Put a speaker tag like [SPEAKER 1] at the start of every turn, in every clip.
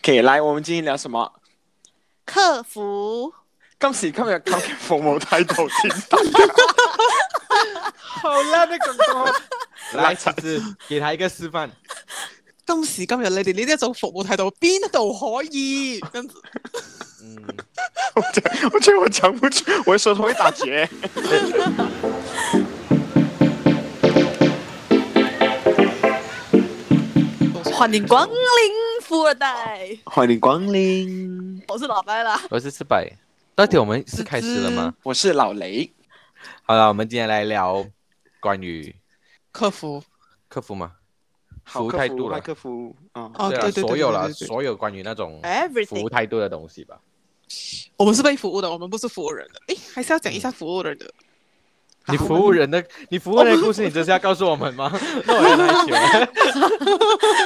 [SPEAKER 1] OK，来，我们今天聊什么？
[SPEAKER 2] 客服，
[SPEAKER 1] 今時今日 究竟服務態度點得㗎好啦，呢個歌
[SPEAKER 3] 来，池子，给他一个示范。
[SPEAKER 4] 今時今日你哋呢一種服務態度，邊度可以？跟 住
[SPEAKER 3] 嗯，
[SPEAKER 1] 我覺得 我覺得我講不出，我的舌頭會打 結。
[SPEAKER 2] 欢迎光临富二代，
[SPEAKER 1] 歡迎光臨，
[SPEAKER 2] 我是老白啦。
[SPEAKER 3] 我是四百。到底我们是开始了吗？
[SPEAKER 1] 我是老雷。
[SPEAKER 3] 好了，我们今天来聊关于
[SPEAKER 4] 客服，
[SPEAKER 3] 客服嘛，
[SPEAKER 1] 好
[SPEAKER 3] 服务
[SPEAKER 1] 客
[SPEAKER 3] 态
[SPEAKER 1] 服
[SPEAKER 3] 度
[SPEAKER 1] 坏
[SPEAKER 3] 了
[SPEAKER 1] 客服啊，
[SPEAKER 4] 哦，
[SPEAKER 3] 对
[SPEAKER 4] 對
[SPEAKER 3] 啊
[SPEAKER 4] 對對
[SPEAKER 3] 所有
[SPEAKER 4] 啦
[SPEAKER 3] 了，，所有关于那种服
[SPEAKER 2] Everything，
[SPEAKER 3] 务态度的东西吧。
[SPEAKER 4] 我们是被服務的，我们不是服务人的。诶，还是要讲一下服务人的。
[SPEAKER 3] 你服务人的，你服务人的故事，你真是要告诉我们吗？ 那我要来学。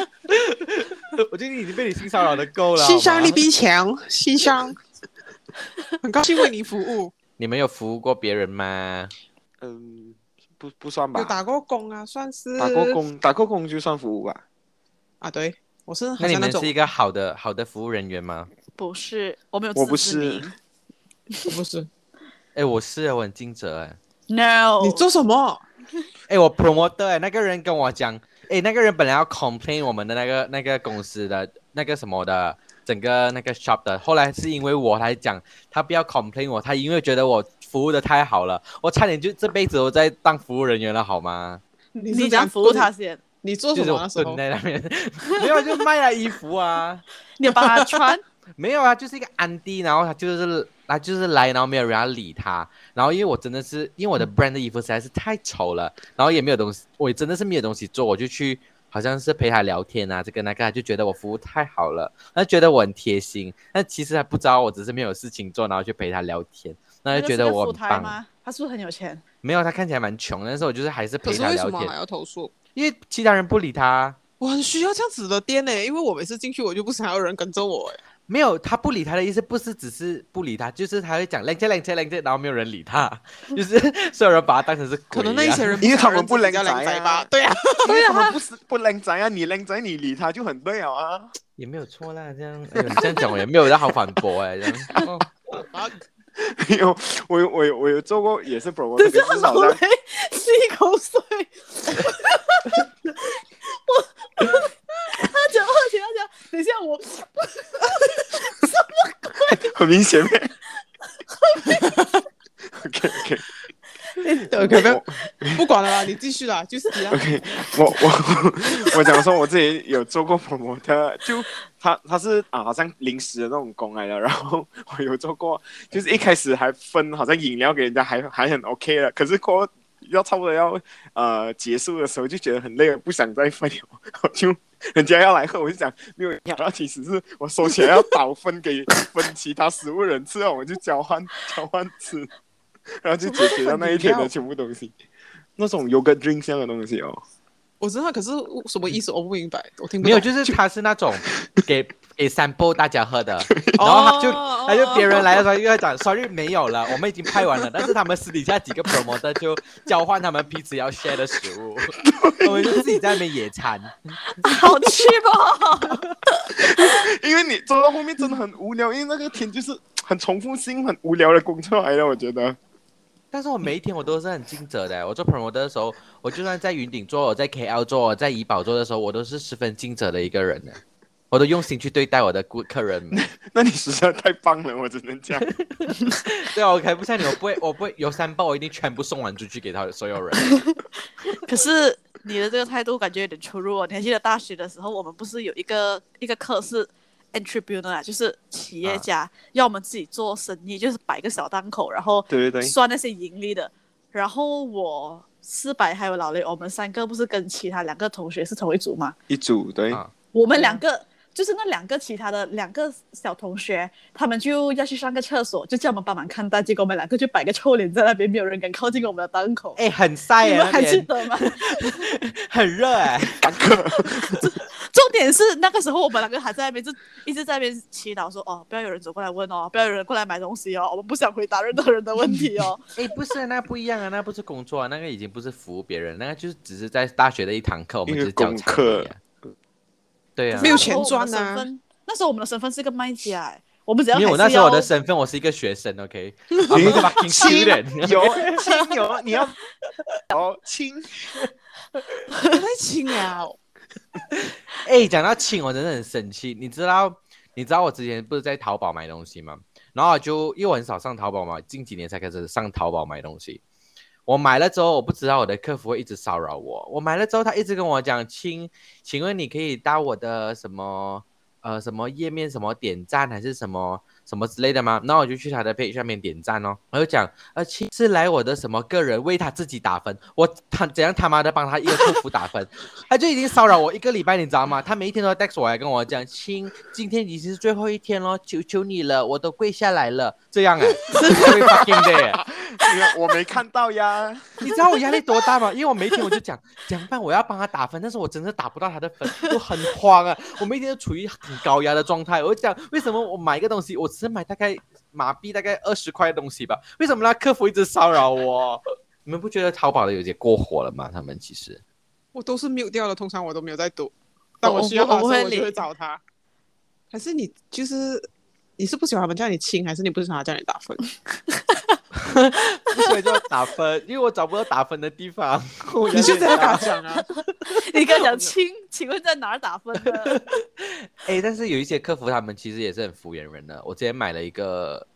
[SPEAKER 3] 我觉得你已经被你性骚扰的够了。
[SPEAKER 4] 欣赏
[SPEAKER 3] 好吗
[SPEAKER 4] 力逼强，欣赏，很高兴为您服务。
[SPEAKER 3] 你们有服务过别人吗？
[SPEAKER 1] 嗯，不不算吧
[SPEAKER 4] 有，打过工啊，算是
[SPEAKER 1] 打过工，打过工就算服務吧。
[SPEAKER 4] 啊，对，我是
[SPEAKER 3] 那
[SPEAKER 4] 好
[SPEAKER 3] 你
[SPEAKER 4] 像那
[SPEAKER 3] 们
[SPEAKER 4] 种
[SPEAKER 3] 是一个好的好的服务人员吗？
[SPEAKER 2] 不是，我没有
[SPEAKER 1] 我不
[SPEAKER 2] 自知
[SPEAKER 1] 是
[SPEAKER 2] 明
[SPEAKER 4] 不是
[SPEAKER 3] 哎，我是啊，我很尽责哎。
[SPEAKER 2] ，no，
[SPEAKER 4] 你做什么？
[SPEAKER 3] 哎，我 promoter 哎，那个人跟我讲，哎，那个人本来要 complain 我们的那个那个公司的那个什么的整个那个 shop 的，后来是因为我来讲，他不要 complain 我，他因为觉得我服务的太好了，我差点就这辈子都在当服务人员了，好吗？
[SPEAKER 4] 你
[SPEAKER 2] 你
[SPEAKER 4] 是
[SPEAKER 2] 想
[SPEAKER 4] 讲
[SPEAKER 2] 服务他？先，
[SPEAKER 4] 你做
[SPEAKER 3] 就
[SPEAKER 4] 什
[SPEAKER 3] 是
[SPEAKER 4] 么啊
[SPEAKER 3] 我
[SPEAKER 4] 那时
[SPEAKER 3] 蹲
[SPEAKER 4] 候？
[SPEAKER 3] 在那边， 没有就卖了衣服啊，
[SPEAKER 2] 你有帮他穿，
[SPEAKER 3] 没有啊，就是一个安迪，然后他就是他就是来，然后没有人要理他，然后因为我真的是因为我的 brand 的衣服实在是太丑了，然后也没有东西，我也真的是没有东西做，我就去好像是陪他聊天啊，这个那个，他就觉得我服务太好了，他觉得我很贴心，但其实他不知道我只是没有事情做，然后去陪他聊天，那
[SPEAKER 2] 那
[SPEAKER 3] 就
[SPEAKER 2] 个
[SPEAKER 3] 觉
[SPEAKER 2] 是
[SPEAKER 3] 得
[SPEAKER 2] 个
[SPEAKER 3] 我
[SPEAKER 2] 富
[SPEAKER 3] 很
[SPEAKER 2] 胎
[SPEAKER 3] 棒，
[SPEAKER 2] 吗？他是不是很有钱？
[SPEAKER 3] 没有他看起来蛮穷，但是我就是还是
[SPEAKER 4] 可
[SPEAKER 3] 陪
[SPEAKER 4] 是
[SPEAKER 3] 他
[SPEAKER 4] 为
[SPEAKER 3] 聊
[SPEAKER 4] 什么啊还
[SPEAKER 3] 天，
[SPEAKER 4] 要投诉？
[SPEAKER 3] 因为其他人啊不理他。
[SPEAKER 4] 我很需要这样子的店呢、因为我每次进去我就不想要有人跟着我、欸。
[SPEAKER 3] 没有，他不理他的意思不是只是不理他，就是他会讲 l a n g 然后没有人理他，就是 所有人把他当成是鬼
[SPEAKER 4] 嗯可
[SPEAKER 3] 一样、
[SPEAKER 4] 能那一些人
[SPEAKER 1] 因为他们不
[SPEAKER 4] 能
[SPEAKER 1] 靓仔啊
[SPEAKER 4] 仔吧？对 啊，
[SPEAKER 1] 因为他们不是不靚仔啊，你靚仔你理他就很对了啊。
[SPEAKER 3] 也没有错啦，这样，哎呦、你这样讲我也没有人好反驳哎、这样。 哦
[SPEAKER 1] 啊有我有我有我有做过也是 promo，
[SPEAKER 2] 等一
[SPEAKER 1] 这
[SPEAKER 2] 下
[SPEAKER 1] 个至
[SPEAKER 2] 老
[SPEAKER 1] 少在
[SPEAKER 2] 雷吸一口水，我 他讲话前他讲，等一下我
[SPEAKER 1] 很明显咩 ？OK OK。
[SPEAKER 4] 可不要不管了啦，你继续啦，就是你啦。
[SPEAKER 1] OK，我我我讲说我自己有做过 promo 的，就他他是啊，好像临时的那种工来的，然后我有做过，就是一开始还分好像饮料给人家还还很 OK 了，可是过后要差不多要呃结束的时候就觉得很累了，不想再分了， 我就人家要来喝，我就讲没有饮料，然后其实是我收起来要倒分给分其他食物人吃，然后我就交换交换吃，然后就解决掉那一天的全部东西。那种 yogurt drink 这样的东西哦，
[SPEAKER 4] 我知道，可是什么意思？我不明白，我听不
[SPEAKER 3] 没有，
[SPEAKER 4] 懂
[SPEAKER 3] 就是他是那种给给 sample 大家喝的，然后他就、
[SPEAKER 4] 哦
[SPEAKER 3] 他就别人来的时候又要讲 sorry 没有了，我们已经拍完了，但是他们私底下几个 promoter 就交换他们彼此要 share 的食 物，我们就自己在那边野餐。
[SPEAKER 2] 好吃吧？
[SPEAKER 1] 因为你做到后面真的很无聊，因为那个天就是很重复性、很无聊的工作来了，我觉得。
[SPEAKER 3] 但是我
[SPEAKER 2] 嗯
[SPEAKER 3] 每一天我都是很尽责的。欸我做 promoter 的时候，我就算在云顶做，我在 KL 做，我在怡保做的时候，我都是十分尽责的一个人呢。我都用心去对待我的顾客人们。
[SPEAKER 1] 那你实在太棒了，我只能讲。
[SPEAKER 3] 对啊，我才不像你，我不会，我不会有三包，我一定全部送完出去给他所有人。
[SPEAKER 2] 可是你的这个态度感觉有点出入哦。你还记得大学的时候，我们不是有一个一个课是 entrepreneur，啊就是企业家，
[SPEAKER 1] 啊
[SPEAKER 2] 要我们自己做生意，就是摆个小档口，然后
[SPEAKER 1] 对对对
[SPEAKER 2] 算那些盈利的。然后我四百还有老雷，我们三个不是跟其他两个同学是同一组吗？
[SPEAKER 1] 一组对
[SPEAKER 3] 啊
[SPEAKER 2] 我们两
[SPEAKER 1] 嗯
[SPEAKER 2] 个、就是那两个其他的两个小同学，他们就要去上个厕所，就叫我们帮忙看单，结果我们两个就摆个臭脸在那边，没有人敢靠近我们的档口。
[SPEAKER 3] 哎、很晒
[SPEAKER 2] 你
[SPEAKER 3] 耶、
[SPEAKER 2] 们
[SPEAKER 3] 那
[SPEAKER 2] 还记
[SPEAKER 3] 边
[SPEAKER 2] 得吗？
[SPEAKER 3] 很热哎、
[SPEAKER 1] 干哥，
[SPEAKER 2] 重点是那个时候我们两个还在那边就一直在那边祈祷说哦，不要有人走过来问哦，不要有人过来买东西哦，我们不想回答任何人的问题 哦。
[SPEAKER 3] 哎、不是，那不一样啊，那不是工作啊，那个已经不是服务别人，那个就是只是在大学的一堂课，我们
[SPEAKER 1] 一个
[SPEAKER 3] 只是交
[SPEAKER 1] 功
[SPEAKER 3] 差而已啊
[SPEAKER 1] 课
[SPEAKER 3] 对啊，
[SPEAKER 4] 没有钱
[SPEAKER 2] 那时候我们
[SPEAKER 4] 赚啊
[SPEAKER 2] 身份那时候我们的身份是一个卖家、欸，我们只要
[SPEAKER 3] 因为我
[SPEAKER 2] 还
[SPEAKER 3] 那
[SPEAKER 2] 是
[SPEAKER 3] 时候我的
[SPEAKER 2] 要
[SPEAKER 3] 身份我是一个学生，OK，啊不是 fucking student，
[SPEAKER 1] 有亲有，你要 哦亲，
[SPEAKER 4] 不太清啊，
[SPEAKER 3] 哎，讲到亲，我真的很生气。你知道，你知道我之前不是在淘宝买东西吗？然后我就因为我很少上淘宝嘛，近几年才开始上淘宝买东西。我买了之后，我不知道我的客服会一直骚扰我。我买了之后，他一直跟我讲：“亲，请问你可以到我的什么呃什么页面什么点赞还是什么什么之类的吗？”然后我就去他的 page 上面点赞哦，我就讲：“呃，亲是来我的什么个人为他自己打分，我他怎样他妈的帮他一个客服打分，他哎就已经骚扰我一个礼拜，你知道吗？他每一天都要 text 我来跟我讲，亲，今天已经是最后一天咯，求求你了，我都跪下来了，这样哎、是会 fucking day 哎、
[SPEAKER 1] 你看我没看到呀，
[SPEAKER 3] 你知道我压力多大吗？因为我每天我就讲，怎样办？我要帮他打分，但是我真的打不到他的分，我很慌啊！我每天都处于很高压的状态。我就讲，为什么我买一个东西，我只买大概马币大概二十块的东西吧，为什么那客服一直骚扰我？你们不觉得淘宝的有点过火了吗？他们其实
[SPEAKER 4] 我都是 mute 掉的，通常我都没有在读，但
[SPEAKER 2] 我
[SPEAKER 4] 需要他的时
[SPEAKER 2] 我不
[SPEAKER 4] 候
[SPEAKER 2] 会
[SPEAKER 4] 我就
[SPEAKER 2] 理
[SPEAKER 4] 会找他。还是你就是你是不喜欢他们叫你亲，还是你不喜欢他叫你打分？
[SPEAKER 3] 所以就要打分，因为我找不到打分的地方。 我压力
[SPEAKER 4] 你就
[SPEAKER 3] 很
[SPEAKER 4] 这样
[SPEAKER 3] 大
[SPEAKER 4] 打讲啊？
[SPEAKER 2] 你跟他讲亲，请问在哪儿打分呢？
[SPEAKER 3] 哎、但是有一些客服他们其实也是很敷衍人的。我之前买了一个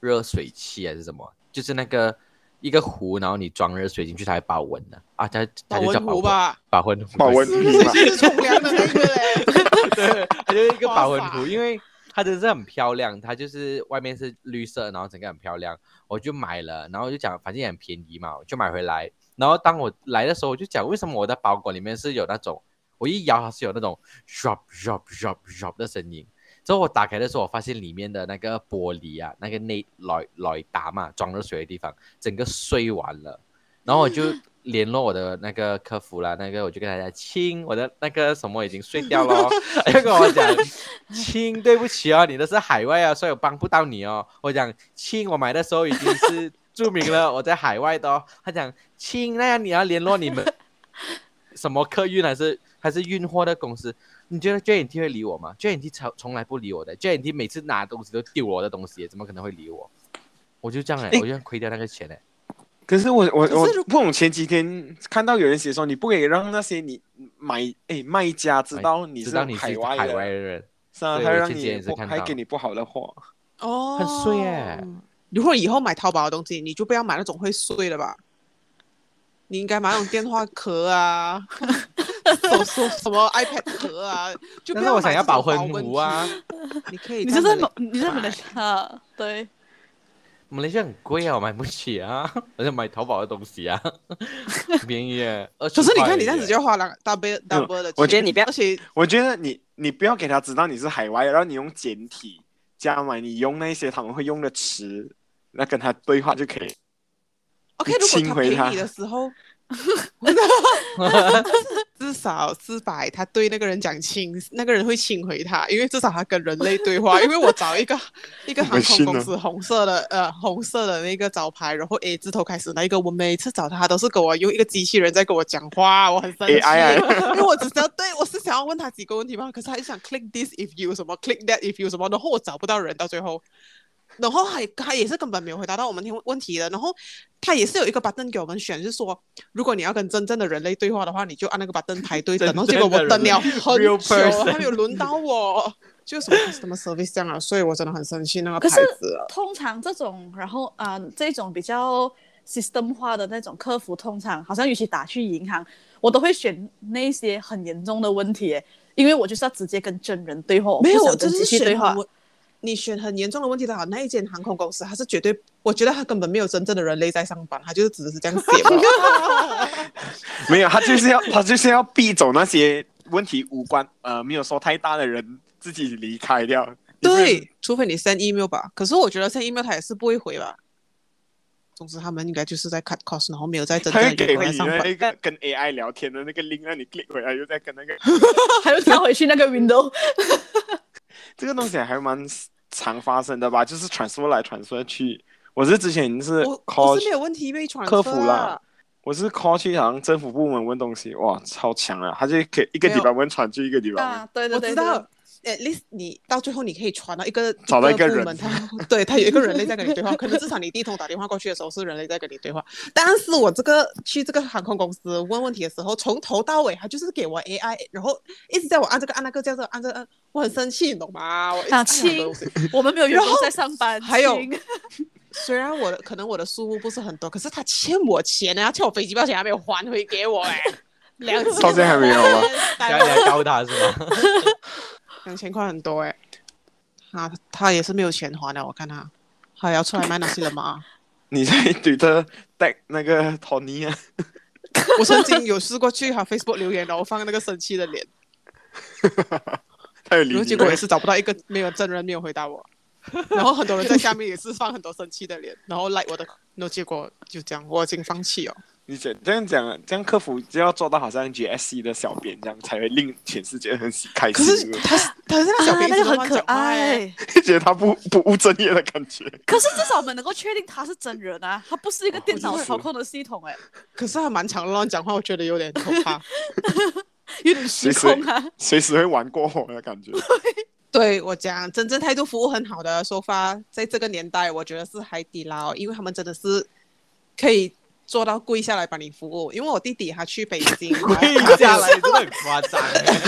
[SPEAKER 3] 热水器还是什么，就是那个一个壶，然后你装热水进去，它会保温的啊，它它
[SPEAKER 4] 保
[SPEAKER 3] 就叫
[SPEAKER 4] 温
[SPEAKER 3] 保
[SPEAKER 4] 壶
[SPEAKER 3] 温
[SPEAKER 4] 吧，
[SPEAKER 3] 保温壶，
[SPEAKER 1] 保温
[SPEAKER 4] 是不是 就是冲凉的那个嘞？
[SPEAKER 3] 对，它就是一个
[SPEAKER 4] 花
[SPEAKER 3] 保温
[SPEAKER 4] 洒
[SPEAKER 3] 壶，因为它真的是很漂亮，它就是外面是绿色，然后整个很漂亮，我就买了，然后就讲反正也很便宜嘛，我就买回来。然后当我来的时候，我就讲为什么我的包裹里面是有那种，我一摇它是有那种 shop shop shop shop 的声音。之后我打开的时候，我发现里面的那个玻璃啊，那个内来来达嘛，装热水的地方，整个碎完了。然后我就联络我的那个客服啦，那个我就跟他讲，亲，我的那个什么已经碎掉了哦， 他就跟我讲，亲，对不起哦，你的是海外啊，所以我帮不到你哦。我讲，亲，我买的时候已经是注明了我在海外的哦。他讲，亲，那样你要联络你 们什么客运还是还是运货的公司？你觉得 JNT 会理我吗？JNT 从从来不理我的，JNT 每次拿东西都丢我的东西，怎么可能会理我？我就这样哎、
[SPEAKER 4] 诶
[SPEAKER 3] 我就亏掉那个钱哎、
[SPEAKER 1] 可是我我我
[SPEAKER 4] 可是如
[SPEAKER 1] 不懂，前几天看到有人写说，你不可以让那些你买哎卖家知道你
[SPEAKER 3] 知
[SPEAKER 1] 是
[SPEAKER 3] 道你
[SPEAKER 1] 海
[SPEAKER 3] 是
[SPEAKER 1] 外
[SPEAKER 3] 海
[SPEAKER 1] 的，
[SPEAKER 3] 外人，
[SPEAKER 1] 是啊，
[SPEAKER 3] 对
[SPEAKER 1] 他
[SPEAKER 3] 我
[SPEAKER 1] 让
[SPEAKER 3] 前几天
[SPEAKER 1] 你
[SPEAKER 3] 也是
[SPEAKER 1] 不
[SPEAKER 3] 看
[SPEAKER 1] 还
[SPEAKER 3] 到
[SPEAKER 1] 给你不好的货，
[SPEAKER 4] 哦，
[SPEAKER 3] 很碎耶
[SPEAKER 4] 如果以后买淘宝的东西，你就不要买那种会碎的吧。你应该买那种电话壳啊，手手什么 iPad 壳啊，就
[SPEAKER 3] 但
[SPEAKER 4] 不
[SPEAKER 3] 是
[SPEAKER 4] 要
[SPEAKER 3] 我
[SPEAKER 4] 买
[SPEAKER 3] 想要
[SPEAKER 4] 这种
[SPEAKER 3] 保
[SPEAKER 4] 保
[SPEAKER 3] 温壶啊。
[SPEAKER 4] 温壶。你可以
[SPEAKER 2] 你
[SPEAKER 4] 在
[SPEAKER 2] 就
[SPEAKER 4] 那
[SPEAKER 2] 在
[SPEAKER 4] 里，
[SPEAKER 2] 马，你在马来
[SPEAKER 4] 买
[SPEAKER 2] 西亚，对，
[SPEAKER 3] 马来西亚很贵啊，我买不起啊， 我想买淘宝的东西 啊，很便宜耶。
[SPEAKER 4] 可
[SPEAKER 3] 可
[SPEAKER 4] 是你看你这样子就要花了 double
[SPEAKER 1] 没有
[SPEAKER 4] double 的钱。
[SPEAKER 1] 嗯我觉得你不要
[SPEAKER 4] 而且
[SPEAKER 1] 我觉得你你不要给他知道你是海外的，然后你用简体加满，你用那些他们会用的词，那跟他对话就可以。
[SPEAKER 4] OK，
[SPEAKER 1] 你
[SPEAKER 4] 如果
[SPEAKER 1] 亲
[SPEAKER 4] 他
[SPEAKER 1] 回他
[SPEAKER 4] 陪你的 时候，至少四百，他对那个人讲亲，那个人会亲回他，因为至少他跟人类对话。因为我找 一个一个航空
[SPEAKER 1] 啊
[SPEAKER 4] 公司红色的呃红色的那个招牌，然后 A 字头开始那一个，我每次找他都是跟我用一个机器人在跟我讲话，我很生气
[SPEAKER 1] AI
[SPEAKER 4] 因为我只知道对我是想要问他几个问题嘛，可是他就想 click this if you 什么 click that if you 什么，然后我找不到人，到最后。然后还他也是根本没有回答到我们问问题的，然后他也是有一个 button 给我们选，就是说如果你要跟真正的人类对话的话，你就按那个 button 排队等，然后结果我等了很
[SPEAKER 3] Real
[SPEAKER 4] 久，
[SPEAKER 3] person
[SPEAKER 4] 还没有轮到我，就是什么 customer service 这样啊，所以我真的很生气那个牌
[SPEAKER 2] 可是
[SPEAKER 4] 子啊。
[SPEAKER 2] 通常这种，然后啊、这种比较 system 化的那种客服，通常好像与其打去银行，我都会选那些很严重的问题耶，因为我就是要直接跟真人对话，我不
[SPEAKER 4] 没有，我
[SPEAKER 2] 想
[SPEAKER 4] 真
[SPEAKER 2] 跟
[SPEAKER 4] 的
[SPEAKER 2] 机
[SPEAKER 4] 是
[SPEAKER 2] 器
[SPEAKER 4] 选
[SPEAKER 2] 对话
[SPEAKER 4] 很。你选很严重的问题的好，那一间航空公司它是绝对，我觉得它根本没有真正的人类在上班，它就是只是这样写吧。
[SPEAKER 1] 没有，他就是要 他就是要避走那些问题无关呃没有说太大的人自己离开掉。
[SPEAKER 4] 对，除非你 send email 吧。可是我觉得 send email 他也是不会回吧。总之，他们应该就是在 cut cost，然后没有在真
[SPEAKER 1] 他
[SPEAKER 4] 正
[SPEAKER 1] 会
[SPEAKER 4] 的
[SPEAKER 1] 给
[SPEAKER 4] 有
[SPEAKER 1] 回
[SPEAKER 4] 在
[SPEAKER 1] 你
[SPEAKER 4] 上班。
[SPEAKER 1] 那个跟 AI 聊天的那个 link，让你 click 回来，又再跟那 个
[SPEAKER 2] 还要调回去那个 window，
[SPEAKER 1] 这个东西还蛮常发生的吧，就是传说来传说去。我是之前是
[SPEAKER 4] 我
[SPEAKER 1] call
[SPEAKER 4] 我是没有问题被传
[SPEAKER 1] 客服啦，我是 call 去好像政府部门问东西，哇，超强啊！他就可以一个
[SPEAKER 4] 没有
[SPEAKER 1] 礼拜问传去一个礼拜问。
[SPEAKER 2] 啊，对对
[SPEAKER 4] 我
[SPEAKER 2] 对，
[SPEAKER 4] 知
[SPEAKER 2] 对
[SPEAKER 4] 道。 at least 你到最后你可以传到一个
[SPEAKER 1] 找到一个
[SPEAKER 4] 部
[SPEAKER 1] 人
[SPEAKER 4] 门他对他有一个人类在跟你对 话，可能至少你第一通打电话过去的时候是人类在跟你对话。但是我这个去这个航空公司问问题的时候，从头到尾他就是给我 AI，然后一直在我按这个按那个，这样子按这个按，我很生气，你懂吗？我一直
[SPEAKER 2] 啊
[SPEAKER 4] 按很多
[SPEAKER 2] 亲
[SPEAKER 4] 东西
[SPEAKER 2] 我们没有员工
[SPEAKER 4] 然后
[SPEAKER 2] 在上班，
[SPEAKER 4] 还有
[SPEAKER 2] 亲
[SPEAKER 4] 虽然我的可能我的数目不是很多，可是他欠我钱啊呢，他欠我飞机票钱还没有还回给我 哎、两千
[SPEAKER 1] 到现在还没有啊
[SPEAKER 3] 来
[SPEAKER 4] 啊，
[SPEAKER 3] 来教他是吗？
[SPEAKER 4] 两千块很多哎、啊，他也是没有钱还的，我看他还要出来卖东西 了嘛。
[SPEAKER 1] 你在怼着带那个托尼啊？
[SPEAKER 4] 我曾经有试过去他 Facebook 留言，然后放那个生气的脸，
[SPEAKER 1] 他有理
[SPEAKER 4] 然后
[SPEAKER 1] 你
[SPEAKER 4] 结果
[SPEAKER 1] 吗
[SPEAKER 4] 也是找不到一个没有真人没有回答我， 然后很多人在下面也是放很多生气的脸，然后 like 我的，然后结果就这样，我已经放弃了。
[SPEAKER 1] 你这这样讲，这样客服就要做到好像 GSC 的小编这样，才会令全世界很喜开
[SPEAKER 4] 可
[SPEAKER 1] 心。
[SPEAKER 4] 是他他是那小
[SPEAKER 2] 啊
[SPEAKER 4] 鼻
[SPEAKER 2] 那个
[SPEAKER 4] 子乱
[SPEAKER 2] 很
[SPEAKER 4] 乱
[SPEAKER 2] 可
[SPEAKER 4] 讲话欸
[SPEAKER 2] 爱。
[SPEAKER 1] 就觉得他不 不务正业的感觉。
[SPEAKER 2] 可是至少我们能够确定他是真人 啊，他不是一个电脑
[SPEAKER 1] 哦是
[SPEAKER 2] 操控的系统、哎，
[SPEAKER 4] 可是他蛮常乱讲话，我觉得有点可怕。
[SPEAKER 2] 有点失控啊。
[SPEAKER 1] 随时会玩过火的感觉。
[SPEAKER 4] 对我讲，真正态度服务很好的说法，在这个年代，我觉得是海底捞，因为他们真的是可以做到跪下来帮你服务。因为我弟弟他去北京，然后
[SPEAKER 3] 跪下 来真的很夸张欸，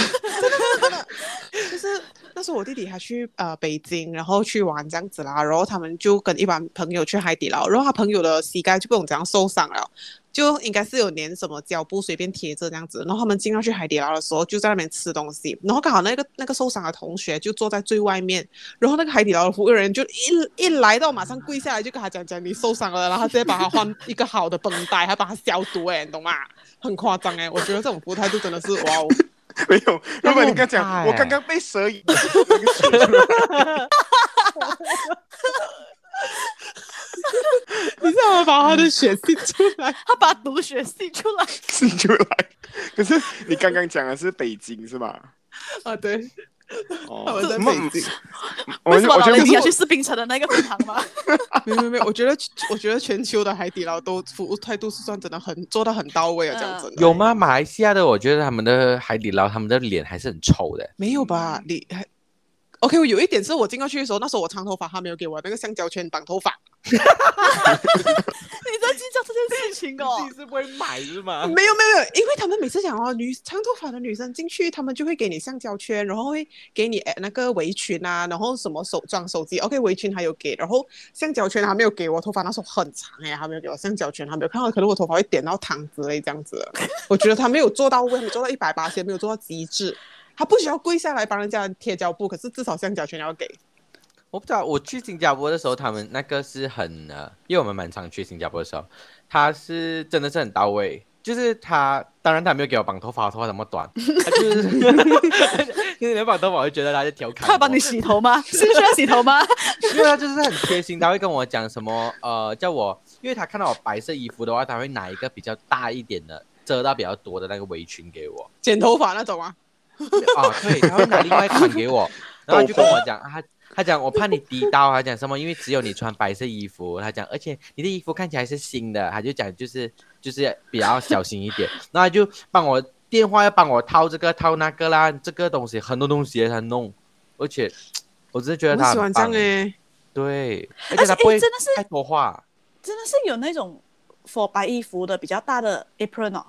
[SPEAKER 4] 就是那时候我弟弟他去呃北京，然后去玩这样子啦，然后他们就跟一帮朋友去海底捞，然后他朋友的膝盖就不懂怎样受伤了，就应该是有粘什么胶布随便贴着这样子。然后他们进到去海底捞的时候，就在那边吃东西，然后刚好那个那个受伤的同学就坐在最外面，然后那个海底捞的服务人就一一来到马上跪下来就跟他讲讲你受伤了，然后他直接把他换一个好的绷带，还把他消毒、欸，哎，你懂吗？很夸张哎、我觉得这种服务态度真的是哇哦。
[SPEAKER 1] 没有，如果你刚
[SPEAKER 3] 那么
[SPEAKER 1] 讲，
[SPEAKER 3] 快
[SPEAKER 1] 我刚刚被蛇 咬，那个血出来
[SPEAKER 4] 你知道吗？把他的血吸出来，
[SPEAKER 2] 他把毒血吸出来，
[SPEAKER 1] 刺出来。可是你刚刚讲的是北京是吧？
[SPEAKER 4] 啊，对，他
[SPEAKER 1] 哦
[SPEAKER 4] 们在
[SPEAKER 1] 嗯
[SPEAKER 4] 北京。
[SPEAKER 1] 我
[SPEAKER 2] 为什
[SPEAKER 1] 就
[SPEAKER 2] 么
[SPEAKER 1] 我
[SPEAKER 2] 老
[SPEAKER 1] 觉
[SPEAKER 2] 雷
[SPEAKER 1] 得
[SPEAKER 2] 你要去士槟城的那个分行吗？
[SPEAKER 4] 没有没有没有，我觉得我觉得全球的海底捞都服务态度是算真的很做到很到位啊，
[SPEAKER 2] 嗯
[SPEAKER 4] 这样子的
[SPEAKER 3] 有？吗？马来西亚的，我觉得他们的海底捞，他们的脸还是很臭 的。
[SPEAKER 4] 没有吧？你还 OK？我有一点是我进过去的时候，那时候我长头发，他没有给我那个橡胶圈绑头发，
[SPEAKER 2] 你在计较这件事情 哦？
[SPEAKER 3] 是不会买是吗？
[SPEAKER 4] 没有没有没有，因为他们每次讲哦，女长头发的女生进去，他们就会给你橡胶圈，然后会给你呃那个围裙啊，然后什么手装手机，OK，围裙还有给，然后橡胶圈还没有给我，头发那时候很长哎、还没有给我橡胶圈，还没有看到，可能我头发会点到糖之类这样子的，我觉得他没有做到位，没有做到一百八没有做到极致。他不需要跪下来帮人家贴胶布，可是至少橡胶圈要给。
[SPEAKER 3] 我不知道，我去新加坡的时候，他们那个是很呃，因为我们蛮常去新加坡的时候，他是真的是很到位，就是他当然他没有给我绑头发，我头发那么短，他就是 因为你绑头发，我就觉得他在调侃我。
[SPEAKER 2] 他有帮你洗头吗？ 是需要洗头吗？
[SPEAKER 3] 因为他就是很贴心，他会跟我讲什么，呃，叫我，因为他看到我白色衣服的话，他会拿一个比较大一点的，遮到比较多的那个围裙给我。
[SPEAKER 4] 剪头发那种啊，
[SPEAKER 3] 啊，对，他会拿另外一款给我，然后他就跟我讲，啊他他讲我怕你滴到，他讲什么，因为只有你穿白色衣服，他讲，而且你的衣服看起来是新的，他就讲就是就是比较小心一点，然后他就帮我电话要帮我掏这个掏那个啦，这个东西很多东西他弄，而且我只是觉得
[SPEAKER 4] 我
[SPEAKER 3] 他
[SPEAKER 4] 喜
[SPEAKER 3] 很
[SPEAKER 4] 欢这样
[SPEAKER 3] 棒
[SPEAKER 4] 哎、
[SPEAKER 3] 对，
[SPEAKER 2] 而
[SPEAKER 3] 而且
[SPEAKER 2] 且
[SPEAKER 3] 他
[SPEAKER 2] 诶
[SPEAKER 3] 不会
[SPEAKER 2] 真的是
[SPEAKER 3] 太多话。
[SPEAKER 2] 真的是有那种 for 白衣服的比较大的 apron 哦，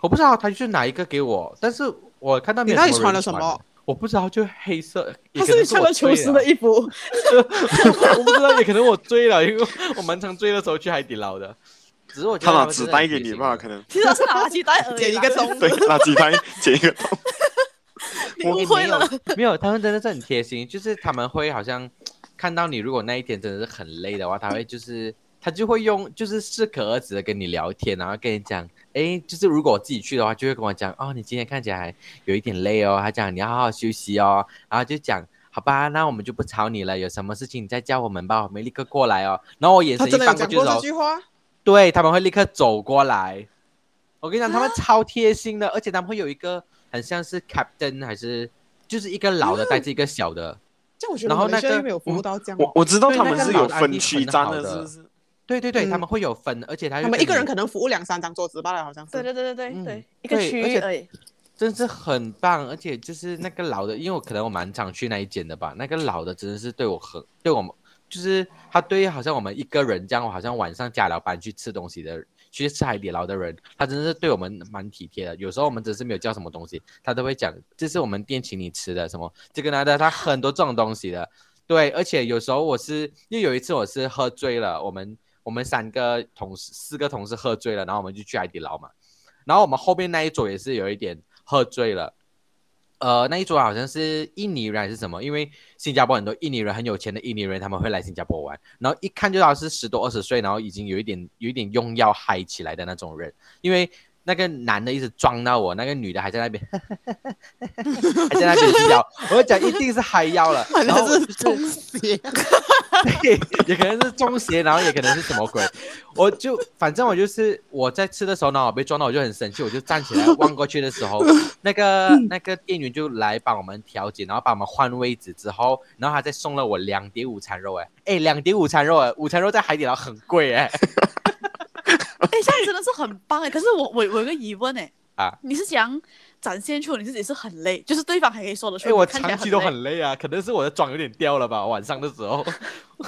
[SPEAKER 3] 我不知道他就是拿一个给我，但是我看到没有
[SPEAKER 4] 你到底
[SPEAKER 3] 什么
[SPEAKER 4] 穿
[SPEAKER 3] 人
[SPEAKER 4] 了什么
[SPEAKER 3] 穿？我不知道，就黑色。也
[SPEAKER 2] 他
[SPEAKER 3] 可
[SPEAKER 2] 是
[SPEAKER 3] 能
[SPEAKER 2] 你穿了
[SPEAKER 3] 我醉
[SPEAKER 2] 厨师的衣服，
[SPEAKER 3] 我不知道，也可能我醉了，因为我蛮常醉的时候去海底捞的。只是我觉
[SPEAKER 1] 他
[SPEAKER 3] 得
[SPEAKER 1] 拿
[SPEAKER 3] 们
[SPEAKER 1] 纸
[SPEAKER 3] 真的
[SPEAKER 1] 袋
[SPEAKER 3] 很
[SPEAKER 1] 给
[SPEAKER 3] 贴
[SPEAKER 1] 你
[SPEAKER 3] 心
[SPEAKER 1] 吧，
[SPEAKER 3] 的
[SPEAKER 1] 可能
[SPEAKER 2] 其实他是拿垃圾袋而已啦。
[SPEAKER 4] 剪一个钟，
[SPEAKER 1] 对，拿纸袋剪一个洞。
[SPEAKER 2] 你
[SPEAKER 1] 我
[SPEAKER 2] 误会了。
[SPEAKER 3] 没有，他们真的是很贴心，就是他们会好像看到你，如果那一天真的是很累的话，他会就是他就会用就是适可而止的跟你聊天，然后跟你讲，诶，就是如果我自己去的话，就会跟我讲，哦，你今天看起来有一点累哦，他讲你要好好休息哦，然后就讲。好吧，那我们就不吵你了。有什么事情你再叫我们吧，我们立刻过来哦。然后我眼
[SPEAKER 4] 他
[SPEAKER 3] 神一
[SPEAKER 4] 真的有
[SPEAKER 3] 翻过
[SPEAKER 4] 讲
[SPEAKER 3] 去的
[SPEAKER 4] 过
[SPEAKER 3] 时
[SPEAKER 4] 这
[SPEAKER 3] 候，
[SPEAKER 4] 句话。
[SPEAKER 3] 对他们会立刻走过来。我跟你讲，他们超贴心的，而且他们会有一个很像是 captain 还是就是一个老的带着一个小的，
[SPEAKER 4] 这样我觉得
[SPEAKER 3] 然后
[SPEAKER 4] 马来西亚
[SPEAKER 3] 那个
[SPEAKER 4] 又没有服务到这样、
[SPEAKER 1] 我
[SPEAKER 4] 哦，
[SPEAKER 1] 我知道
[SPEAKER 3] 对
[SPEAKER 1] 他
[SPEAKER 3] 那
[SPEAKER 1] 们
[SPEAKER 3] 个
[SPEAKER 1] 是
[SPEAKER 3] 老
[SPEAKER 1] 有
[SPEAKER 3] 的
[SPEAKER 1] 分
[SPEAKER 3] ID
[SPEAKER 1] 区
[SPEAKER 3] 很
[SPEAKER 1] 站
[SPEAKER 3] 好
[SPEAKER 1] 的，
[SPEAKER 3] 的
[SPEAKER 1] 是不是？
[SPEAKER 3] 对对对，
[SPEAKER 4] 嗯
[SPEAKER 3] 他们会有分，而且他
[SPEAKER 4] 他们一个人
[SPEAKER 3] 可
[SPEAKER 4] 可能服务两三张桌子罢了，好像是。
[SPEAKER 2] 对对对对对
[SPEAKER 3] 嗯
[SPEAKER 2] 对，一个
[SPEAKER 3] 对
[SPEAKER 2] 区
[SPEAKER 3] 而
[SPEAKER 2] 域
[SPEAKER 3] 且
[SPEAKER 2] 而已。
[SPEAKER 3] 真是很棒，而且就是那个老的，因为我可能我蛮常去那一间的吧，那个老的真的是对我很对我们，就是他对好像我们一个人这样，好像晚上加了班去吃东西的，去吃海底捞的人，他真的是对我们蛮体贴的。有时候我们真是没有叫什么东西，他都会讲这是我们店请你吃的什么这个那个，他很多这种东西的。对，而且有时候我是，因为有一次我是喝醉了，我们我们三个同事四个同事喝醉了，然后我们就去海底捞嘛，然后我们后面那一桌也是有一点喝醉了，呃，那一桌好像是印尼人还是什么，因为新加坡很多印尼人很有钱的印尼人，他们会来新加坡玩，然后一看就知道是十多二十岁，然后已经有一点有一点用药嗨起来的那种人，因为那个男的一直撞到我，那个女的还在那边， 还在那边笑，我就讲一定是嗨药了，
[SPEAKER 4] 反
[SPEAKER 3] 然后
[SPEAKER 4] 正
[SPEAKER 3] 我
[SPEAKER 4] 是
[SPEAKER 3] 就是
[SPEAKER 4] 中邪，
[SPEAKER 3] 对，也可能是中邪，然后也可能是什么鬼，我就反正我就是我在吃的时候呢，我被撞到，我就很生气，我就站起 来 望过去的时候，那个那个店员就来帮我们调解，然后帮我们换位置之后，然后他再送了我两碟午餐肉，哎哎，两碟午餐肉，哎，午餐肉在海底捞很贵 哎，
[SPEAKER 2] 哎，这样真的是很棒哎。可是我我我有个疑问哎，
[SPEAKER 3] 啊，
[SPEAKER 2] 你是想展现出你自己是很累，就是对方还可以说得出，
[SPEAKER 3] 哎，我
[SPEAKER 2] 看起
[SPEAKER 3] 长
[SPEAKER 2] 来
[SPEAKER 3] 期都
[SPEAKER 2] 累
[SPEAKER 3] 很累啊，可能是我的妆有点掉了吧，晚上的时候， 我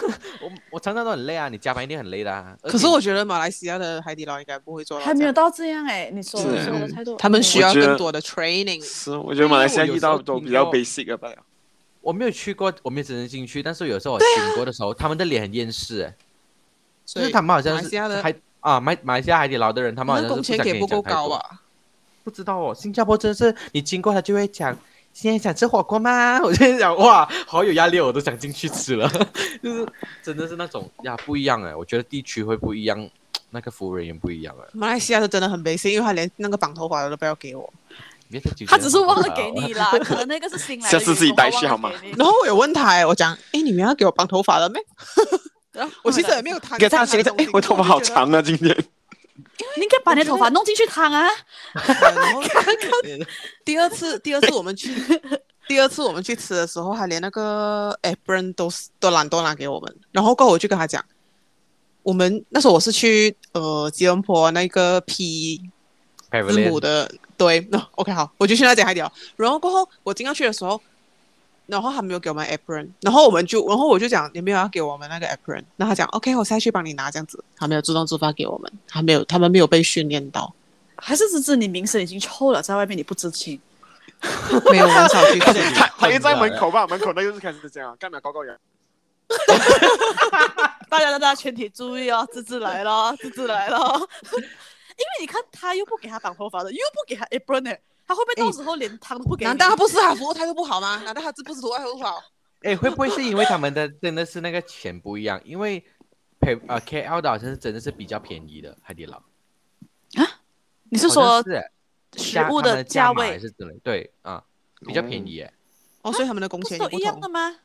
[SPEAKER 3] 我常常都很累啊，你加班一定很累的、啊，而
[SPEAKER 4] 可是
[SPEAKER 3] 且
[SPEAKER 4] 我觉得马来西亚的海底捞应该不会做到
[SPEAKER 2] 还没
[SPEAKER 4] 这
[SPEAKER 2] 有
[SPEAKER 4] 样，
[SPEAKER 2] 到这样哎。你说
[SPEAKER 1] 是
[SPEAKER 2] 你说
[SPEAKER 1] 嗯
[SPEAKER 2] 的态度，
[SPEAKER 4] 他们
[SPEAKER 2] 哦
[SPEAKER 4] 需要
[SPEAKER 1] 我觉得
[SPEAKER 4] 更多的 training。
[SPEAKER 1] 是，我觉得马来西亚
[SPEAKER 3] 因为我有
[SPEAKER 1] 遇
[SPEAKER 3] 时候
[SPEAKER 1] 到都
[SPEAKER 3] 听
[SPEAKER 1] 比较
[SPEAKER 3] 到
[SPEAKER 1] basic 的吧。
[SPEAKER 3] 我没有去过，我没有真正进去，但是有时候我
[SPEAKER 4] 啊
[SPEAKER 3] 经过的时候，他们的脸很厌世，哎就
[SPEAKER 4] 所
[SPEAKER 3] 是
[SPEAKER 4] 以
[SPEAKER 3] 他们好像
[SPEAKER 4] 马来西亚
[SPEAKER 3] 是
[SPEAKER 4] 的
[SPEAKER 3] 还啊，马马来西亚海底捞的人，他们好
[SPEAKER 4] 那
[SPEAKER 3] 像是
[SPEAKER 4] 工
[SPEAKER 3] 不想
[SPEAKER 4] 钱
[SPEAKER 3] 跟你
[SPEAKER 4] 给不够
[SPEAKER 3] 讲太
[SPEAKER 4] 高啊
[SPEAKER 3] 多？
[SPEAKER 4] 吧？
[SPEAKER 3] 不知道哦，新加坡真是你经过他就会讲，现在想吃火锅吗？ 我就想哇，好有压力哦，我都想进去吃了， 就是真的是那种呀不一样哎，我觉得地区会不一样，那个服务人员不一样哎，
[SPEAKER 4] 马来西亚的真的很 basic，因为他连那个绑头发的都不要给我。
[SPEAKER 3] 别再纠结
[SPEAKER 2] 他只是
[SPEAKER 3] 了
[SPEAKER 2] 忘了给。你 啦，可能那个是新来的员工，
[SPEAKER 1] 下次自己带去
[SPEAKER 2] 忘了给你
[SPEAKER 4] 然后我有问他、欸，我讲，哎、你们要给我绑头发了没？
[SPEAKER 2] 然后
[SPEAKER 4] 我其实也没有谈。
[SPEAKER 1] 给他谁的？
[SPEAKER 4] 哎
[SPEAKER 1] 哎，，我头发好。长啊，今天。
[SPEAKER 2] 你应该把你的头发弄进去烫啊。
[SPEAKER 4] 然后第二次，第二次我们去，第二次我们去吃的时候，他连那个 apron 都是都懒惰拿给我们。然后过后我就跟他讲，我们那时候我是去呃吉隆坡那个 P
[SPEAKER 3] 凯文
[SPEAKER 4] 字
[SPEAKER 3] 莲
[SPEAKER 4] 母的，对，那、OK 好，我就去那间海底捞。然后过后我进要去的时候，然后他没有给我们 apron，然后我们就，然后我就讲你没有要给我们那个 apron，然后他讲 OK，我下去帮你拿这样子，他没有自动自发给我们，他没有，他们没有被训练到，
[SPEAKER 2] 还是只是你名声已经臭了，在外面你不知情。
[SPEAKER 4] 没有很少去训练。
[SPEAKER 1] 他他一在
[SPEAKER 3] 欸
[SPEAKER 1] 门口吧，门口那就是开始这样，啊干嘛高高远？
[SPEAKER 2] 大家大家全体注意哦，芝芝来了，芝芝来了。 因为你看他又不给他绑头发的，又不给他 apron 呢，他会不会到时候连汤都不给你？
[SPEAKER 4] 难道他不是他服务态度不好吗？难道他这不是服务态度不好？
[SPEAKER 3] 哎，会不会是因为他们的真的是那个钱不一样？因为陪呃 KL 的好像是真的是比较便宜的海底捞，
[SPEAKER 2] 你是
[SPEAKER 3] 好像
[SPEAKER 2] 说
[SPEAKER 3] 是哎
[SPEAKER 2] 食
[SPEAKER 3] 加
[SPEAKER 2] 物
[SPEAKER 3] 他们
[SPEAKER 2] 的
[SPEAKER 3] 价
[SPEAKER 2] 价
[SPEAKER 3] 码还
[SPEAKER 2] 位
[SPEAKER 3] 是之类，对啊， 比较便宜耶。
[SPEAKER 4] 哦，所以他们的工
[SPEAKER 2] 不
[SPEAKER 4] 钱
[SPEAKER 2] 是
[SPEAKER 4] 也
[SPEAKER 2] 都
[SPEAKER 4] 不
[SPEAKER 2] 一样的
[SPEAKER 4] 同。
[SPEAKER 2] 吗？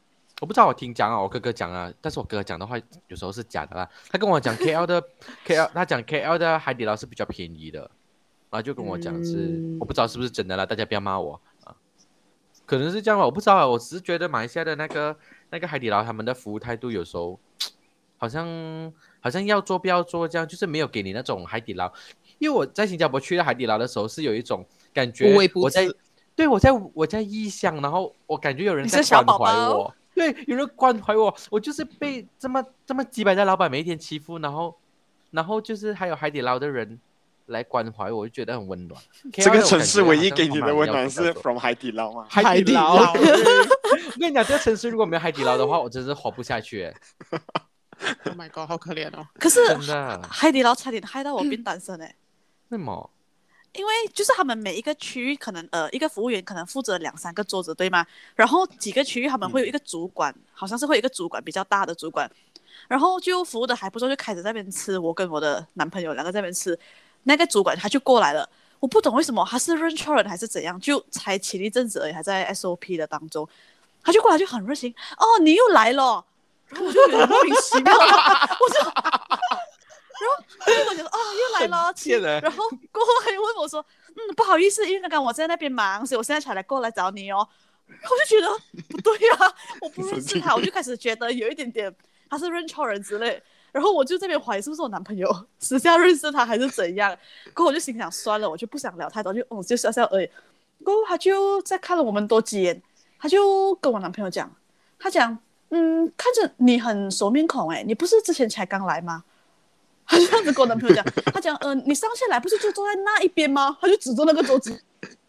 [SPEAKER 3] 我不知道我听讲啊，我哥哥讲啊，但是我哥哥讲的话有时候是假的啦。他跟我讲 KL 的 KL，他讲 KL 的海底捞是比较便宜的，然后就跟我讲是、
[SPEAKER 4] 嗯
[SPEAKER 3] 我不知道是不是真的啦，大家不要骂我啊。可能是这样吧，我不知道啊，我只是觉得马来西亚的那个那个海底捞他们的服务态度有时候好像好像要做不要做这样，就是没有给你那种海底捞。因为我在新加坡去到海底捞的时候是有一种感觉
[SPEAKER 4] 无微，不
[SPEAKER 3] 我在
[SPEAKER 4] 至
[SPEAKER 3] 对我在我在异乡，然后我感觉有人
[SPEAKER 2] 你
[SPEAKER 3] 在
[SPEAKER 2] 是小
[SPEAKER 3] 关
[SPEAKER 2] 宝
[SPEAKER 3] 怀
[SPEAKER 2] 宝
[SPEAKER 3] 我，对，有人关怀我，我就是被这么这么几百的老板每一天欺负，然后然后就是还有海底捞的人来关怀我，我就觉得很温暖。
[SPEAKER 1] 嗯这
[SPEAKER 3] KL
[SPEAKER 1] 个
[SPEAKER 3] 的我
[SPEAKER 1] 城
[SPEAKER 3] 感
[SPEAKER 1] 市
[SPEAKER 3] 觉
[SPEAKER 1] 唯
[SPEAKER 3] 好
[SPEAKER 1] 一
[SPEAKER 3] 像
[SPEAKER 1] 给
[SPEAKER 3] 我
[SPEAKER 1] 你
[SPEAKER 3] 妈
[SPEAKER 1] 的
[SPEAKER 3] 妈
[SPEAKER 1] 温
[SPEAKER 3] 要
[SPEAKER 1] 暖
[SPEAKER 3] 这
[SPEAKER 1] 是
[SPEAKER 3] 么做
[SPEAKER 1] from 海底捞吗？
[SPEAKER 3] 海底
[SPEAKER 4] 海
[SPEAKER 3] 捞。
[SPEAKER 4] 底
[SPEAKER 3] 对 我跟你讲，这个城市如果没有海底捞的话，我真是活不下去欸，
[SPEAKER 4] Oh my god，好可怜哦。
[SPEAKER 2] 可是
[SPEAKER 3] 真的。
[SPEAKER 2] 海底捞差点害到我变单身哎。
[SPEAKER 3] 为什么？
[SPEAKER 2] 因为就是他们每一个区域可能呃一个服务员可能负责两三个桌子对吗？然后几个区域他们会有一个主管，好像是会有一个主管比较大的主管，然后就服务的还不错，就开始在那边吃，我跟我的男朋友两个在那边吃，那个主管他就过来了。我不懂为什么他是认错人还是怎样，就才前一阵子而已，还在 SOP 的当中，他就过来就很热情，哦，你又来了，然后我就觉得莫名其妙， 我就，然后我就说啊、又来了，
[SPEAKER 3] 贱人
[SPEAKER 2] 然后过后还问我说，嗯，不好意思，因为刚刚我在那边忙，所以我现在才来过来找你哦。然后我就觉得不对啊，我不认识他，我就开始觉得有一点点他是认错人之类。然后我就这边怀疑是不是我男朋友私下认识他还是怎样，可我就心想算了，我就不想聊太多，就嗯就笑笑而已。然后他就再看了我们多几眼，他就跟我男朋友讲，他讲，嗯，看着你很熟面孔哎，你不是之前才刚来吗？他就这样子跟我男朋友讲，他讲，嗯、你上次来不是就坐在那一边吗？他就指着那个桌子，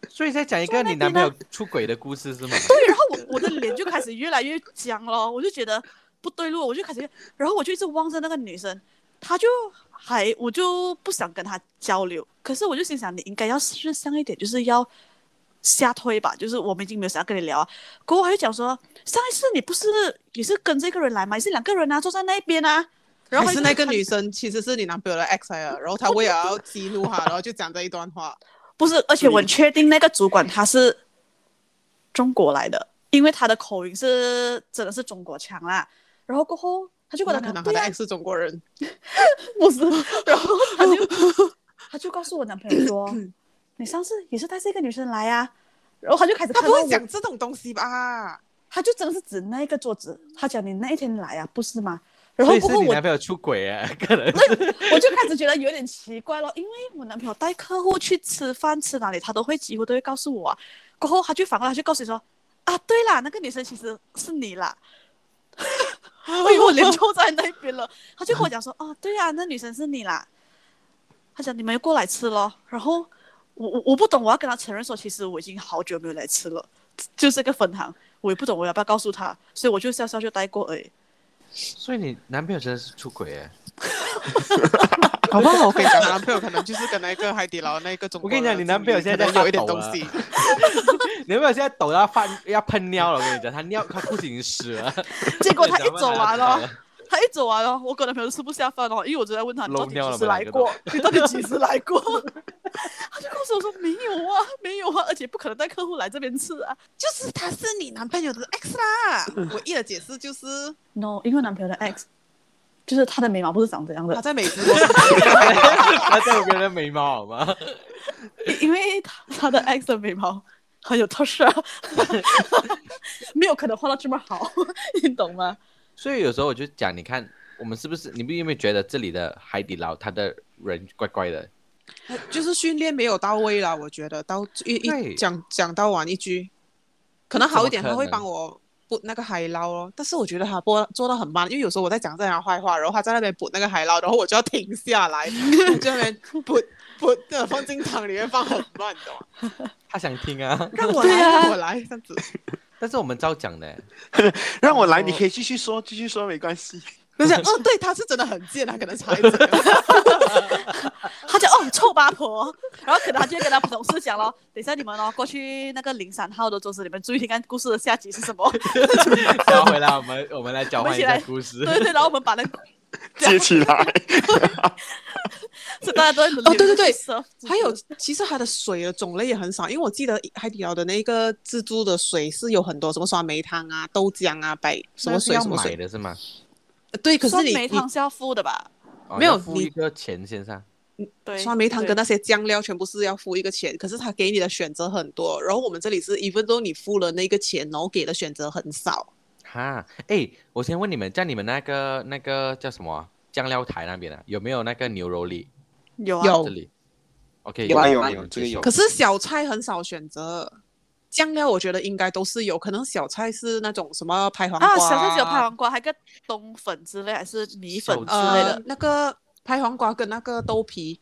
[SPEAKER 3] 所以在讲一个你男朋友出轨的故事是吗？
[SPEAKER 2] 然后我我的脸就开始越来越僵了，我就觉得不对路，我就开始，然后我就一直望着那个女生，她就还我就不想跟她交流，可是我就心想你应该要是上一点，就是要瞎推吧，就是我们已经没有想要跟你聊啊。可我还就讲说上一次你不是也是跟这个人来吗？也是两个人啊，坐在那边啊。然
[SPEAKER 4] 然
[SPEAKER 2] 后
[SPEAKER 4] 后
[SPEAKER 2] 她
[SPEAKER 4] 是
[SPEAKER 2] 就
[SPEAKER 4] 那个
[SPEAKER 2] 看
[SPEAKER 4] 女生其实是你男朋友的 ex 来了，然后他为了要激怒他，然后就讲这一段话。
[SPEAKER 2] 不是，而且我很确定那个主管他是中国来的，因为他的口音是真的是中国腔啦。然后过后，他就跟
[SPEAKER 4] 那
[SPEAKER 2] 我
[SPEAKER 4] 可
[SPEAKER 2] 讲
[SPEAKER 4] 能，他
[SPEAKER 2] 对
[SPEAKER 4] 的
[SPEAKER 2] 啊，
[SPEAKER 4] ex 是中国人，
[SPEAKER 2] 不是，然后他就他就告诉我男朋友说， 你上次也是带这个女生来呀、啊，然后他就开始
[SPEAKER 4] 他
[SPEAKER 2] 看
[SPEAKER 4] 不
[SPEAKER 2] 到
[SPEAKER 4] 会
[SPEAKER 2] 我，
[SPEAKER 4] 讲这种东西吧？
[SPEAKER 2] 他就真的是指那一个桌子，他讲你那一天来啊，不是吗？然
[SPEAKER 3] 所
[SPEAKER 2] 后
[SPEAKER 3] 以
[SPEAKER 2] 过
[SPEAKER 3] 是
[SPEAKER 2] 后
[SPEAKER 3] 你
[SPEAKER 2] 我
[SPEAKER 3] 男朋友出轨哎， 可能
[SPEAKER 2] 我就开始觉得有点奇怪咯，因为我男朋友带客户去吃饭，吃哪里他都会几乎都会告诉我、啊。过后他就反过来就告诉你说：“啊，对啦，那个女生其实是你啦。”我以为我脸臭在那边了，他就跟我讲说：“哦，对呀、那女生是你啦。”他讲：“你们过来吃咯。”然后我我我不懂，我要跟他承认说，其实我已经好久没有来吃了，就是个分行，我也不懂我要不要告诉他，所以我就笑笑就带过而已。
[SPEAKER 3] 所以你男朋友真的是出轨哎！
[SPEAKER 4] 好不好？ 我跟你讲，她男朋友可能就是跟那个海底捞那个中国
[SPEAKER 3] 我跟
[SPEAKER 4] 人
[SPEAKER 3] 你
[SPEAKER 4] 的
[SPEAKER 3] 讲
[SPEAKER 4] 经
[SPEAKER 3] 你男
[SPEAKER 4] 历。
[SPEAKER 3] 朋友现在在
[SPEAKER 4] 可能有一点
[SPEAKER 3] 抖
[SPEAKER 4] 东
[SPEAKER 3] 了
[SPEAKER 4] 西。
[SPEAKER 3] 你男朋友现在抖到饭要喷尿了，我跟你讲，他尿他裤子已经湿了。
[SPEAKER 2] 结果他一走
[SPEAKER 3] 走
[SPEAKER 2] 完了。，他一走完了，我跟男朋友吃不下饭哦，因为我就在问他，你到底
[SPEAKER 3] 漏尿
[SPEAKER 2] 几
[SPEAKER 3] 了
[SPEAKER 2] 时
[SPEAKER 3] 吗
[SPEAKER 2] 来 过？你到底几时来过？ 他就告诉我说没有啊，没有啊，而且不可能带客户来这边吃啊。
[SPEAKER 4] 就是他是你男朋友的 ex 啦。 唯一的解释就是
[SPEAKER 2] No，因为男朋友的 ex 就是他的眉毛不是长这样
[SPEAKER 4] 他
[SPEAKER 2] 的，
[SPEAKER 4] 在美 国，
[SPEAKER 3] 他在我别人的眉毛好吗？
[SPEAKER 2] 因为他他 的 ex 的眉毛很有特色，没有可能画到这么好，你懂吗？
[SPEAKER 3] 所以有时候我就讲，你看我们是不是？你们有没有觉得这里的海底捞他的人怪怪的？
[SPEAKER 4] 就是训练没有到位啦。我觉得到一
[SPEAKER 3] 对
[SPEAKER 4] 一讲讲到完一句，可能好一点，
[SPEAKER 3] 怎么
[SPEAKER 4] 他
[SPEAKER 3] 可
[SPEAKER 4] 会
[SPEAKER 3] 能
[SPEAKER 4] 帮我补那个海捞咯。但是我觉得他播做到很慢，因为有时候我在讲这样坏话，然后他在那边补那个海捞，然后我就要停下 来，就在那边补补，那放进汤里面放很慢，你懂吗？
[SPEAKER 3] 他想听啊，
[SPEAKER 4] 让我
[SPEAKER 2] 对
[SPEAKER 4] 来，
[SPEAKER 2] 啊
[SPEAKER 4] 让我来，这样子。
[SPEAKER 3] 但是我们照讲的。
[SPEAKER 1] 让我来，
[SPEAKER 4] 哦
[SPEAKER 1] 你可以继续说，继续说，没关 系。
[SPEAKER 4] 我想，哦，对，他是真的很贱，啊他可能才这样。
[SPEAKER 2] 他讲哦，臭八婆，然后可能他就会跟他同事讲咯，等一下你们哦过去那个零三号的桌子，你们注意听看故事的下集是什么。
[SPEAKER 3] 然后回来我们我们来交换一
[SPEAKER 2] 我们
[SPEAKER 3] 下
[SPEAKER 2] 一起来
[SPEAKER 3] 故事。
[SPEAKER 2] 对对，然后我们把那个
[SPEAKER 1] 接起来，
[SPEAKER 2] 是大家都在轮
[SPEAKER 4] 哦
[SPEAKER 2] 流
[SPEAKER 4] 对对对
[SPEAKER 2] 去 serve 自己
[SPEAKER 4] 还有，其实它的水的种类也很少，因为我记得海底捞的那个自助的水是有很多什么酸梅汤啊、豆浆啊、白什么
[SPEAKER 3] 那是
[SPEAKER 4] 水
[SPEAKER 3] 要
[SPEAKER 4] 什么
[SPEAKER 3] 买
[SPEAKER 4] 水，
[SPEAKER 3] 的是吗？
[SPEAKER 4] 呃对，可是
[SPEAKER 2] 酸
[SPEAKER 4] 你
[SPEAKER 2] 梅汤是要付的吧？
[SPEAKER 3] 哦
[SPEAKER 4] 没有
[SPEAKER 3] 要付
[SPEAKER 4] 你
[SPEAKER 3] 一个钱先上。
[SPEAKER 2] 对，
[SPEAKER 4] 你酸梅汤
[SPEAKER 2] 对
[SPEAKER 4] 跟那些酱料全部是要付一个钱，可是他给你的选择很多，然后我们这里是 even though 你付了那个钱，然后给的选择很少。
[SPEAKER 3] 哈，哎，我先问你们，在你们那个那个叫什么啊酱料台那边啊，有没有那个牛肉粒？
[SPEAKER 2] 有啊
[SPEAKER 4] 有
[SPEAKER 3] 这里，OK，
[SPEAKER 4] 哦有啊有
[SPEAKER 3] 那
[SPEAKER 1] 啊
[SPEAKER 3] 你
[SPEAKER 1] 有
[SPEAKER 3] 们
[SPEAKER 1] 这个
[SPEAKER 3] 接受
[SPEAKER 4] 可是小菜很少选择，酱料我觉得应该都是有，可能小菜是那种什么拍黄瓜
[SPEAKER 2] 啊，小菜只有拍黄瓜，还有个冬粉之类，还是米粉之类
[SPEAKER 4] 呃
[SPEAKER 2] 的。
[SPEAKER 4] 那个拍黄瓜跟那个豆皮。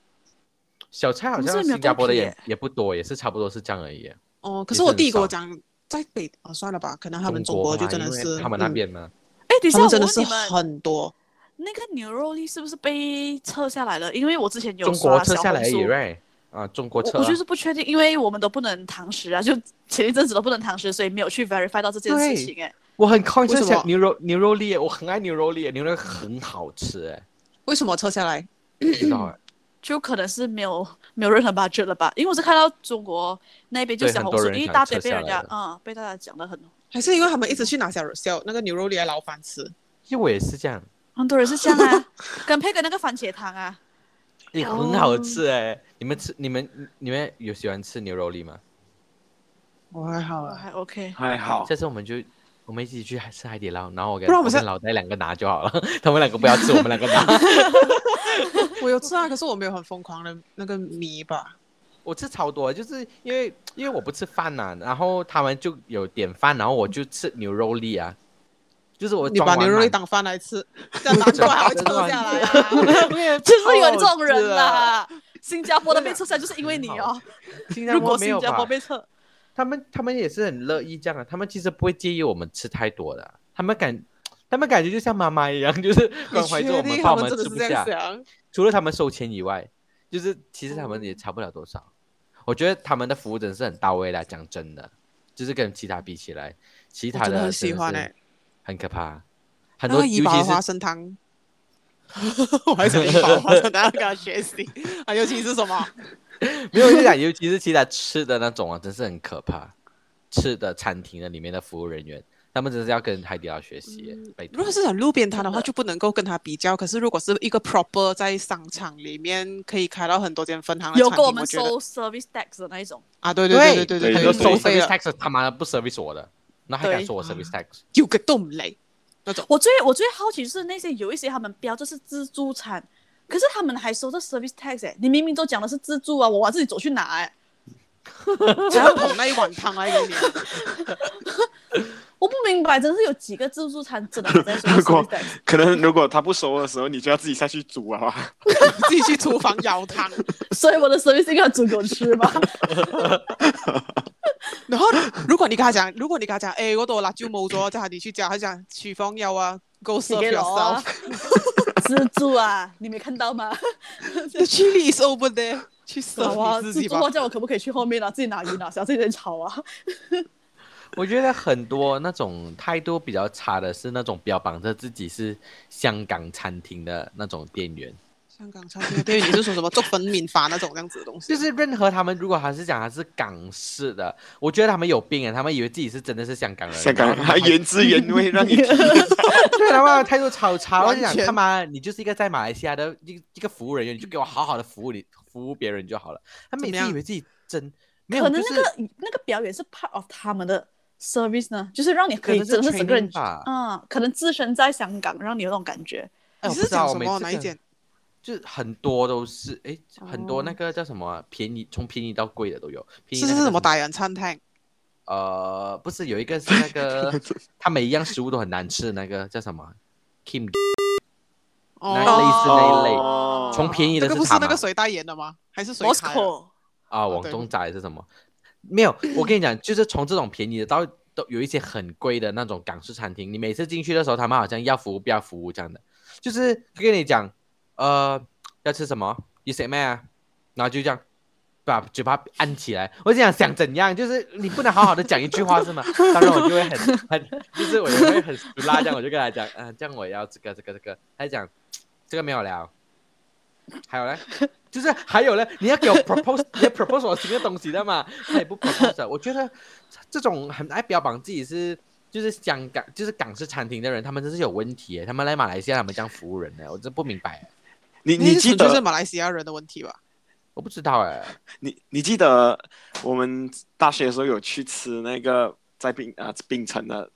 [SPEAKER 3] 小菜
[SPEAKER 2] 我
[SPEAKER 3] 好
[SPEAKER 2] 们这
[SPEAKER 3] 像
[SPEAKER 2] 里没有
[SPEAKER 3] 新加坡
[SPEAKER 2] 豆
[SPEAKER 3] 的
[SPEAKER 2] 皮
[SPEAKER 3] 也
[SPEAKER 2] 耶
[SPEAKER 3] 也不多，也是差不多是这样而已。
[SPEAKER 4] 哦，可
[SPEAKER 3] 也
[SPEAKER 4] 是
[SPEAKER 3] 是
[SPEAKER 4] 我
[SPEAKER 3] 很
[SPEAKER 4] 弟跟我
[SPEAKER 3] 少
[SPEAKER 4] 讲，在北啊、算了吧，可能他们中
[SPEAKER 3] 国
[SPEAKER 4] 就
[SPEAKER 3] 嘛
[SPEAKER 4] 真的
[SPEAKER 3] 因为
[SPEAKER 4] 是
[SPEAKER 3] 他们那
[SPEAKER 4] 嗯
[SPEAKER 3] 边嘛，
[SPEAKER 2] 哎，等一下，
[SPEAKER 4] 他
[SPEAKER 2] 我
[SPEAKER 4] 们真的
[SPEAKER 2] 问
[SPEAKER 4] 是
[SPEAKER 2] 你们，
[SPEAKER 4] 很多。
[SPEAKER 2] 那个牛肉粒是不是被撤下来了？因为我之前有
[SPEAKER 3] 中国
[SPEAKER 2] 刷
[SPEAKER 3] 撤
[SPEAKER 2] 小
[SPEAKER 3] 下来而
[SPEAKER 2] 红
[SPEAKER 3] 已
[SPEAKER 2] 书，
[SPEAKER 3] ，right？啊，中国
[SPEAKER 2] 我
[SPEAKER 3] 撤
[SPEAKER 2] 我
[SPEAKER 3] 啊
[SPEAKER 2] 就是不确定，因为我们都不能堂食啊，就前一阵子都不能堂食，所以没有去 verify 到这件
[SPEAKER 3] 对
[SPEAKER 2] 事情。哎，
[SPEAKER 3] 我很 c o n
[SPEAKER 4] 为什
[SPEAKER 3] s
[SPEAKER 4] 么
[SPEAKER 3] 牛肉牛肉粒耶，我很爱牛肉粒耶，牛肉粒很好吃哎，
[SPEAKER 4] 为什么撤下来？
[SPEAKER 3] 不知道
[SPEAKER 4] 嗯
[SPEAKER 3] 哎，
[SPEAKER 2] 就可能是没有没有任何 budget 了吧？因为我是看到中国那边就
[SPEAKER 3] 对
[SPEAKER 2] 小
[SPEAKER 3] 很
[SPEAKER 2] 红
[SPEAKER 3] 多
[SPEAKER 2] 书
[SPEAKER 3] 人
[SPEAKER 2] 一
[SPEAKER 3] 想
[SPEAKER 2] 大
[SPEAKER 3] 撤
[SPEAKER 2] 堆被
[SPEAKER 3] 下
[SPEAKER 2] 人
[SPEAKER 3] 来
[SPEAKER 2] 家
[SPEAKER 3] 的
[SPEAKER 2] 嗯被大家讲的很
[SPEAKER 4] 还是因为他们一直去拿小小那个牛肉粒来捞饭吃？
[SPEAKER 3] 其实我也是这样，
[SPEAKER 2] 很多人是这样啊，跟配个那个番茄汤啊，
[SPEAKER 3] 也
[SPEAKER 4] 哦
[SPEAKER 3] 很好吃哎。你们吃你们你们有喜欢吃牛肉粒吗？
[SPEAKER 4] 我还好
[SPEAKER 2] 我
[SPEAKER 4] 啦，
[SPEAKER 2] 哦还 OK。
[SPEAKER 1] 还好。
[SPEAKER 3] 下次我们就我们一起去吃海底捞，然后我跟
[SPEAKER 4] 不然我们
[SPEAKER 3] 跟
[SPEAKER 4] 下
[SPEAKER 3] 老戴两个拿就好了， 他们两个不要吃，我们两个拿。
[SPEAKER 2] 哦
[SPEAKER 4] 我有吃啊，可是我没有很疯狂的那个迷吧。
[SPEAKER 3] 我吃超多，就是因为因为我不吃饭嘛、然后他们就有点饭，然后我就吃牛肉粒啊，就是我
[SPEAKER 4] 你
[SPEAKER 3] 装
[SPEAKER 4] 把
[SPEAKER 3] 完
[SPEAKER 4] 牛肉
[SPEAKER 3] 嘛
[SPEAKER 4] 粒当饭来吃，这样难怪还会瘦下来、啊。
[SPEAKER 2] 就是有这种人啦。新加坡的被撤下来就是因为你哦。
[SPEAKER 3] 新加
[SPEAKER 2] 如
[SPEAKER 3] 坡
[SPEAKER 2] 果
[SPEAKER 3] 没
[SPEAKER 2] 新
[SPEAKER 3] 有
[SPEAKER 2] 加
[SPEAKER 3] 吧
[SPEAKER 2] 坡？被撤，
[SPEAKER 3] 他们他们也是很乐意这样啊，他们其实不会介意我们吃太多的，他们感他们感觉就像妈妈一样，就是关怀着我
[SPEAKER 4] 你确
[SPEAKER 3] 们，
[SPEAKER 4] 定
[SPEAKER 3] 怕
[SPEAKER 4] 他
[SPEAKER 3] 我们
[SPEAKER 4] 真的
[SPEAKER 3] 吃
[SPEAKER 4] 是
[SPEAKER 3] 不
[SPEAKER 4] 这
[SPEAKER 3] 下
[SPEAKER 4] 样。想？
[SPEAKER 3] 除了他们收钱以外，就是其实他
[SPEAKER 4] 哦
[SPEAKER 3] 们也差不了多少。我觉得他们的服务真的是很到位啦，讲真的，就是跟其他比起来，其他
[SPEAKER 4] 我真的很
[SPEAKER 3] 真
[SPEAKER 4] 喜
[SPEAKER 3] 的
[SPEAKER 4] 欢
[SPEAKER 3] 是
[SPEAKER 4] 欸
[SPEAKER 3] 很可怕。很
[SPEAKER 4] 那
[SPEAKER 3] 多
[SPEAKER 4] 个怡
[SPEAKER 3] 尤
[SPEAKER 4] 宝
[SPEAKER 3] 其
[SPEAKER 4] 花
[SPEAKER 3] 是
[SPEAKER 4] 生汤，我还想怡宝花生汤跟他学习啊，尤其是 什么？
[SPEAKER 3] 没有就讲，尤其是其他吃的那种啊，真是很可怕。吃的餐厅的里面的服务人员，他们真是要跟海底捞学习耶，拜
[SPEAKER 4] 嗯
[SPEAKER 3] 托
[SPEAKER 4] 如果。是很路边摊的话，就不能够跟他比较。可是如果是一个 proper 在商场里面可以开到很多间分行的
[SPEAKER 2] 有
[SPEAKER 4] 餐
[SPEAKER 2] 跟我
[SPEAKER 4] 厅
[SPEAKER 2] 们
[SPEAKER 4] 觉得
[SPEAKER 2] 收 service tax 的那一种，
[SPEAKER 4] 啊，对对对
[SPEAKER 1] 对
[SPEAKER 4] 对
[SPEAKER 3] 很多
[SPEAKER 1] 对
[SPEAKER 4] 收
[SPEAKER 3] 收
[SPEAKER 4] 费啊
[SPEAKER 3] service
[SPEAKER 4] 了，
[SPEAKER 3] tax 他妈的不 service 我的，然后还敢
[SPEAKER 2] 对
[SPEAKER 3] 说我 service tax，
[SPEAKER 4] 有个洞雷那种。
[SPEAKER 2] 我最我最好奇是那些有一些他们标就是自助餐，可是他们还收着 service tax 哎、你明明都讲的是自助啊，我往自己走去拿哎、
[SPEAKER 4] 还要捧那一碗汤来给你，
[SPEAKER 2] 我不明白，真是有几个自助餐真的还在收
[SPEAKER 1] 如果
[SPEAKER 2] service tax。
[SPEAKER 1] 可能如果他不熟的时候，你就要自己下去煮啊。
[SPEAKER 4] 自己去厨房舀汤。
[SPEAKER 2] 所以我的 service 应该要煮给我吃吧？
[SPEAKER 4] 然后如果你跟他讲，如果你跟他讲，哎，嗰度辣椒冇咗，即係你去加，他讲廚房有啊，go
[SPEAKER 2] 自
[SPEAKER 4] serve
[SPEAKER 2] 己攞
[SPEAKER 4] yourself
[SPEAKER 2] 啊。 自助啊，你没看到吗？
[SPEAKER 4] The chili is over there，去
[SPEAKER 2] 好啊，
[SPEAKER 4] serve 你自
[SPEAKER 2] 自
[SPEAKER 4] 己
[SPEAKER 2] 助
[SPEAKER 4] 吧。
[SPEAKER 2] 话叫我可不可以去后面啊？自己拿鱼拿虾，自己在炒啊。
[SPEAKER 3] 我觉得很多那种态度比较差的是那种标榜着自己是香港餐厅的那种店员，
[SPEAKER 4] 香港餐厅的店员，你是说什么做粉啊面饭那种这样子的东西？
[SPEAKER 3] 就是任何他们如果还是讲他是港式的，我觉得他们有病啊，他们以为自己是真的是香港人，
[SPEAKER 1] 香港人
[SPEAKER 3] 然后他
[SPEAKER 1] 还
[SPEAKER 3] 们
[SPEAKER 1] 原汁原味让 你
[SPEAKER 3] 对他妈的态度超差，我
[SPEAKER 4] 完
[SPEAKER 3] 就想
[SPEAKER 4] 全
[SPEAKER 3] 他妈你就是一个在马来西亚的一个一个服务人员，你就给我好好的服务你服务别人就好了，他每
[SPEAKER 4] 怎么
[SPEAKER 3] 次
[SPEAKER 4] 样
[SPEAKER 3] 以为自己真没有，
[SPEAKER 2] 可能
[SPEAKER 3] 就
[SPEAKER 2] 那
[SPEAKER 3] 是
[SPEAKER 2] 个那个表演是 part of 他们的 service 呢，就是让你可以
[SPEAKER 3] 可能是
[SPEAKER 2] 真的是整个人
[SPEAKER 3] training 吧
[SPEAKER 2] 嗯，可能置身在香港，让你有那种感觉。
[SPEAKER 3] 哎
[SPEAKER 4] 你
[SPEAKER 3] 我不
[SPEAKER 4] 是
[SPEAKER 3] 知道
[SPEAKER 4] 讲
[SPEAKER 3] 我
[SPEAKER 4] 什
[SPEAKER 3] 每
[SPEAKER 4] 么
[SPEAKER 3] 次
[SPEAKER 4] 哪一
[SPEAKER 3] 跟
[SPEAKER 4] 间？
[SPEAKER 3] 就是很多都是哎，很多那
[SPEAKER 2] 哦
[SPEAKER 3] 个叫什么啊便宜，从便宜到贵的都有。便宜
[SPEAKER 4] 是
[SPEAKER 3] 那
[SPEAKER 4] 是
[SPEAKER 3] 个叫
[SPEAKER 4] 什么打人餐厅？
[SPEAKER 3] 呃，不是有一个是那 个，他每一样食物都很难吃的那个叫什么？Kim，
[SPEAKER 4] 哦，
[SPEAKER 3] 那类似那一类
[SPEAKER 2] 哦
[SPEAKER 3] 从便宜的
[SPEAKER 4] 那个
[SPEAKER 3] 是
[SPEAKER 4] 不是
[SPEAKER 3] 他
[SPEAKER 4] 那
[SPEAKER 3] 嘛
[SPEAKER 4] 个谁代言的吗？还是谁开的？
[SPEAKER 2] Moscow
[SPEAKER 3] 啊，王
[SPEAKER 4] 对
[SPEAKER 3] 中仔是什么？没有，我跟你讲，就是从这种便宜的到都有一些很贵的那种港式餐厅，你每次进去的时候，他们好像要服务不要服务这样的，就是跟你讲，呃，要吃什么？你食咩啊？然后就这样。把嘴巴按起来，我就想想怎样，就是你不能好好的讲一句话是吗？当然我就会很很，就是我也会很俗辣这样，我就跟他讲，嗯、这样我要这个这个这个，他就讲这个没有了，还有嘞，就是还有嘞，你要给我 propose，你 要 propose 我新的东西的嘛，他也不 propose 啊。我觉得这种很爱标榜自己是就是香港就是港式餐厅的人，他们真是有问题耶，他们来马来西亚他们这样服务人呢，我真不明白耶，
[SPEAKER 1] 你
[SPEAKER 4] 那
[SPEAKER 1] 你
[SPEAKER 4] 是
[SPEAKER 1] 记
[SPEAKER 4] 纯粹是
[SPEAKER 1] 得
[SPEAKER 4] 马来西亚人的问题吧？
[SPEAKER 3] 我不知道哎，
[SPEAKER 1] 你你记得我们大学的时候有去吃那个在槟啊槟城的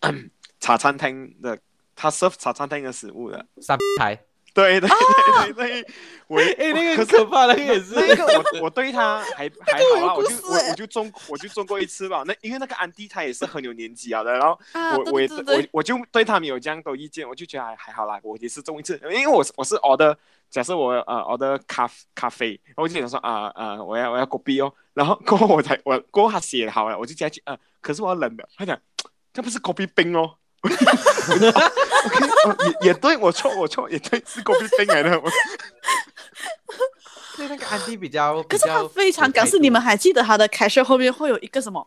[SPEAKER 1] 茶餐厅的，他 serve 茶餐厅的食物的。
[SPEAKER 3] 三排，
[SPEAKER 1] 对对对对对，我
[SPEAKER 3] 啊哎，那个
[SPEAKER 1] 可是
[SPEAKER 3] 很可怕，那个也是。
[SPEAKER 1] 那个我我对他还还好啊啦，我就
[SPEAKER 4] 故事
[SPEAKER 1] 我
[SPEAKER 4] 欸
[SPEAKER 1] 我就中我就中过一次吧。那因为那个安迪他也是很有年纪啊的，然后
[SPEAKER 2] 啊，
[SPEAKER 1] 我
[SPEAKER 2] 对
[SPEAKER 1] 我也
[SPEAKER 2] 对
[SPEAKER 1] 我
[SPEAKER 2] 对对，
[SPEAKER 1] 我就对他们有这样多意见，我就觉得还还好啦，我也是中一次，因为我是我是 order，假设我呃 order 咖咖啡，然后我就想说啊啊、我要我要 kopi 哦，然后过后我才我过后他写好了，我就加去呃，可是我要冷的，他讲这不是 kopi 冰哦。我就也也对我错我错也对是 kopi 冰来的，我
[SPEAKER 3] 对那个安迪比较，
[SPEAKER 2] 可是
[SPEAKER 3] 比
[SPEAKER 2] 他
[SPEAKER 3] 较
[SPEAKER 2] 非常港
[SPEAKER 3] 有态
[SPEAKER 2] 式，
[SPEAKER 3] 度
[SPEAKER 2] 你们还记得他的开设后面会有一个什么，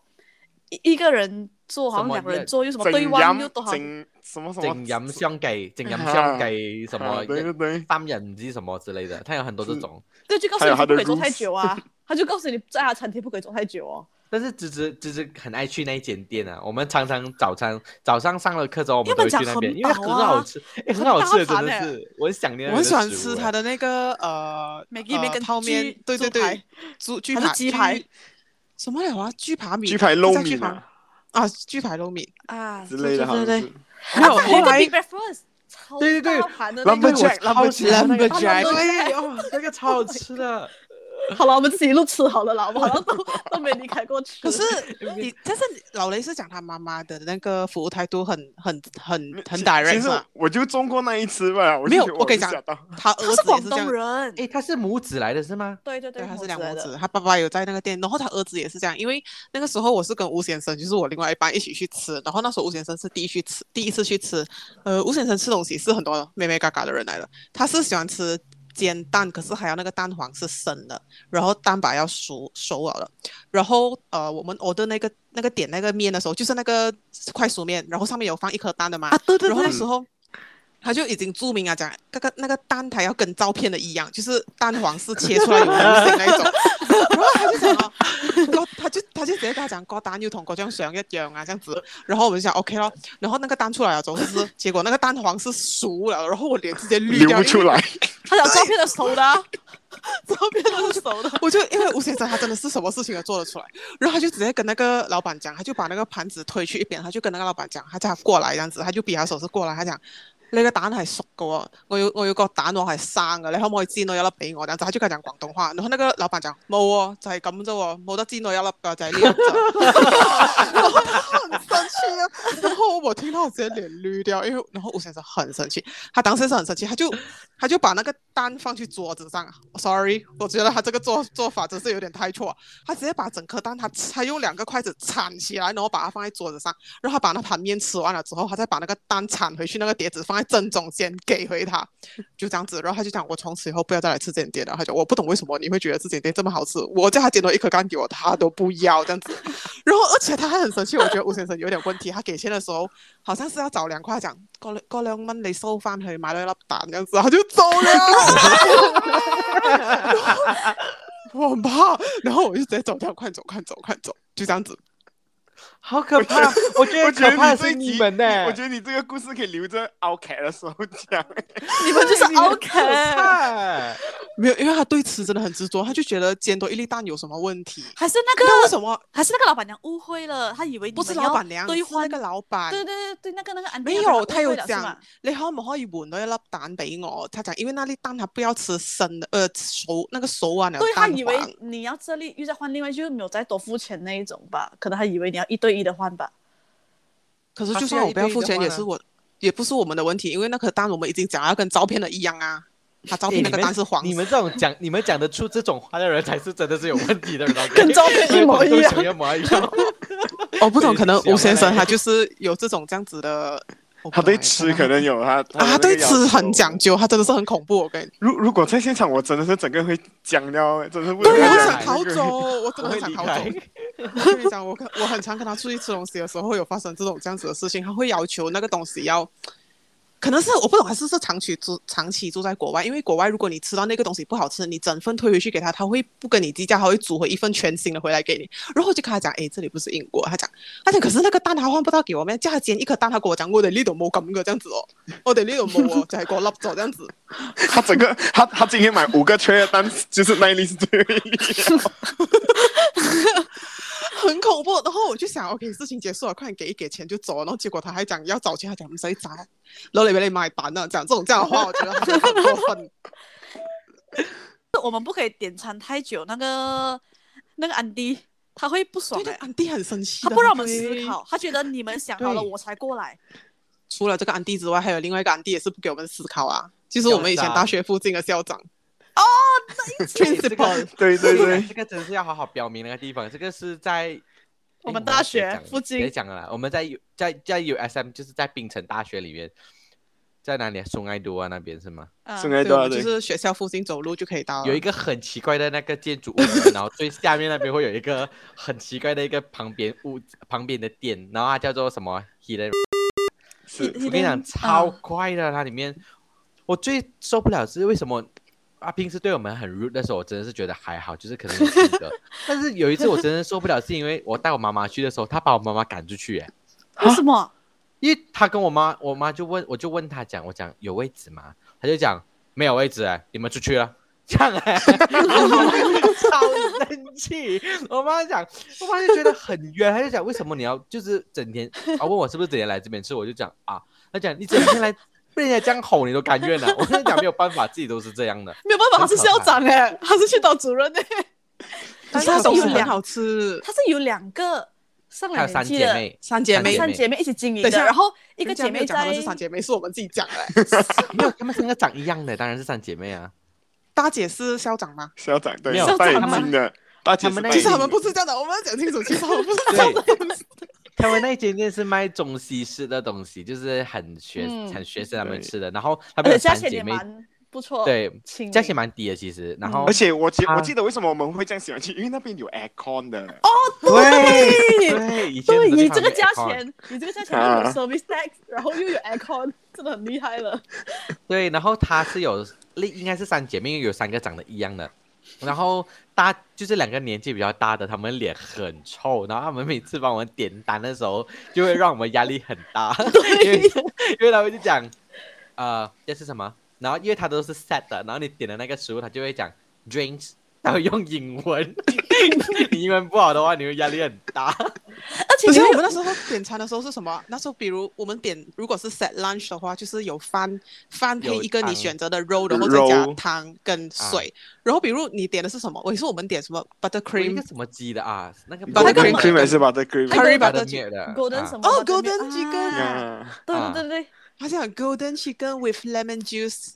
[SPEAKER 2] 一一个人坐，好像两个人坐，又什么对
[SPEAKER 1] 整
[SPEAKER 2] 望又
[SPEAKER 1] 阳
[SPEAKER 2] 多好，
[SPEAKER 1] 整什么什么
[SPEAKER 3] 正饮相忌，正饮相
[SPEAKER 1] 啊
[SPEAKER 3] 忌 什
[SPEAKER 1] 啊
[SPEAKER 3] 么
[SPEAKER 1] 对对对，
[SPEAKER 3] 三人唔知什么之类的，他有很多这
[SPEAKER 1] 是
[SPEAKER 3] 种。
[SPEAKER 2] 对，就告诉
[SPEAKER 1] 还有
[SPEAKER 2] 你
[SPEAKER 1] 他
[SPEAKER 2] 不
[SPEAKER 1] 的
[SPEAKER 2] 可以坐
[SPEAKER 1] rules
[SPEAKER 2] 太久啊，他就告诉你在他餐厅不可以坐太久哦，
[SPEAKER 3] 但是芝芝芝芝很爱去那一间店啊，我们常常早餐早上上了课之后，我们
[SPEAKER 2] 因为
[SPEAKER 3] 都会
[SPEAKER 2] 它
[SPEAKER 3] 去那边，因
[SPEAKER 2] 讲
[SPEAKER 3] 为它
[SPEAKER 2] 很
[SPEAKER 3] 很
[SPEAKER 2] 饱啊
[SPEAKER 3] 好吃，诶很 好
[SPEAKER 2] 很大
[SPEAKER 3] 吃的真
[SPEAKER 2] 盘
[SPEAKER 3] 的
[SPEAKER 2] 欸
[SPEAKER 3] 是，啊我很想念。
[SPEAKER 4] 我很喜欢吃他，的那个呃
[SPEAKER 2] Maggi
[SPEAKER 4] 呃
[SPEAKER 2] 面跟
[SPEAKER 4] 泡面
[SPEAKER 2] 猪，
[SPEAKER 4] 对对
[SPEAKER 2] 猪
[SPEAKER 4] 对
[SPEAKER 2] 排，
[SPEAKER 4] 猪猪
[SPEAKER 2] 还
[SPEAKER 4] 排
[SPEAKER 2] 是鸡排
[SPEAKER 4] 猪什么来着？猪扒米，
[SPEAKER 1] 鸡排
[SPEAKER 4] 肉
[SPEAKER 1] 捞米啊
[SPEAKER 4] 啊，猪排肉米。
[SPEAKER 2] 啊
[SPEAKER 1] 之类的，好像
[SPEAKER 2] 对对
[SPEAKER 1] 是
[SPEAKER 2] 对，。
[SPEAKER 4] 没
[SPEAKER 2] 啊还
[SPEAKER 4] 有
[SPEAKER 2] 有
[SPEAKER 4] 后
[SPEAKER 2] 一个
[SPEAKER 4] 来
[SPEAKER 2] big breakfast，超
[SPEAKER 3] 对对对
[SPEAKER 2] 大盘的那个
[SPEAKER 1] Lumberjack，
[SPEAKER 3] 超
[SPEAKER 2] 哦
[SPEAKER 1] Lumberjack，
[SPEAKER 3] 级那个
[SPEAKER 2] Lumberjack
[SPEAKER 3] 对哦，那个超好吃的。
[SPEAKER 2] 好了，我们自己路吃好了啦，我们好 像都都没离开过去。
[SPEAKER 4] 可是你，但是老雷是讲他妈妈的那个服务态度很很很很
[SPEAKER 1] 其其
[SPEAKER 4] direct
[SPEAKER 1] 实
[SPEAKER 4] 嘛，
[SPEAKER 1] 我就中过那一次吧，我就
[SPEAKER 4] 没有
[SPEAKER 1] 觉得
[SPEAKER 4] 我跟你讲
[SPEAKER 1] 吓到
[SPEAKER 4] 他
[SPEAKER 2] 他
[SPEAKER 4] 儿子
[SPEAKER 2] 是
[SPEAKER 4] 也
[SPEAKER 2] 广
[SPEAKER 4] 是这样
[SPEAKER 2] 东。人，
[SPEAKER 3] 诶，他哎是母子来的是吗？
[SPEAKER 2] 对对
[SPEAKER 4] 对，他是
[SPEAKER 2] 猴
[SPEAKER 4] 两
[SPEAKER 2] 来
[SPEAKER 4] 母
[SPEAKER 2] 的
[SPEAKER 4] 子，他爸爸有在那个店，然后他儿子也是这样，因为那个时候我是跟吴先生，就是我另外一半一起去吃，然后那时候吴先生是第一去吃，第一次去吃，呃，吴先生吃东西是很多妹妹嘎嘎的人来的，他是喜欢吃煎蛋，可是还要那个蛋黄是生的，然后蛋白要熟熟好了的，然后呃，我们 order 那个那个点那个面的时候，就是那个快熟面，然后上面有放一颗蛋的嘛，
[SPEAKER 2] 啊，对对
[SPEAKER 4] 然后那
[SPEAKER 2] 对，
[SPEAKER 4] 时候他就已经注明啊，讲那个那个蛋挞要跟照片的一样，就是蛋黄是切出来有流形那一 种。然后他就讲哦，个他就他就直接跟他讲个蛋要同嗰張相一樣啊，这样子。然後我就想 OK 咯，然後那個蛋出來了之後，就是結果那個蛋黃是熟了，然後我臉直接綠
[SPEAKER 1] 流
[SPEAKER 4] 掉
[SPEAKER 1] 不出。 来，
[SPEAKER 2] 他讲照片的熟的啊， 照片都是熟的。
[SPEAKER 4] 因为我就因为吴先生他真的是什么事情都做得出来，然后他就直接跟那个老板讲，他就把那个盘子推去一边，他就跟那個老板講，他叫他過來這樣子，他就比下手勢過來，他講。你個蛋係熟嘅喎，我要我要個蛋黃係生嘅，你可唔可以煎到一粒俾我？然後他就跟佢講廣東話，然後那個老闆講冇喎，就係咁啫喎，冇得煎到一粒㗎，就係呢一隻。然後他很生氣啊，然後我聽到我直接臉綠掉，因為然後吳先生很生氣，他當時是很生氣，他就他就把那個蛋放去桌子上，sorry，我哦覺得他這個做做法真是有點太錯，他直接把整顆蛋他他用兩個筷子鏟起來，然後把它放在桌子上。然后他把那盘面吃完了之后，他再把那个蛋铲回去，那个碟子放在正中间给回他， 就这样子。然后他就讲，我从此以后不要再来吃这间店了。他讲，我不懂为什么你会觉得这间店这么好吃，我叫他煎到一颗蛋给我，他都不要这样子。然后而且他还很生气，我觉得吴先生有点问题，他给钱的时候好像是要找两块讲，过过两蚊你收翻去买了一粒蛋这样子，他就走了。 我很怕，然后我就直接走掉，快走，快走，快走，就这样子。
[SPEAKER 3] 好可怕！我觉得
[SPEAKER 1] 我觉
[SPEAKER 3] 可
[SPEAKER 1] 得
[SPEAKER 3] 怕的
[SPEAKER 1] 这
[SPEAKER 3] 是
[SPEAKER 1] 一集
[SPEAKER 3] 你们呢、
[SPEAKER 4] 哎
[SPEAKER 1] 我觉得你这个故事可以留着 OK 的时候 讲。
[SPEAKER 2] 你们就是 OK，
[SPEAKER 3] OK。
[SPEAKER 4] 没有，因为他对吃真的很执着，他就觉得煎多一粒蛋有什么问题？
[SPEAKER 2] 还是那
[SPEAKER 4] 那为
[SPEAKER 2] 个
[SPEAKER 4] 什么
[SPEAKER 2] 还是那个老板娘误会了，她以为你
[SPEAKER 4] 不是
[SPEAKER 2] 们要
[SPEAKER 4] 老板娘，
[SPEAKER 2] 兑
[SPEAKER 4] 是那
[SPEAKER 2] 换
[SPEAKER 4] 个老板？
[SPEAKER 2] 对对对对，那个那个安迪
[SPEAKER 4] 没
[SPEAKER 2] 亚
[SPEAKER 4] 有，
[SPEAKER 2] 被
[SPEAKER 4] 他
[SPEAKER 2] 误
[SPEAKER 4] 有
[SPEAKER 2] 会了是
[SPEAKER 4] 讲
[SPEAKER 2] 吗，
[SPEAKER 4] 你可唔可以換到一粒蛋俾我？他讲，因为那粒蛋他不要吃生的，呃，熟那个熟啊，那个
[SPEAKER 2] 对他
[SPEAKER 4] 蛋
[SPEAKER 2] 以为
[SPEAKER 4] 黄
[SPEAKER 2] 你要这里又再换另外，就是没有再多付钱那一种吧，可能他以为你要一对一的换吧。
[SPEAKER 4] 可是
[SPEAKER 3] 他
[SPEAKER 4] 就是算
[SPEAKER 3] 要
[SPEAKER 4] 我
[SPEAKER 3] 一
[SPEAKER 4] 不要
[SPEAKER 3] 对一
[SPEAKER 4] 付
[SPEAKER 3] 的
[SPEAKER 4] 钱，
[SPEAKER 3] 话
[SPEAKER 4] 也
[SPEAKER 3] 呢
[SPEAKER 4] 是我，也不是我们的问题，因为那颗蛋我们已经讲要跟照片的一样啊，他照
[SPEAKER 3] 诶
[SPEAKER 4] 片那
[SPEAKER 3] 你
[SPEAKER 4] 个
[SPEAKER 3] 们
[SPEAKER 4] 蛋是黄
[SPEAKER 3] 你
[SPEAKER 4] 色。
[SPEAKER 3] 们这种讲，你们讲得出这种话的人，才是真的是有问题的人。OK？
[SPEAKER 2] 跟照片一模一样
[SPEAKER 3] 因为我们都想一模一样。
[SPEAKER 4] 我哦不懂，可能
[SPEAKER 3] 对
[SPEAKER 4] 吴先生
[SPEAKER 3] 小
[SPEAKER 4] 他就是有这种这样子的，我不
[SPEAKER 1] 他对
[SPEAKER 4] 懂欸
[SPEAKER 1] 吃可。能有他，
[SPEAKER 4] 啊，他对吃很讲
[SPEAKER 1] 究。
[SPEAKER 4] 究，他真的是很恐怖，我跟你
[SPEAKER 1] 如如果在现场，我真的是整个会僵掉，真的不
[SPEAKER 4] 对
[SPEAKER 1] 能
[SPEAKER 4] 呀、
[SPEAKER 1] 再
[SPEAKER 4] 我
[SPEAKER 3] 啊
[SPEAKER 4] 想
[SPEAKER 1] 讲
[SPEAKER 4] 逃
[SPEAKER 1] 这个
[SPEAKER 4] 走，我真
[SPEAKER 3] 我
[SPEAKER 4] 的
[SPEAKER 3] 会
[SPEAKER 4] 很想
[SPEAKER 3] 离
[SPEAKER 4] 逃
[SPEAKER 3] 开
[SPEAKER 4] 走。。我跟你讲，我跟我很常跟他出去吃东西的时候，会有发生这种这样子的事情。他会要求那个东西要，可能是我不懂，还是是长期住长期住在国外，因为国外如果你吃到那个东西不好吃，你整份推回去给他，他会不跟你计较，他会煮回一份全新的回来给你。然后我就跟他讲，诶，这里不是英国，他讲，他讲可是那个蛋他换不到给我咩？叫他煎一颗蛋，他跟我讲我哋呢度冇咁嘅，这样子哦，我哋呢度冇哦，就系嗰粒咗这样子。
[SPEAKER 1] 他整个 他他今天买五个缺的单，就是那一粒是最后一 粒。
[SPEAKER 4] 很恐怖。然后我就想，OK，事情结束了，快点给一给钱就走了。然后结果他还讲要找钱，他讲我们谁砸，然后你被你买单了，讲这种这样的话，我觉得他真的很过 分。
[SPEAKER 2] 我们不可以点餐太久，那个那个安迪他会不爽
[SPEAKER 4] 对对，
[SPEAKER 2] 欸
[SPEAKER 4] 安迪很生气
[SPEAKER 2] 他
[SPEAKER 4] 的，
[SPEAKER 2] 不让我们
[SPEAKER 4] 对
[SPEAKER 2] 思。考，他觉得你们想好了
[SPEAKER 3] 对
[SPEAKER 2] 我才过来，
[SPEAKER 4] 除了这个安迪之外，还有另外一个安迪也是不给我们思考啊，就是我们以前大学附近的校长。 哦，principal，
[SPEAKER 1] 对对对，
[SPEAKER 3] 这个真是要好好表明那个地方，这个是在
[SPEAKER 2] 我们大学附近
[SPEAKER 3] 别讲了啦，我们在 U 在在 USM，就是在槟城大学里面，在哪里啊？松爱多啊那边是吗？
[SPEAKER 2] 嗯
[SPEAKER 1] 现在
[SPEAKER 4] 对，
[SPEAKER 1] 都
[SPEAKER 4] 我
[SPEAKER 1] 要
[SPEAKER 4] 们就是学校附近走路就可以
[SPEAKER 1] 啊
[SPEAKER 4] 到了。
[SPEAKER 3] 有一个很奇怪的那个建筑物，然后最下面那边会有一个很奇怪的一个旁边屋旁边的店，然后它叫做什么 Hidden
[SPEAKER 1] 是
[SPEAKER 2] 一
[SPEAKER 3] 我跟你讲，
[SPEAKER 2] 嗯
[SPEAKER 3] 超快的，它里面我最受不了是为什么阿平时对我们很 rude 的时候，我真的是觉得还好，就是可能有性格。但是有一次我真的受不了，是因为我带我妈妈去的时候，她把我妈妈赶出去，哎，
[SPEAKER 2] 嗯为什么？
[SPEAKER 3] 因为她跟我妈，我妈就问，我就问她讲，我讲有位置吗？她就讲没有位置，哎，你们出去了。这样哎、超生气！我妈讲，我妈就觉得很冤，她就讲为什么你要就是整天啊问我是不是整天来这边吃，我就讲啊，她讲你整天来被人家这样吼你都甘愿啊了。我跟你讲，没有办法，自己都是这样的。
[SPEAKER 2] 没有办法，他是校长哎、他是训导主任哎、可
[SPEAKER 4] 但
[SPEAKER 2] 是它
[SPEAKER 4] 它
[SPEAKER 2] 总
[SPEAKER 4] 是
[SPEAKER 2] 是
[SPEAKER 4] 很
[SPEAKER 2] 两
[SPEAKER 4] 好吃。
[SPEAKER 2] 他是有两个上
[SPEAKER 3] 还
[SPEAKER 2] 来
[SPEAKER 3] 有三
[SPEAKER 2] 年纪
[SPEAKER 3] 姐
[SPEAKER 2] 的
[SPEAKER 3] 妹，
[SPEAKER 4] 三姐妹，
[SPEAKER 3] 三
[SPEAKER 2] 三姐妹一起经营的，
[SPEAKER 4] 等一下
[SPEAKER 2] 然后一个
[SPEAKER 4] 人家
[SPEAKER 2] 姐妹
[SPEAKER 4] 没有讲他
[SPEAKER 2] 在
[SPEAKER 4] 们是三姐妹，是我们自己讲的。
[SPEAKER 3] 没有，他们三个长一样的，当然是三姐妹啊。
[SPEAKER 4] 大姐是校长吗？
[SPEAKER 1] 校长对
[SPEAKER 3] 没有
[SPEAKER 1] 戴
[SPEAKER 2] 校
[SPEAKER 1] 眼
[SPEAKER 2] 长吗
[SPEAKER 1] 镜的，大姐
[SPEAKER 3] 他
[SPEAKER 1] 是
[SPEAKER 3] 们
[SPEAKER 1] 戴
[SPEAKER 3] 那
[SPEAKER 1] 眼
[SPEAKER 4] 其
[SPEAKER 1] 镜
[SPEAKER 4] 实
[SPEAKER 1] 的
[SPEAKER 4] 他们不是校长，我们要讲清楚，其实他们不是 校长。
[SPEAKER 3] 对， 他们那一间店是卖中西式的东西，就是很学、
[SPEAKER 2] 嗯
[SPEAKER 3] 很学生他们
[SPEAKER 1] 对
[SPEAKER 3] 吃的。然后
[SPEAKER 2] 而
[SPEAKER 3] 他们有
[SPEAKER 2] 且价
[SPEAKER 3] 三
[SPEAKER 2] 钱
[SPEAKER 3] 姐
[SPEAKER 2] 呃也
[SPEAKER 3] 妹，
[SPEAKER 2] 蛮嗯不错，，
[SPEAKER 3] 对，
[SPEAKER 2] 亲民
[SPEAKER 3] 价钱蛮低的其实。然后
[SPEAKER 1] 而且我记
[SPEAKER 3] 啊
[SPEAKER 1] 我记得为什么我们会这样喜欢去，因为那边有 aircon 的。
[SPEAKER 4] 哦
[SPEAKER 3] 对 对，以前
[SPEAKER 2] 对
[SPEAKER 3] 很多地
[SPEAKER 2] 你
[SPEAKER 3] 方
[SPEAKER 2] 这个
[SPEAKER 3] 没有
[SPEAKER 2] 价
[SPEAKER 3] aircon
[SPEAKER 2] 钱，你这个价钱又
[SPEAKER 3] 啊
[SPEAKER 2] 有 service tax，然后又有 aircon，真的 很厉害了。
[SPEAKER 3] 对，然后她是有 另应该是三姐妹，因为有三个长得一样的，然后大就是两个年纪比较大的，她们脸很臭，然后她们每次帮我们点单的时候，就会让我们压力很大， 因为因为他们就讲，呃，要吃什么，然后因为他都是 set 的，然后你点的那个食物，他就会讲 drinks，他会用英文， 你英文不好的话，你会压力很大。
[SPEAKER 2] 而且你
[SPEAKER 4] 可是
[SPEAKER 2] 会
[SPEAKER 4] 我们那时候点餐的时候是什么？那时候比如我们点，如果是 set lunch 的话，就是有饭饭配
[SPEAKER 3] 有
[SPEAKER 4] 一个你
[SPEAKER 3] 汤
[SPEAKER 4] 选择的肉，然后再加
[SPEAKER 1] 肉
[SPEAKER 4] 汤跟水。然后比如你点的是什么？我也是我们点什么
[SPEAKER 3] 一
[SPEAKER 4] buttercream
[SPEAKER 3] 个什么鸡的啊，那个
[SPEAKER 4] 把那个
[SPEAKER 1] cream cream 还是 butter cream？
[SPEAKER 4] curry
[SPEAKER 3] butter
[SPEAKER 4] butter
[SPEAKER 3] milk 的
[SPEAKER 2] 呃 golden
[SPEAKER 3] 啊
[SPEAKER 2] 什么
[SPEAKER 4] 哦
[SPEAKER 2] buttermilk，
[SPEAKER 4] golden chicken
[SPEAKER 2] 啊
[SPEAKER 1] 呀
[SPEAKER 2] 对
[SPEAKER 3] 啊
[SPEAKER 2] 对对对，
[SPEAKER 4] 他讲 golden chicken with lemon juice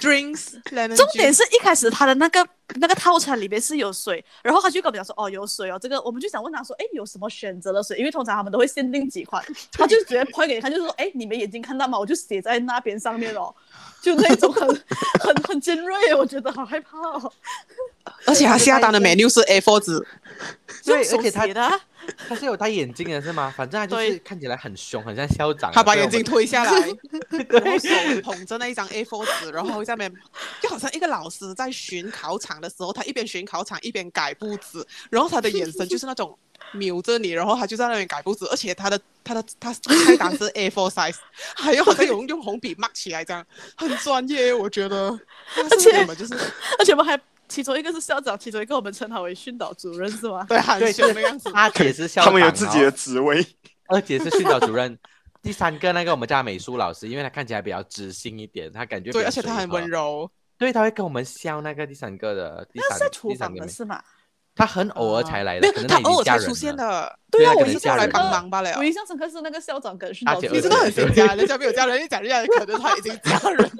[SPEAKER 4] drinks lemon juice。
[SPEAKER 2] 重点是一开始他的那个那个套餐里面是有水，然后他就跟我们讲说哦有水哦，这个我们就想问他说哎有什么选择的水，因为通常他们都会限定几 款，他就直接拍给你看，就是说哎你们眼睛看到吗？我就写在那边上面哦，就那一种很 很很尖锐，我觉得好害怕哦，
[SPEAKER 4] 而且他下单的 menu 是 A4 纸，
[SPEAKER 3] 对
[SPEAKER 2] 用手
[SPEAKER 3] 而且他
[SPEAKER 2] 写的啊
[SPEAKER 3] 他是有戴眼镜的是吗？反正他就是
[SPEAKER 2] 对
[SPEAKER 3] 看起来很凶，很像校长啊。
[SPEAKER 4] 他把
[SPEAKER 3] 所以
[SPEAKER 4] 眼
[SPEAKER 3] 我们
[SPEAKER 4] 镜推下来，然后手捧着那一张 A4 纸，然后在那边就好像一个老师在巡考场的时候，他一边巡考场一边改布子，然后他的眼神就是那种瞄着你，然后他就在那边改布子，而且他的他的他菜单是 A4 size，还有好像用用红笔 mark 起来这样，很专业，我觉得。而
[SPEAKER 2] 且
[SPEAKER 4] 我们就是
[SPEAKER 2] 而且我们还其中一个是校长，其中一个我们称他为训导主任是吗？
[SPEAKER 4] 对很
[SPEAKER 3] 对
[SPEAKER 4] 凶的样子，
[SPEAKER 3] 他姐是校长，
[SPEAKER 1] 他们有自己的
[SPEAKER 3] 然后
[SPEAKER 1] 职位，
[SPEAKER 3] 二姐是训导主任， 第三个那个我们叫他美术老师，因为他看起来比较知性一点，他感觉比
[SPEAKER 4] 对，
[SPEAKER 3] 较
[SPEAKER 4] 而且他
[SPEAKER 3] 随
[SPEAKER 4] 很
[SPEAKER 3] 和
[SPEAKER 4] 温，柔。
[SPEAKER 3] 对，他会跟我们笑那个第三个的，第
[SPEAKER 2] 他
[SPEAKER 3] 三
[SPEAKER 2] 是在厨
[SPEAKER 3] 第三
[SPEAKER 2] 房
[SPEAKER 3] 个
[SPEAKER 2] 的
[SPEAKER 3] 妹，
[SPEAKER 2] 是吗？
[SPEAKER 3] 他很偶尔才来
[SPEAKER 4] 没
[SPEAKER 3] 的，
[SPEAKER 4] 有
[SPEAKER 3] 可能，
[SPEAKER 4] 他
[SPEAKER 3] 已
[SPEAKER 4] 偶
[SPEAKER 3] 经嫁
[SPEAKER 4] 尔才
[SPEAKER 3] 人
[SPEAKER 4] 出现
[SPEAKER 3] 了。
[SPEAKER 4] 的，
[SPEAKER 2] 对啊
[SPEAKER 3] 他可
[SPEAKER 2] 我也
[SPEAKER 3] 能
[SPEAKER 4] 是
[SPEAKER 2] 是
[SPEAKER 3] 嫁
[SPEAKER 4] 过来
[SPEAKER 3] 人
[SPEAKER 4] 帮
[SPEAKER 2] 了
[SPEAKER 4] 忙罢了
[SPEAKER 2] 我。印象深刻是那个校长跟训导主
[SPEAKER 3] 啊大姐
[SPEAKER 2] 任，
[SPEAKER 3] 对
[SPEAKER 4] 你真的很
[SPEAKER 3] 对
[SPEAKER 4] 想家，人家没有家人，你讲人家可能他已经家人。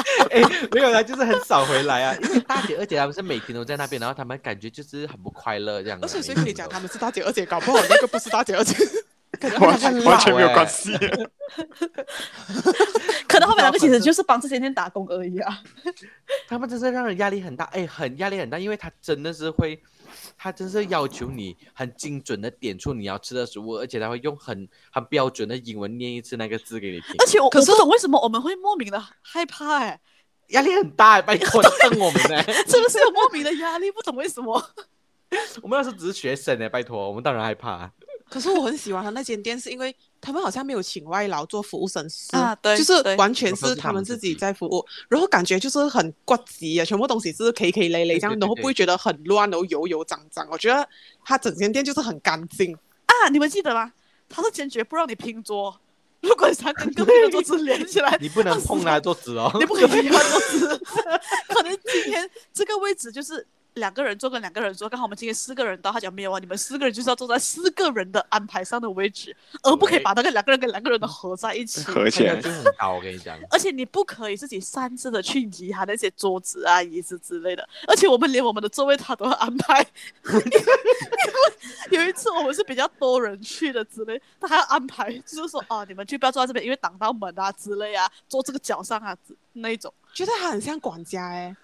[SPEAKER 3] 哎，没有啦，就是很少回来啊，因为大姐、二姐他们是每天都在那边，然后他们感觉就是很不快乐这样啊。
[SPEAKER 4] 而且谁
[SPEAKER 3] 每
[SPEAKER 4] 跟
[SPEAKER 3] 天
[SPEAKER 4] 你讲
[SPEAKER 3] 都
[SPEAKER 4] 他们是大姐二姐，搞不好那个不是大姐二姐， 可能他
[SPEAKER 1] 完
[SPEAKER 4] 们很
[SPEAKER 3] 老
[SPEAKER 1] 完全没有
[SPEAKER 3] 欸
[SPEAKER 1] 关系。
[SPEAKER 2] 可能后面那个其实就是帮这些店打工而已啊。
[SPEAKER 3] 他们真是让人压力很大，哎，很压力很大，因为他真的是会，他真是要求你很精准的点出你要吃的食物，而且他会用很很标准的英文念一次那个字给你听
[SPEAKER 2] 而，且我
[SPEAKER 4] 可是
[SPEAKER 2] 我不懂为什么我们会莫名的害怕 哎、
[SPEAKER 3] 压力很大，拜托瞪我们呢、
[SPEAKER 2] 真的是有莫名的压力，不懂为什 么。
[SPEAKER 3] 我们那时候只是学生呢、拜托，我们当然害怕。
[SPEAKER 4] 可是我很喜欢他那间店，是因为他们好像没有请外劳做服务生师
[SPEAKER 2] 啊对
[SPEAKER 4] 就是
[SPEAKER 2] 对
[SPEAKER 4] 完全
[SPEAKER 3] 都是
[SPEAKER 4] 是
[SPEAKER 3] 他
[SPEAKER 4] 他
[SPEAKER 3] 们
[SPEAKER 4] 们
[SPEAKER 3] 自
[SPEAKER 4] 自
[SPEAKER 3] 己
[SPEAKER 4] 己在服务，然后感觉就是很骨子啊，全部东西是 K K 累累
[SPEAKER 3] 对对
[SPEAKER 4] 这样，
[SPEAKER 3] 对
[SPEAKER 4] 然后不会觉得很乱，然后油油脏脏。我觉得他整间店就是很干净，
[SPEAKER 2] 啊，你们记得吗？他是坚决不让你拼桌，如果你想跟隔壁的桌子连起来，
[SPEAKER 3] 你不能碰他的桌子哦，
[SPEAKER 2] 你不 可以换桌子。可能今天这个位置就是。两个人坐跟两个人坐，刚好我们今天四个人到，他讲没有啊，你们四个人就是要坐在四个人的安排上的位置，而不可以把那个两个人跟两个人的合在一起。
[SPEAKER 1] 合起
[SPEAKER 3] 这
[SPEAKER 1] 来
[SPEAKER 3] 个就很高，我跟你讲。
[SPEAKER 2] 而且你不可以自己擅自的去移他那些桌子啊、椅子之类的。而且我们连我们的座位他都要安 排，因为有一次我们是比较多人去的之类，他还要安排，就是说哦，你们就不要坐在这边，因为挡到门啊之类啊，坐这个角上啊之那一种。
[SPEAKER 4] 觉得 他很像管家哎、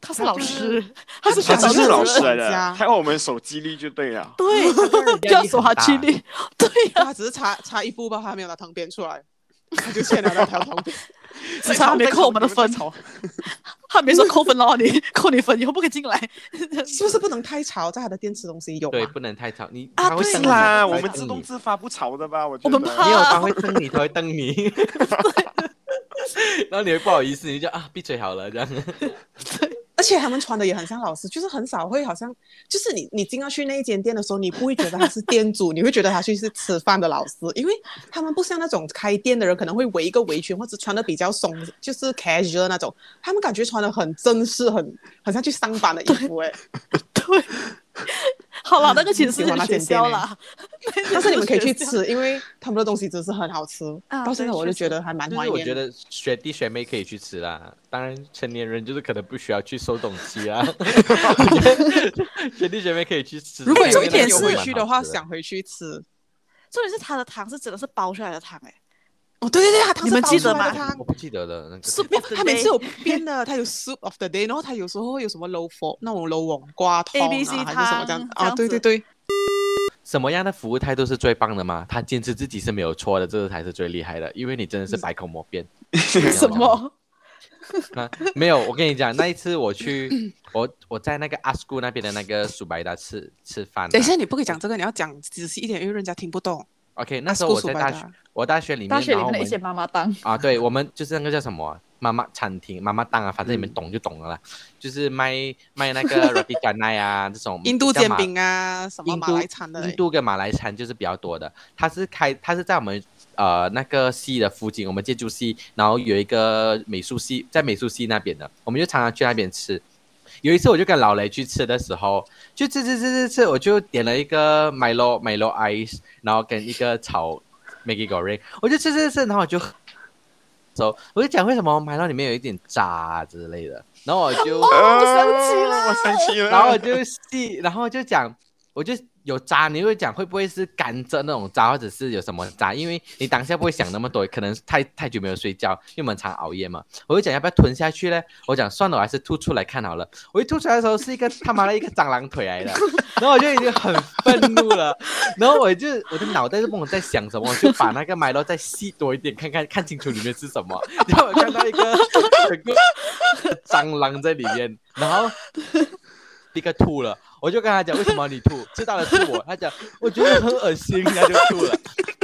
[SPEAKER 2] 他是老师， 他
[SPEAKER 4] 他
[SPEAKER 2] 是
[SPEAKER 4] 就是
[SPEAKER 2] 学
[SPEAKER 1] 他
[SPEAKER 2] 校
[SPEAKER 1] 只
[SPEAKER 4] 就
[SPEAKER 2] 的
[SPEAKER 4] 是
[SPEAKER 1] 老
[SPEAKER 2] 主
[SPEAKER 1] 师
[SPEAKER 2] 任
[SPEAKER 1] 来
[SPEAKER 4] 人
[SPEAKER 1] 的，
[SPEAKER 4] 家
[SPEAKER 1] 还有我们手机力就对了。
[SPEAKER 2] 对，不要手他去力， 对呀、
[SPEAKER 4] 他只是 差差一步吧，他没有拿汤边出来，他就欠了那条汤边。
[SPEAKER 2] 至少他没扣我们的分，他没说扣分了哦，你 扣你分，以后不可以进来。
[SPEAKER 4] 是不是不能太吵？在他的电池东西有
[SPEAKER 3] 对，
[SPEAKER 4] 吗？
[SPEAKER 3] 不能太吵，你
[SPEAKER 2] 啊
[SPEAKER 3] 他会
[SPEAKER 2] 对
[SPEAKER 3] 瞪
[SPEAKER 1] 是
[SPEAKER 3] 你
[SPEAKER 1] 啦，
[SPEAKER 3] 他
[SPEAKER 1] 我
[SPEAKER 3] 会
[SPEAKER 1] 们
[SPEAKER 3] 瞪
[SPEAKER 1] 自
[SPEAKER 3] 你
[SPEAKER 1] 动自发不吵的吧？我觉
[SPEAKER 2] 我
[SPEAKER 1] 得
[SPEAKER 2] 们怕
[SPEAKER 3] 没有，他会瞪你，他会瞪你， 然后你会不好意思，你就啊闭嘴好了这样。
[SPEAKER 4] 而且且他们穿的也很像老师，就是很少会好像，就是你你经常去那一间店的时候，你不会觉得他是店主，你会觉得他去是吃饭的老师，因为他们不像那种开店的人可能会围一个围裙或者穿的比较松，就是 casual 那种，他们感觉穿的很正式，很很像去上班的衣服哎、
[SPEAKER 2] 对，好了，那个其实是
[SPEAKER 4] 喜欢那
[SPEAKER 2] 学
[SPEAKER 4] 间
[SPEAKER 2] 校
[SPEAKER 4] 店欸
[SPEAKER 2] 啦，
[SPEAKER 4] 但是你们可以去
[SPEAKER 2] 吃。
[SPEAKER 4] 吃，因为他们的东西真是很好吃。
[SPEAKER 2] 啊
[SPEAKER 4] 到现在
[SPEAKER 2] 对
[SPEAKER 4] 我就
[SPEAKER 2] 确实
[SPEAKER 4] 觉得还蛮
[SPEAKER 3] 就
[SPEAKER 4] 怀
[SPEAKER 3] 是
[SPEAKER 4] 念。
[SPEAKER 3] 我觉，得学弟学妹可以去吃啦，当然成年人就是可能不需要去收东西啦。 学弟学妹可以去吃，
[SPEAKER 4] 如果
[SPEAKER 2] 重
[SPEAKER 4] 有一
[SPEAKER 2] 点
[SPEAKER 4] 天
[SPEAKER 2] 是
[SPEAKER 4] 有回去的话，
[SPEAKER 3] 蛮好吃
[SPEAKER 4] 想回去吃。
[SPEAKER 2] 重点是它的糖是真的是包出来的糖哎、
[SPEAKER 4] 哦，对对对，他糖
[SPEAKER 2] 你
[SPEAKER 4] 是
[SPEAKER 2] 们
[SPEAKER 4] 包
[SPEAKER 2] 记
[SPEAKER 4] 出
[SPEAKER 2] 得
[SPEAKER 4] 来
[SPEAKER 2] 吗
[SPEAKER 4] 的汤
[SPEAKER 3] 哎我不记得了那个。
[SPEAKER 2] 是
[SPEAKER 4] 没有，他每次有变的， 他有 soup of the day，然后他有时候会有什么 low for 那种 low 黄瓜汤
[SPEAKER 2] A
[SPEAKER 4] 啊，
[SPEAKER 2] B
[SPEAKER 4] 还
[SPEAKER 2] C
[SPEAKER 4] 是什么这样
[SPEAKER 2] 汤
[SPEAKER 4] 啊？对
[SPEAKER 2] 这样子
[SPEAKER 4] 对对，
[SPEAKER 3] 什么样的服务态度是最棒的吗？他坚持自己是没有错的，这个才是最厉害的，因为你真的是百口莫辩。
[SPEAKER 2] 什么？
[SPEAKER 3] 啊，没有，我跟你讲，那一次我去，我我在那个阿斯姑那边的那个苏白达吃吃饭啊、
[SPEAKER 4] 等一下你不可以讲这个，你要讲仔细一点，因为人家听不懂。
[SPEAKER 3] OK，那时候我在大学
[SPEAKER 4] School，
[SPEAKER 3] 我大学里面，
[SPEAKER 5] 大学里
[SPEAKER 3] 然后
[SPEAKER 5] 面的
[SPEAKER 3] 我
[SPEAKER 5] 一
[SPEAKER 3] 们
[SPEAKER 5] 些妈妈 档，
[SPEAKER 3] 啊，对，我们就是那个叫什么啊妈妈餐厅、妈妈档啊，反正你
[SPEAKER 4] 嗯
[SPEAKER 3] 们懂就懂了啦，就是卖卖那个 roti canai 啊这种
[SPEAKER 4] 印度
[SPEAKER 3] 比较
[SPEAKER 4] 煎
[SPEAKER 3] 麻
[SPEAKER 4] 饼啊，什么
[SPEAKER 3] 印
[SPEAKER 4] 马
[SPEAKER 3] 度
[SPEAKER 4] 来餐的
[SPEAKER 3] 印
[SPEAKER 4] 嘞，
[SPEAKER 3] 度跟马来餐就是比较多的。它是开，它是在我们呃那个系的附近，我们建筑系，然后有一个美术系，在美术系那边的，我们就常常去那边吃。有一次我就跟老雷去吃的时候，就吃吃吃吃吃，我就点了一个 Milo Milo Ice，然后跟一个炒 Maggie Goreng，我就吃吃吃，然后我就走，我就讲为什么 Milo 里面有一点渣之类的，然后我就。
[SPEAKER 1] 我生气了，呃我生气了。
[SPEAKER 3] 然后我就细，然后就讲，我就有渣，你会讲会不会是甘蔗那种渣，或者是有什么渣？因为你当下不会想那么多，可能太太久没有睡觉，因为我们常熬夜嘛。我就讲要不要吞下去呢？我讲算了，我还是吐出来看好了。我一吐出来的时候是一个他妈的一个蟑螂腿来的，然后我就已经很愤怒了，然后我就我的脑袋就不懂在想什么，我就把那个麦乐再细多一点看看看清楚里面是什么，然后我看到一个 整个 蟑螂在里面，然后立刻吐了。我就跟他讲为什么你吐，知道了是我。他讲我觉得很恶心，他就吐了。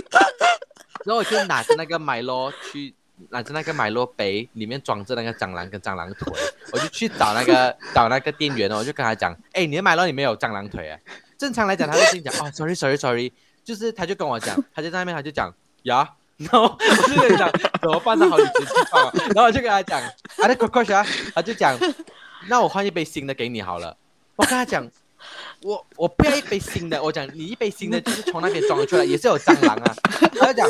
[SPEAKER 3] 然后我就拿着那个麦乐去，拿着那个麦乐杯，里面装着那个蟑螂跟蟑螂腿，我就去找那个找那个店员哦，我就跟他讲，哎、你的麦乐里面有蟑螂腿啊。正常来讲，他会跟你讲，哦，sorry sorry sorry，就是他就跟我讲，他就在那边他就讲呀。 然后我就跟他讲怎么办呢？好，你直接放啊。然后我就跟他讲，啊，那 Coco 啊，他就讲，那我换一杯新的给你好了。我跟他讲，我我不要一杯新的，我讲你一杯新的就是从那边装出来，也是有蟑螂啊。他就讲，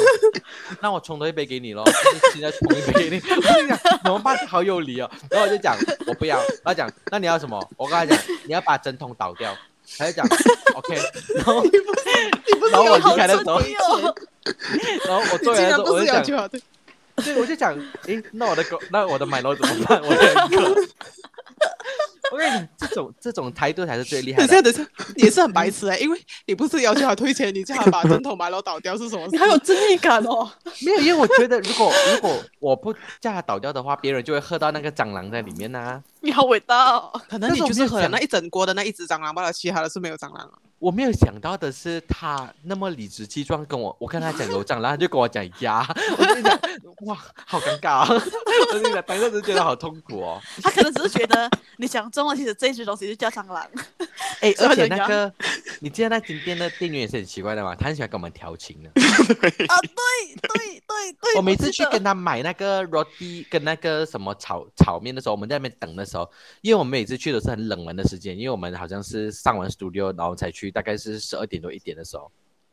[SPEAKER 3] 那我冲多一杯给你咯，就是现在冲一杯给你。 我就讲怎么办？好有理哦。然后我就讲我不要，他讲那你要什么？我跟他讲你要把针筒倒掉，他就讲 OK。然后然后我离开的时候，
[SPEAKER 2] 哦
[SPEAKER 3] 然后我
[SPEAKER 4] 欸你
[SPEAKER 3] 做完的时
[SPEAKER 4] 竟然
[SPEAKER 3] 候
[SPEAKER 4] 不
[SPEAKER 3] 我就
[SPEAKER 4] 是要
[SPEAKER 3] 讲
[SPEAKER 4] 求。啊？对
[SPEAKER 3] 对，我就讲，诶，那我的狗，那我的买楼怎么办？我的狗。 我跟你讲，这种这种态度才是最厉害
[SPEAKER 4] 等一下
[SPEAKER 3] 的。
[SPEAKER 4] 等一下，也是很白痴哎，因为你不是要求他退钱，你叫他把针头埋了倒掉是什么事？
[SPEAKER 5] 你还有正义感哦。
[SPEAKER 3] 没有，因为我觉得如果如果我不叫它倒掉的话，别人就会喝到那个蟑螂在里面啊呐、
[SPEAKER 2] 你好伟大哦！
[SPEAKER 4] 可能
[SPEAKER 3] 但
[SPEAKER 4] 你
[SPEAKER 3] 是我
[SPEAKER 4] 就是
[SPEAKER 3] 没有
[SPEAKER 4] 喝了
[SPEAKER 3] 想
[SPEAKER 4] 那一整锅的那一只蟑螂罢了，其他的是没有蟑螂啊。
[SPEAKER 3] 我没有想到的是，他那么理直气壮跟我，我跟他讲有蟑螂，他就跟我讲呀，我就讲哇，好尴尬啊！我跟你讲，当时就觉得好痛苦 哦。
[SPEAKER 2] 他可能只是觉得你讲中了，其实这一只东西就叫蟑螂。啊
[SPEAKER 3] 哎，
[SPEAKER 2] 所以
[SPEAKER 3] 而
[SPEAKER 2] 我
[SPEAKER 3] 且
[SPEAKER 2] 就
[SPEAKER 3] 那
[SPEAKER 2] 讲
[SPEAKER 3] 个，你记得那间店的店员也是很奇怪的嘛，他很喜欢跟我们调情的。
[SPEAKER 2] 啊，对对对对，
[SPEAKER 3] 我每
[SPEAKER 2] 记
[SPEAKER 3] 次去
[SPEAKER 2] 得
[SPEAKER 3] 跟他买那个 roti 跟那个什么炒炒面的时候，我们在那边等的时候，因为我们每次去都是很冷门的时间，因为我们好像是上完 studio 然后才去，大概是十二点多一点的时候，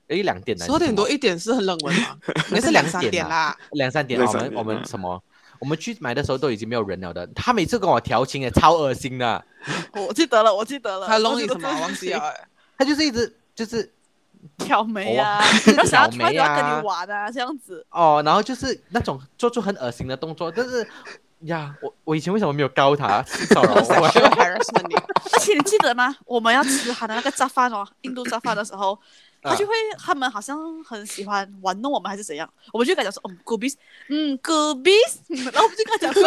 [SPEAKER 3] 诶两点啊来
[SPEAKER 4] 十二点多一点是很冷门嘛，
[SPEAKER 3] 那
[SPEAKER 4] 也
[SPEAKER 3] 是
[SPEAKER 4] 是两
[SPEAKER 3] 2
[SPEAKER 4] 三
[SPEAKER 3] 点
[SPEAKER 4] 点
[SPEAKER 3] 啊
[SPEAKER 4] 啦。
[SPEAKER 3] 两三点，
[SPEAKER 1] 两
[SPEAKER 3] 我
[SPEAKER 1] 三
[SPEAKER 3] 们
[SPEAKER 1] 点
[SPEAKER 3] 我们
[SPEAKER 1] 嗯
[SPEAKER 3] 什么？我们去买的时候都已经没有人了的，他每次跟我调情也超恶心的，
[SPEAKER 2] 我记得了，我记得了。
[SPEAKER 3] 啊
[SPEAKER 4] 他弄
[SPEAKER 2] 我
[SPEAKER 4] 你
[SPEAKER 2] 记得
[SPEAKER 4] 什么
[SPEAKER 2] 这
[SPEAKER 4] 忘记了欸？
[SPEAKER 3] 他就是一直就是
[SPEAKER 2] 挑眉啊，
[SPEAKER 3] 我
[SPEAKER 2] 然后想要
[SPEAKER 3] 挑
[SPEAKER 2] 穿
[SPEAKER 3] 眉
[SPEAKER 2] 就要跟
[SPEAKER 3] 啊
[SPEAKER 2] 你玩啊，这样子。
[SPEAKER 3] 哦，然后就是那种做出很恶心的动作，但是呀，我我以前为什么没有告他？ 性骚扰 我
[SPEAKER 4] sexual harassment 你
[SPEAKER 2] 而且你记得吗？我们要吃他的那个炸饭哦，印度炸饭的时候，他
[SPEAKER 3] 啊
[SPEAKER 2] 就会他们好像很喜欢玩弄我们还是怎样，我们就跟他讲说，嗯 g o b i s 嗯 g o b i s 然后我们就跟他讲说，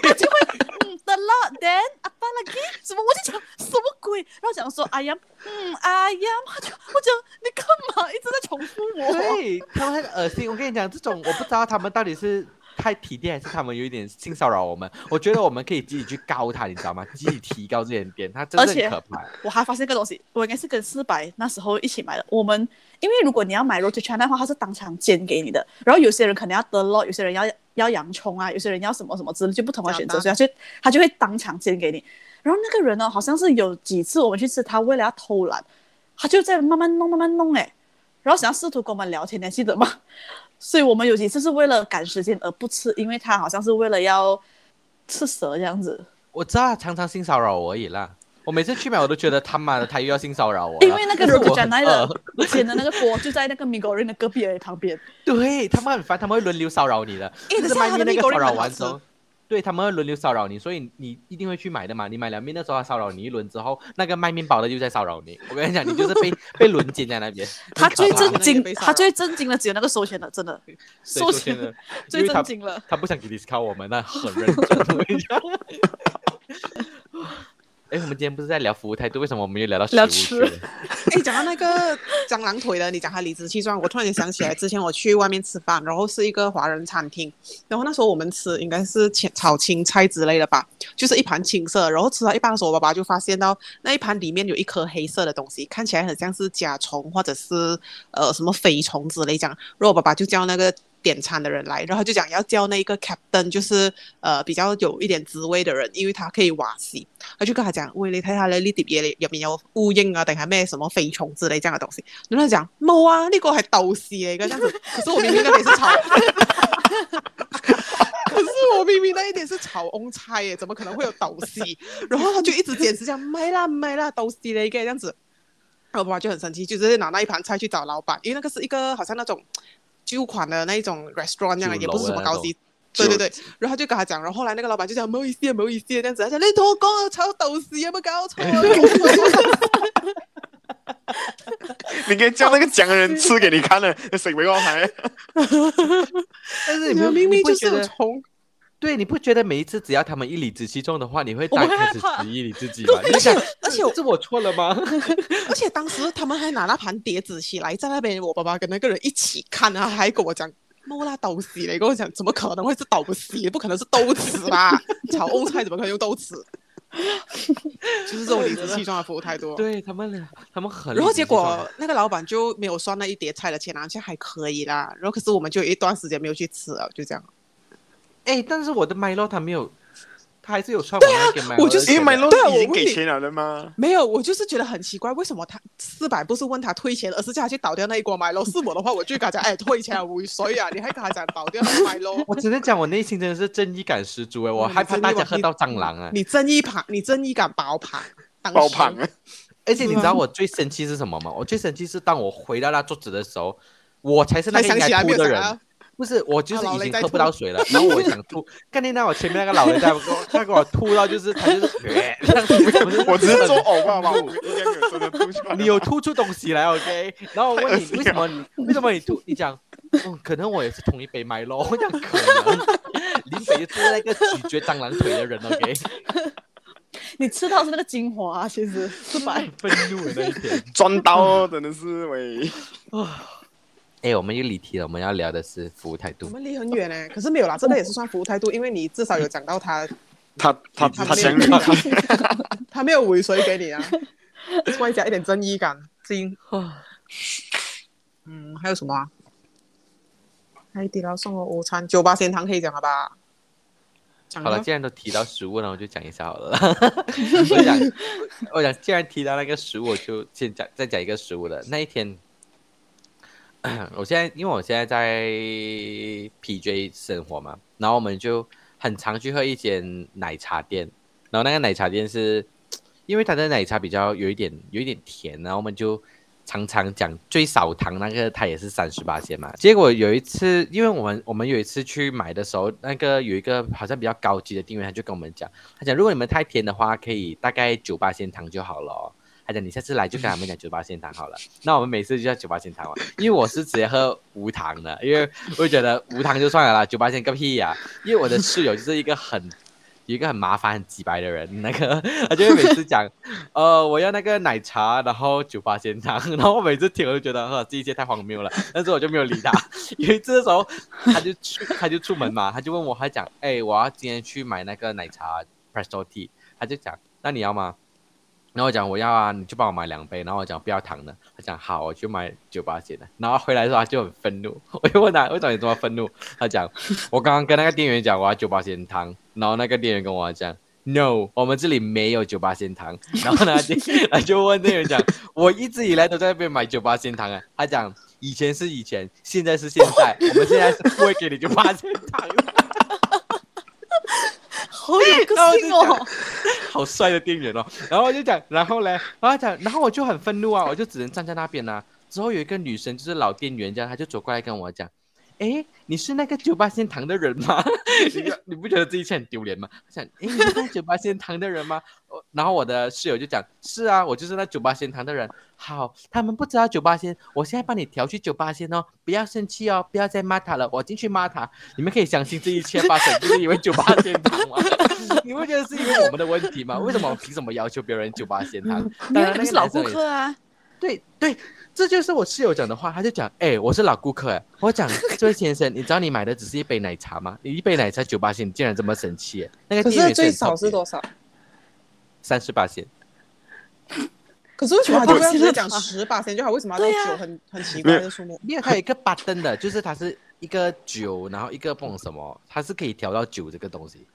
[SPEAKER 2] 他就会嗯 the lot then 阿巴拉吉什么，我就讲什么鬼，然后讲说哎呀，嗯哎呀，他就我讲你干嘛一直在重复我？
[SPEAKER 3] 呃对，他们很恶心。我跟你讲，这种我不知道他们到底是太体贴，还是他们有一点性骚扰我们？我觉得我们可以积极去告他，你知道吗？积极提高这点点，他真
[SPEAKER 2] 而
[SPEAKER 3] 的
[SPEAKER 2] 且
[SPEAKER 3] 很可怕。
[SPEAKER 2] 我还发现一个东西，我应该是跟四百那时候一起买的。我们因为如果你要买 roti china 的话，它是当场煎给你的。然后有些人可能要得咯，有些人要要洋葱啊，有些人要什啊么什么之类，就不同的选择，
[SPEAKER 4] 炸弹
[SPEAKER 2] 所以他就他就会当场煎给你。啊然后那个人呢，好像是有几次我们去吃，他为了要偷懒，他就在慢慢弄慢慢弄哎、然后想要试图跟我们聊天，你还记得吗？所以我们有几次是为了赶时间而不吃，因为他好像是为了要吃蛇这样子。
[SPEAKER 3] 我知道他常常性骚扰我而已啦。我每次去买，我都觉得他妈的，他又要性骚扰我了。
[SPEAKER 2] 因为那个
[SPEAKER 3] 可是
[SPEAKER 2] Roti
[SPEAKER 3] 我呃很
[SPEAKER 2] Canai
[SPEAKER 3] 饿
[SPEAKER 2] 的煎的那个锅就在那个 m i g o r i 的隔壁而已旁边。
[SPEAKER 3] 对他们很烦，他们会轮流骚扰你的。
[SPEAKER 4] 哎，
[SPEAKER 3] 就
[SPEAKER 4] 等
[SPEAKER 3] 是
[SPEAKER 4] 下
[SPEAKER 3] 卖
[SPEAKER 4] 他
[SPEAKER 3] 面
[SPEAKER 4] 的
[SPEAKER 3] 那
[SPEAKER 4] 米
[SPEAKER 3] 个
[SPEAKER 4] 狗
[SPEAKER 3] 骚
[SPEAKER 4] 肉
[SPEAKER 3] 扰
[SPEAKER 4] 很好
[SPEAKER 3] 完
[SPEAKER 4] 吃
[SPEAKER 3] 之，后，对他们会轮流骚扰你，所以你一定会去买的嘛。你买凉面的时候他骚扰你一轮之后，那个卖面包的又在骚扰你。我跟你讲，你就是被被轮奸在那边。
[SPEAKER 2] 他最
[SPEAKER 3] 可怕
[SPEAKER 2] 震
[SPEAKER 4] 真
[SPEAKER 2] 惊
[SPEAKER 4] 被，骚扰
[SPEAKER 2] 他最震惊的只有那个收钱的，真的
[SPEAKER 3] 对
[SPEAKER 2] 收
[SPEAKER 3] 钱
[SPEAKER 2] 钱
[SPEAKER 3] 的
[SPEAKER 2] 的，
[SPEAKER 3] 因
[SPEAKER 2] 最
[SPEAKER 3] 为他
[SPEAKER 2] 震惊了。
[SPEAKER 3] 他不想给 discount 我们，那很认真。我跟你讲。 哎，我们今天不是在聊服务态度，为什么我们又聊到食
[SPEAKER 2] 聊
[SPEAKER 3] 物去
[SPEAKER 2] 吃
[SPEAKER 3] 了？
[SPEAKER 4] 哎，讲到那个蟑螂腿的，你讲他理直气壮，我突然间想起来，之前我去外面吃饭，然后是一个华人餐厅，然后那时候我们吃应该是青炒青菜之类的吧，就是一盘青色，然后吃到一半的时候，我爸爸就发现到那一盘里面有一颗黑色的东西，看起来很像是甲虫或者是呃什么飞虫之类这样，然后我爸爸就叫那个。点餐的人来，然后就讲要叫那个 captain，就是呃比较有一点职位的人，因为他可以瓦西。我就跟他講：喂，你睇下你呢碟嘢你入面有烏蠅啊，定係咩什麼飛蟲之類這樣嘅東西？然後佢講冇啊，呢個係豆豉嚟嘅，這樣子。可是我明明那碟是炒， 可是我明明那一碟是炒翁菜啊耶，怎麼可能會有豆豉？然後他就一直堅持講唔係啦，唔係啦，豆豉嚟嘅，這樣子。然後我爸爸就很生氣，就直接拿那一盤菜去找老闆，因為那個是一個好像那種旧款的那一種 restaurant 這樣的，
[SPEAKER 3] 舊
[SPEAKER 4] 也不是什麼
[SPEAKER 3] 啊樓的那
[SPEAKER 4] 高級
[SPEAKER 3] 種。
[SPEAKER 4] 對對對，然後他就跟他講，然後後來那個老闆就講冇意思啊，冇意思啊，這樣子，他講你同我講啊，炒豆豉有冇 搞錯啊？
[SPEAKER 1] 你可以叫那个讲的人吃给你看了，谁没安排？
[SPEAKER 3] 但是你
[SPEAKER 4] 你们
[SPEAKER 3] 们
[SPEAKER 4] 啊明明就
[SPEAKER 3] 觉
[SPEAKER 4] 是有
[SPEAKER 3] 得，
[SPEAKER 4] 虫，
[SPEAKER 3] 对，你不觉得每一次只要他们一理直气壮的话，你会
[SPEAKER 2] 我
[SPEAKER 3] 大
[SPEAKER 2] 会
[SPEAKER 3] 开
[SPEAKER 2] 害
[SPEAKER 3] 始
[SPEAKER 2] 怕
[SPEAKER 3] 质疑你自己吗？你想，
[SPEAKER 4] 而且
[SPEAKER 3] 这是我错了吗？
[SPEAKER 4] 而且当時他們還拿那盤碟子起來，在那邊我爸爸跟那個人一起看啊，還跟我講。冇啦，豆豉嚟，跟我講，怎麼可能會是豆豉？不可能是豆 豉啦！炒翁菜怎麼可能用豆豉？ 就是這種理直氣壯的服務 態度。啊
[SPEAKER 3] 对他们俩，他们很理直气壮。
[SPEAKER 4] 然后结果那个老板就没有算那一碟菜的钱啊，就还可以啦。然后可是我们就有一段时间没有去吃了，就这样。
[SPEAKER 3] 哎，但是我的 Milo 他没有，他还是有算我那个 Milo
[SPEAKER 4] 啊我就
[SPEAKER 3] 的
[SPEAKER 4] 是
[SPEAKER 1] 因为
[SPEAKER 3] 钱的
[SPEAKER 1] Milo
[SPEAKER 4] 对啊
[SPEAKER 1] 已经
[SPEAKER 4] 我问
[SPEAKER 1] 给
[SPEAKER 4] 你
[SPEAKER 1] 钱了的吗？
[SPEAKER 4] 没有，我就是觉得很奇怪，为什么他四百不是问他退钱，而是叫他去倒掉那一锅麦咯？是我的话，我就跟他讲，哎，退钱啊，无水啊，你还跟他讲倒掉那个麦咯？
[SPEAKER 3] 我只能讲，我内心真的是正义感十足哎，我
[SPEAKER 4] 你
[SPEAKER 3] 害怕
[SPEAKER 4] 真
[SPEAKER 3] 大
[SPEAKER 4] 的
[SPEAKER 3] 家
[SPEAKER 4] 往
[SPEAKER 3] 喝
[SPEAKER 4] 你
[SPEAKER 3] 到蟑螂啊！
[SPEAKER 4] 你正义盘，你正义感爆棚，当时
[SPEAKER 1] 包胖啊！
[SPEAKER 3] 而且你知
[SPEAKER 4] 是
[SPEAKER 3] 道
[SPEAKER 4] 吗
[SPEAKER 3] 我最生气是什么吗？我最生气是当我回到那桌子的时候，我才是那
[SPEAKER 4] 才
[SPEAKER 3] 个应
[SPEAKER 4] 想啊起
[SPEAKER 3] 该
[SPEAKER 4] 来没
[SPEAKER 3] 吐
[SPEAKER 4] 有
[SPEAKER 3] 的
[SPEAKER 4] 想
[SPEAKER 3] 人
[SPEAKER 4] 到。，
[SPEAKER 3] 不是，我就是
[SPEAKER 4] 啊老
[SPEAKER 3] 已
[SPEAKER 4] 雷
[SPEAKER 3] 经
[SPEAKER 4] 在
[SPEAKER 3] 喝不
[SPEAKER 4] 吐
[SPEAKER 3] 到水了，然后我想 吐，看见到我前面那个老人在给我，他给我吐到就是他就是 这样子，我就是
[SPEAKER 1] 我只是做偶吧吧，我应该没有真的吐出来。
[SPEAKER 3] 你有吐出东西来，OK？然后我问你
[SPEAKER 1] 太恶心了
[SPEAKER 3] 为什么你为什么你吐？你讲，嗯，可能我也是同一杯麦咯， 我讲可能。林北就是那个咀嚼蟑螂腿的人，OK？
[SPEAKER 2] 你吃到是那个精华、啊其实四 百。
[SPEAKER 3] 愤怒的那一天。
[SPEAKER 1] 钻刀哦真的是喂，
[SPEAKER 3] 哎，我们又离题了，我们要聊的是服务态
[SPEAKER 4] 我
[SPEAKER 3] 度。
[SPEAKER 4] 们离很远呢。可是没有啦，这个也是算服务态度，因为你至少有讲到他，
[SPEAKER 1] 他他
[SPEAKER 4] 他
[SPEAKER 1] 他
[SPEAKER 4] 没
[SPEAKER 1] 想
[SPEAKER 4] 有
[SPEAKER 1] 你看，
[SPEAKER 4] 他没有回水给你啊，外加一点正义感，真。嗯，还有什么啊？海底捞送我午餐，酒吧咸汤可以讲了吧？讲
[SPEAKER 3] 好了，
[SPEAKER 4] 了，
[SPEAKER 3] 既然都提到食物了，我就讲一下好了啦。我讲，我讲，既然提到那个食物，我就先讲，再讲一个食物了。那一天，我现在因为我现在在 PJ 生活嘛，然后我们就很常去喝一间奶茶店，然后那个奶茶店是因为它的奶茶比较有一点有一点甜，然后我们就常常讲最少糖那个它也是三十八仙嘛。结果有一次，因为我们我们有一次去买的时候，那个有一个好像比较高级的店员，他就跟我们讲，他讲如果你们太甜的话，可以大概九八仙糖就好了、哦。他讲你下次来就跟他们讲九八仙糖好了。那我们每次就叫九八仙糖嘛，因为我是直接喝无糖的，因为我就觉得无糖就算了啦，九八仙个屁呀、因为我的室友就是一个很有一个很麻烦、很鸡白的人，那个他就会每次讲，呃，我要那个奶茶，然后九八鲜糖，然后我每次听我就觉得，呵，这一切太荒谬了，但是我就没有理他。 有一次的时候，他就出他就出门嘛，他就问我，他讲，哎，我要今天去买那个奶茶 Presto Tea，他就讲，那你要吗？然后我讲我要啊，你就帮我买两杯。然后我讲不要糖的，他讲好，我就买九八鲜的。然后回来的时候他就很愤怒， 我就问他为什么你这么愤怒？他讲我刚刚跟那个店员讲我要九八鲜糖，然后那个店员跟我讲 no，我们这里没有九八鲜糖。 然后呢，他就 他就问店员讲，我一直以来都在那边买九八鲜糖啊。他讲以前是以前，现在是现在，我们现在是不会给你九八鲜糖的。
[SPEAKER 2] 好有
[SPEAKER 3] 然
[SPEAKER 2] 个
[SPEAKER 3] 后我
[SPEAKER 2] 性
[SPEAKER 3] 就
[SPEAKER 2] 哦
[SPEAKER 3] 讲。好帅的店员哦。然后我就讲，然后嘞，然后讲，然后我就很愤怒啊，我就只能站在那边啊呐、之后有一个女生，就是老店员这样，她就走过来跟我讲。诶，你是那个九八仙堂的人吗？ 你不你不觉得这一切很丢脸吗？她讲，诶，你是那个九八仙堂的人吗？我然后我的室友就讲，是啊，我就是那九八仙堂的人。好，他们不知道九八仙，我现在帮你调去九八仙哦，不要生气哦，不要再骂他了，我进去骂他。你们可以相信这一切发生，就是因为九八仙堂吗？ 你会觉得是因为我们的问题吗？为什么凭什么要求别人九八仙堂？
[SPEAKER 2] 嗯因为
[SPEAKER 3] 当
[SPEAKER 2] 你
[SPEAKER 3] 然那个
[SPEAKER 2] 们是老
[SPEAKER 3] 男生
[SPEAKER 2] 顾
[SPEAKER 3] 也
[SPEAKER 2] 客啊，
[SPEAKER 3] 对对，这就是我室友讲的话，他就讲，哎、我是老顾客，哎，我讲，这位先生，你知道你买的只是一杯奶茶吗？你一杯奶茶九八仙，你竟然这么生气耶？那个
[SPEAKER 4] 可
[SPEAKER 3] 店员
[SPEAKER 4] 是最少是多少？
[SPEAKER 3] 三十八仙，
[SPEAKER 4] 可是为什么他就
[SPEAKER 2] 九
[SPEAKER 4] 不要
[SPEAKER 2] 八
[SPEAKER 4] 直接讲
[SPEAKER 2] 千
[SPEAKER 4] 十八仙就好？为什么要到
[SPEAKER 2] 对啊
[SPEAKER 4] 九？很很奇
[SPEAKER 1] 没
[SPEAKER 4] 怪
[SPEAKER 1] 有
[SPEAKER 4] 的数目。
[SPEAKER 3] 没有，它有一个 button 的，就是它是一个九，然后一个蹦什么，它是可以调到九这个东西。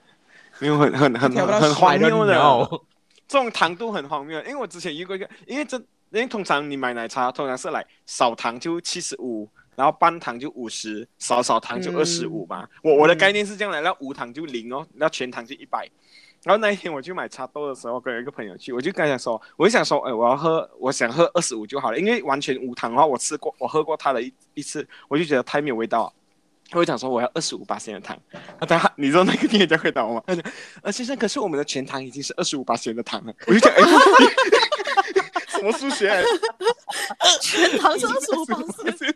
[SPEAKER 1] 没有很很很
[SPEAKER 4] 调不到
[SPEAKER 1] 很很荒
[SPEAKER 3] I don't
[SPEAKER 1] 谬的。
[SPEAKER 3] know
[SPEAKER 1] 这种糖度很荒谬，因为我之前遇过一个，因为这因为通常你买奶茶通常是来少糖就七十五，然后半糖就五十，少少糖就
[SPEAKER 4] 嗯
[SPEAKER 1] 二十五嘛。我我的概念是这样来，那无糖就零哦，那全糖就一百。然后那一天我去买茶豆的时候，跟一个朋友去，我就跟他讲说，我就想说，哎，我要喝，我想喝二十五就好了，因为完全无糖的话，我吃过，我喝过它的一一次，我就觉得太没有味道了。我就讲说我要二十五八仙的糖，啊，他你知道那个店员在回答我吗？他讲，呃，先生，可是我们的全糖已经是二十五八仙的糖 了。我就讲，哎，什么数学？啊
[SPEAKER 2] 全糖是二十五 磅是，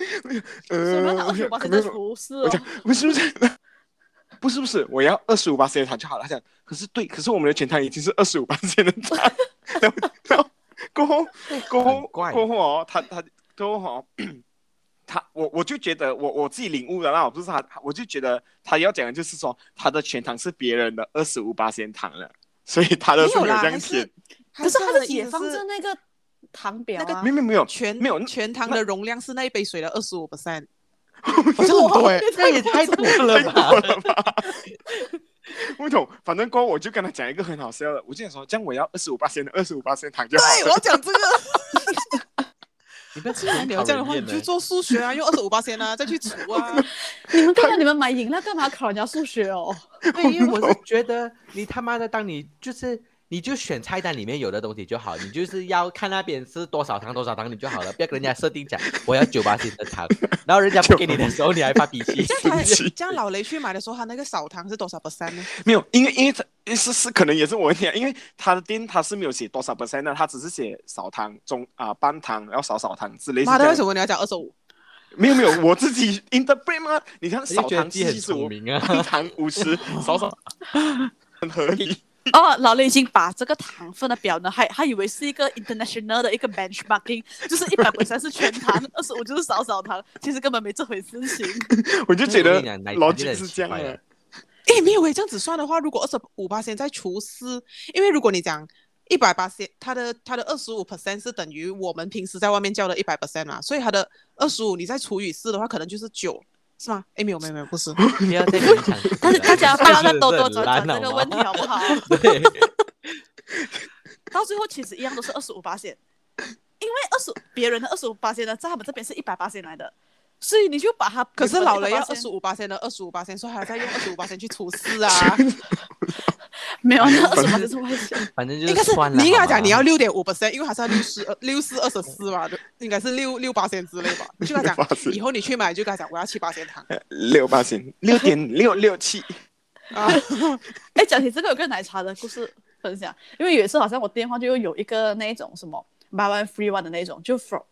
[SPEAKER 2] 什么
[SPEAKER 1] 呃，
[SPEAKER 2] 二
[SPEAKER 1] 我
[SPEAKER 2] 十
[SPEAKER 1] 讲
[SPEAKER 2] 五磅是
[SPEAKER 1] 没有
[SPEAKER 2] 厨师
[SPEAKER 1] 我
[SPEAKER 2] 哦
[SPEAKER 1] 讲，不是不是，不是不是，我要二十五八仙的糖就好了。他讲，可是对，可是我们的全糖已经是二十五八仙的糖。 然后然后过后过后
[SPEAKER 3] 很怪
[SPEAKER 1] 过后哦，他他过后哦。他我我就觉得我我自己领悟了啦，不是他，我就觉得他要讲的就是说他的全糖是别人的二十五八仙糖了，所以他的
[SPEAKER 4] 没
[SPEAKER 1] 是
[SPEAKER 4] 有
[SPEAKER 1] 没有
[SPEAKER 4] 啦，
[SPEAKER 1] 这样
[SPEAKER 4] 还
[SPEAKER 1] 甜
[SPEAKER 4] 是。
[SPEAKER 2] 可是他
[SPEAKER 4] 的
[SPEAKER 2] 的也放
[SPEAKER 4] 是
[SPEAKER 2] 在那个糖表啊
[SPEAKER 1] 没，有没有没有，
[SPEAKER 4] 全
[SPEAKER 1] 没有那
[SPEAKER 4] 全糖
[SPEAKER 1] 那
[SPEAKER 4] 的容量是那一杯水的二十五 percent，好像很多哎、
[SPEAKER 3] 那也太土了
[SPEAKER 1] 太
[SPEAKER 3] 吧！
[SPEAKER 1] 过了吧？ 不懂，反正过后我就跟他讲一个很好笑的，我就想说，这样我要二十五八仙的二十五八仙糖就好
[SPEAKER 4] 对，我
[SPEAKER 1] 了。
[SPEAKER 4] 要讲这个。
[SPEAKER 3] 你不要
[SPEAKER 4] 既然你要这样的话，你就做数学啊， 用二十五八仙啊，再去除啊。
[SPEAKER 2] 你们看看你们买饮料干嘛考人家数学哦？
[SPEAKER 3] 对，因为我是觉得你他妈的，当你就是你就选菜单里面有的东西就好，你就是要看那边是多少糖多少糖你就好了，不要跟人家设定讲我要九八斤的糖，然后人家不给你的时候你还发脾气
[SPEAKER 4] 这。样他
[SPEAKER 1] 对不起
[SPEAKER 4] 这样老雷去买的时候，他那个少糖是多少 percent 呢？
[SPEAKER 1] 没有，因为因为他是是可能也是我问题啊，因为他的店他是没有写多少 percent 的，他只是写少糖中啊、半糖，然后少少糖之类是
[SPEAKER 4] 妈
[SPEAKER 1] 这
[SPEAKER 4] 的，
[SPEAKER 1] 样。
[SPEAKER 4] 为什么你要讲二十五？
[SPEAKER 1] 没有没有，我自己 interpret 吗？ 你看
[SPEAKER 3] 我就
[SPEAKER 1] 少
[SPEAKER 3] 觉得
[SPEAKER 1] 糖
[SPEAKER 3] 自己很
[SPEAKER 1] 七十
[SPEAKER 3] 聪
[SPEAKER 1] 五，
[SPEAKER 3] 明啊！
[SPEAKER 1] 半糖五十，少少很合理。
[SPEAKER 2] 哦，老雷已经把这个糖分的表呢，还还以为是一个 international 的一个 benchmarking，就是一百 percent 是全糖， 二十五就是少少糖，其实根本没这回事情。
[SPEAKER 1] 我就觉
[SPEAKER 3] 我
[SPEAKER 1] 得
[SPEAKER 3] 跟你讲奶茶
[SPEAKER 1] 逻
[SPEAKER 3] 真的
[SPEAKER 1] 辑
[SPEAKER 3] 很
[SPEAKER 1] 是
[SPEAKER 3] 奇
[SPEAKER 1] 这样
[SPEAKER 3] 怪
[SPEAKER 1] 的
[SPEAKER 3] 的。
[SPEAKER 4] 诶，没有诶，这样子算的话，如果二十五八仙再除四，因为如果你讲一百八仙，它的它的二十五 percent 是等于我们平时在外面叫的一百 percent 嘛，所以它的二十五你再除以四的话，可能就是九，是吗？诶，没有没有没有，不是。
[SPEAKER 3] 不要再勉强自己了。
[SPEAKER 2] 但是大家不要再兜兜
[SPEAKER 3] 真
[SPEAKER 2] 转
[SPEAKER 3] 的
[SPEAKER 2] 转
[SPEAKER 3] 是很
[SPEAKER 2] 这个
[SPEAKER 3] 烂好吗
[SPEAKER 2] 问题哦好不好？
[SPEAKER 3] 对，
[SPEAKER 2] 到最后其实一样都是二十五八线，因为二十别人的二十五八线呢，在他们这边是一百八线来的，所以你就把它
[SPEAKER 4] 可是老雷要
[SPEAKER 2] 100%
[SPEAKER 4] 二十五八仙的二十五八仙，所以还在用二十五八仙去除四啊。
[SPEAKER 2] 没有 那二十八线是外线。
[SPEAKER 3] 反正就
[SPEAKER 4] 应该是
[SPEAKER 3] 算了。
[SPEAKER 4] 你应该讲你要
[SPEAKER 3] 好吗
[SPEAKER 4] 六点五 percent，因为还是要六十二六四二十四吧，就应该是六六八仙之类吧。你就跟他
[SPEAKER 1] 六八仙
[SPEAKER 4] 讲，以后你去买就跟他讲我要七八仙糖
[SPEAKER 1] 六八仙，六点六六 七，
[SPEAKER 4] 啊。
[SPEAKER 2] 哎，讲起这个有个奶茶的故事分享，因为有一次好像我电话就有一个那一种什么 buy one free one 的那种，就 from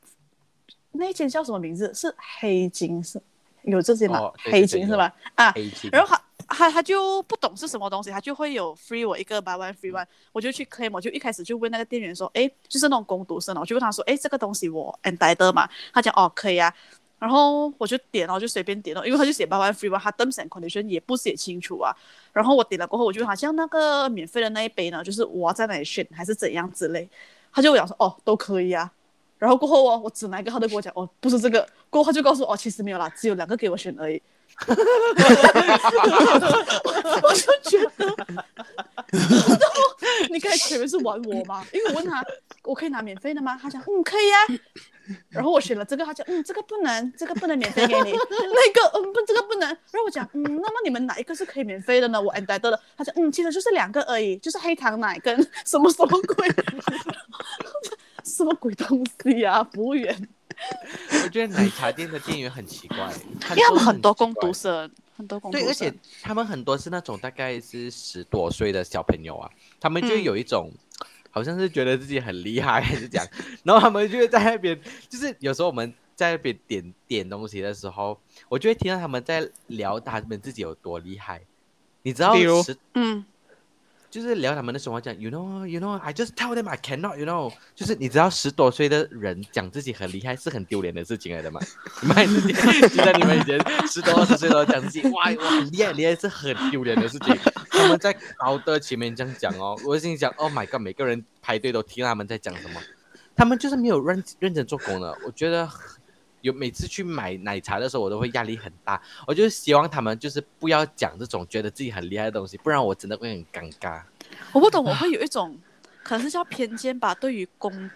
[SPEAKER 2] 那一间叫什么名字？是黑金是有这间吗？
[SPEAKER 3] 哦对
[SPEAKER 2] 黑金
[SPEAKER 3] 对对
[SPEAKER 2] 是吧？啊，
[SPEAKER 3] 黑金
[SPEAKER 2] 然后他他他就不懂是什么东西，他就会有 free 我一个 buy one free one，我就去 claim，我就一开始就问那个店员说，诶，就是那种工读生哦，我就问他说，诶，这个东西我 entitled 嘛？他讲哦可以啊，然后我就点了，就随便点了，因为他就写 buy one free one，他 terms and condition 也不写清楚啊。然后我点了过后，我就好像那个免费的那一杯呢，就是我要在哪里选还是怎样之类，他就讲说哦都可以啊。然后过后哦，我指哪一个，他都跟我讲哦不是这个，过后他就告诉我哦其实没有啦，只有两个给我选而已。我就觉得， 你刚才前面是玩我吗？因为我问他，我可以拿免费的吗？他讲，嗯，可以啊。 然后我选了这个，他讲，嗯，这个不能，这个不能免费给你。 那个，嗯，不，这个不能。然后我讲，嗯，那么你们哪一个是可以免费的呢？我 e n t i t l 的。他讲，嗯，其实就是两个而已，就是黑糖奶跟 什么什么鬼， 什么鬼东西啊！服务员，
[SPEAKER 3] 我觉得奶茶店的店员很奇怪，
[SPEAKER 2] 因为他们很多工
[SPEAKER 3] 工
[SPEAKER 2] 读生，很多工读
[SPEAKER 3] 对，
[SPEAKER 2] 生，
[SPEAKER 3] 而且他们很多是那种大概是十多岁的小朋友啊，他们
[SPEAKER 2] 嗯
[SPEAKER 3] 就有一种、好像是觉得自己很厉害还是怎样，然后他们就会在那边，就是有时候我们在那边点点东西的时候，我就会听到他们在聊他们自己有多厉害，你知道
[SPEAKER 4] 比如
[SPEAKER 3] 十
[SPEAKER 2] 嗯，
[SPEAKER 3] 就是聊他们的生活，讲 you know you know I just tell them I cannot you know，就是你知道十多岁的人讲自己很厉害是很丢脸的事情来的嘛？ 你们还是记得你们以前十多二十岁的时候讲自己哇我很厉害厉害是很丢脸的事情，他们在高的前面这样讲哦，我心里想 oh my god，每个人排队都听他们在讲什么，他们就是没有认认真做工的，我觉得。有每次去买奶茶的时候，我都会压力很大。我就是希望他们就是不要讲这种觉得自己很厉害的东西，不然我真的会很尴尬。
[SPEAKER 2] 我不懂，我会有一 种可能是叫偏见吧，对于工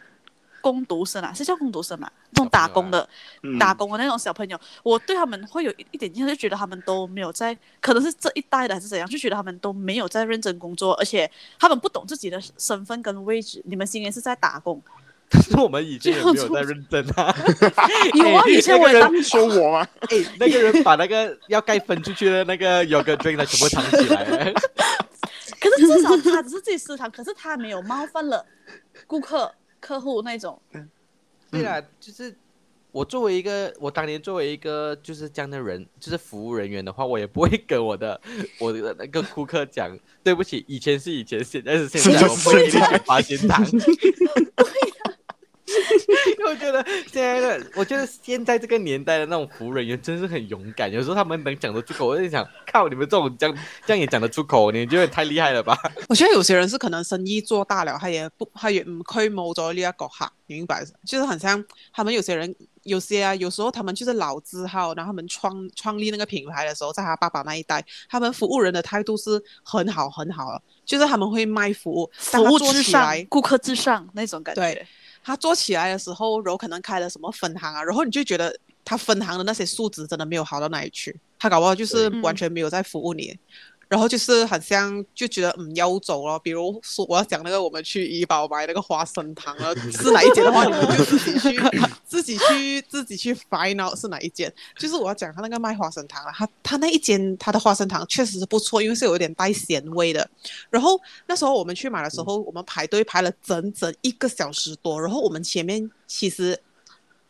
[SPEAKER 2] 工读生啊，是叫工读生嘛，那种打工的、
[SPEAKER 1] 嗯
[SPEAKER 2] 打工的那种小朋友，我对他们会有一一点印象，就觉得他们都没有在，可能是这一代的还是怎样，就觉得他们都没有在认真工作，而且他们不懂自己的身份跟位置。你们今年是在打工，
[SPEAKER 3] 但是我们以前也没有在认真啊。
[SPEAKER 1] 嗯
[SPEAKER 2] 有啊，以前我也当
[SPEAKER 1] 哎人说我 吗？
[SPEAKER 3] 哎，那个人把那个要盖分出去的那个 yogurt drink 的全部藏起来。
[SPEAKER 2] 可是至少他只是自己私藏，可是他没有冒犯了顾客、客户那种。
[SPEAKER 3] 对
[SPEAKER 2] 嗯
[SPEAKER 3] 啊，就是我作为一个，我当年作为一个就是这样的人，就是服务人员的话，我也不会跟我的我的那个顾客讲对不起，以前是以前，现在是现在，我不会给你卷八仙 糖。 因为我觉得现在的，我觉得现在这个年代的那种服务人员真是很勇敢，有时候他们能讲得出口，我就想，靠你们这种这样这样也讲得出口，你们就会太厉害了吧？
[SPEAKER 4] 我覺得有些人是可能生意做大了，他也不，他也唔驅冇咗呢一個客，你明白？就是很像他們有些人，有些啊，有時候他們就是老字號，然後他們創創立那個品牌的時候，在他爸爸那一代，他們服務人的態度是很好很好了，就是他們會賣服務，
[SPEAKER 2] 服
[SPEAKER 4] 但他
[SPEAKER 2] 务
[SPEAKER 4] 做
[SPEAKER 2] 至
[SPEAKER 4] 起
[SPEAKER 2] 上
[SPEAKER 4] 來，，
[SPEAKER 2] 顾客至上那种感觉。
[SPEAKER 4] 对他做起来的時候，然後可能開了什麼分行啊，然後你就覺得他分行的那些素質真的沒有好到哪裡去，他搞不好就是
[SPEAKER 2] 對
[SPEAKER 4] 完全沒有在服務你。然后就是很像就觉得嗯要走了，比如说我要讲那个我们去怡宝买那个花生糖了，是哪一间的话，你们就自己去 自己去自己去 find out 是哪一间。就是我要讲他那个卖花生糖了，啊他他那一间他的花生糖确实是不错，因为是有一点带咸味的。然后那时候我们去买的时候，我们排队排了整整一个小时多，然后我们前面其实。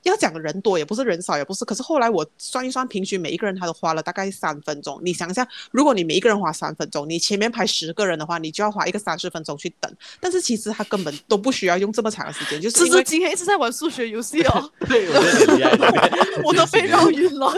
[SPEAKER 4] 要讲人多也不是人少也不是，可是后来我算一算，平均每一个人他都花了大概三分钟。你想一下，如果你每一个人花三分钟，你前面排十个人的话，你就要花一个三十分钟去等。但是其实他根本都不需要用这么长的时间，就是
[SPEAKER 2] 芝
[SPEAKER 4] 因为
[SPEAKER 2] 芝今天一直在玩数学游戏哦，
[SPEAKER 3] 对，我觉得很厉害。
[SPEAKER 2] 我都被绕晕了。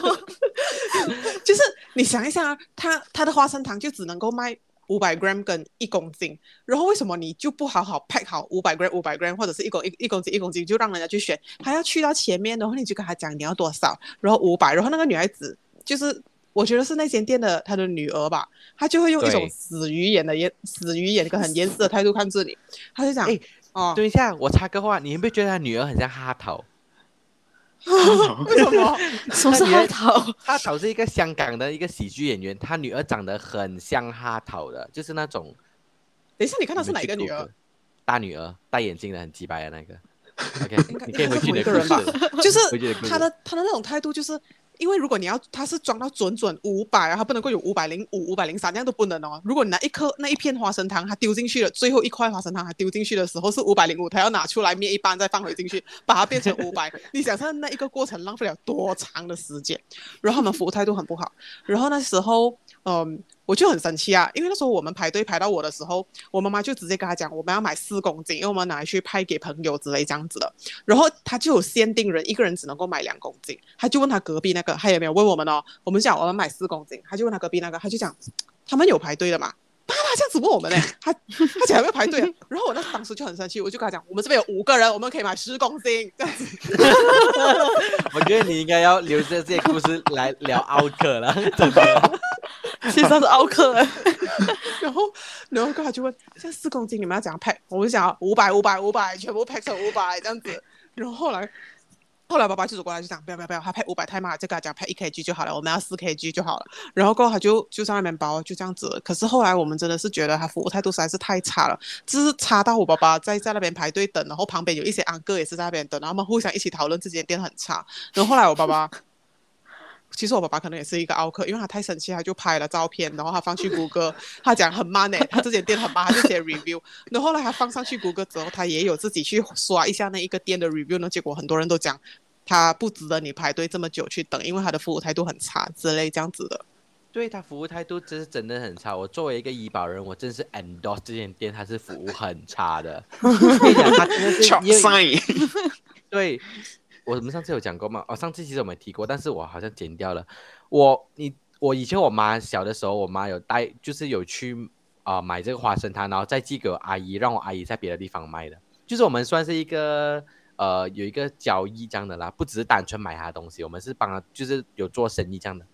[SPEAKER 4] 就是你想一下啊，他他的花生糖就只能够卖五百 gram 跟一公斤，然后为什么你就不好好 pack 好五百 gram 五百 gram 或者是一公一一公斤一公斤，就让人家去选，还要去到前面，然后你就跟他讲你要多少，然后五百，然后那个女孩子就是。我觉得是那间店的她的女儿吧，她就会用一种
[SPEAKER 3] 对
[SPEAKER 4] 死鱼眼的眼死鱼眼跟很严肃的态度看着你，她就讲，
[SPEAKER 3] 哎
[SPEAKER 4] 哦，
[SPEAKER 3] 等一下，我插个话，你有没有觉得他女儿很像哈桃？
[SPEAKER 4] 为什么？
[SPEAKER 2] 什么是
[SPEAKER 3] 那
[SPEAKER 2] 哈
[SPEAKER 3] 你
[SPEAKER 2] 桃？
[SPEAKER 3] 哈桃是一个香港的一个喜剧演员，他女儿长得很像哈桃的，就是那种。
[SPEAKER 4] 等一下你看
[SPEAKER 3] 看
[SPEAKER 4] 到是哪一个女儿？？
[SPEAKER 3] 大女儿，戴眼镜的，很鸡掰的那 个。OK，
[SPEAKER 4] 应该
[SPEAKER 3] 你可以
[SPEAKER 4] 应该
[SPEAKER 3] 回
[SPEAKER 4] 是
[SPEAKER 3] 去你的
[SPEAKER 4] 同一个人吧
[SPEAKER 3] 故 事。
[SPEAKER 4] 就是
[SPEAKER 3] 我觉得可以
[SPEAKER 4] 他的他的那种态度，就是因为如果你要他是装到准准五百啊，他不能够有五百零五、五百零三，这样都不能哦。如果你那一颗那一片花生糖，他丢进去了，最后一块花生糖他丢进去的时候是五百零五，他要拿出来面一半再放回进去，把它变成五百。 你想象那一个过程浪费了多长的时间？然后他们服务态度很不好。然后那时候嗯，我就很生气啊，因为那时候我们排队排到我的时候，我妈妈就直接跟他讲，我们要买四公斤，因为我们拿去派给朋友之类这样子的。然后他就有限定人，一个人只能够买两公斤。他就问他隔壁那个，他也没有问我们哦，我们讲我们买四公斤，他就问他隔壁那个，他就讲他们有排队的嘛。爸爸这样子问我们呢、他他讲有没有排队啊？然后我那当时就很生气，我就跟他讲，我们这边有五个人，我们可以买十公斤这样子。
[SPEAKER 3] 我觉得你应该要留着这些故事来聊奥克 了，真的。
[SPEAKER 2] 其实他是奥克人，
[SPEAKER 4] 然后，然后他就问：“现在四公斤你们要怎样 pack？” 我就讲五百、五百、五百，全部 pack 成五百这样子。然后后来，后来爸爸就走过来就讲：“不要不要不要，他 pack 五百太慢了，就跟他讲 pack 一 kg 就好了，我们要四 kg 就好了。”然后过后他就就在那边包，就这样子。可是后来我们真的是觉得他服务态度实在是太差了，就是差到我爸爸在在那边排队等，然后旁边有一些安哥也是在那边等，然后他们互相一起讨论自己的店很差。然后后来我爸爸。其实我爸爸可能也是一个奥客，因为他太生气，他就拍了照片，然后他放去谷歌， 他讲很 慢呢、他这间店很慢，他就写 review。然后后来他放上去谷歌之后，他也有自己去刷一下那一个店的 review 呢，结果很多人都讲他不值得你排队这么久去等，因为他的服务态度很差之类这样子的。
[SPEAKER 3] 对他服务态度真是真的很差。我作为一个医保人，我真是 endorse 这间店，它是服务很差 的。我跟你讲，他真的是
[SPEAKER 1] Chop
[SPEAKER 3] 因为
[SPEAKER 1] sign，
[SPEAKER 3] 对，我们上次有讲过嘛？哦，上次其实我们提过，但是我好像剪掉了。我你我以前我妈小的时候，我妈有带，就是有去啊、呃买这个花生汤，然后再寄给我阿姨，让我阿姨在别的地方卖的。就是我们算是一个呃有一个交易这样的啦，不只是单纯买她的东西，我们是帮她就是有做生意这样的。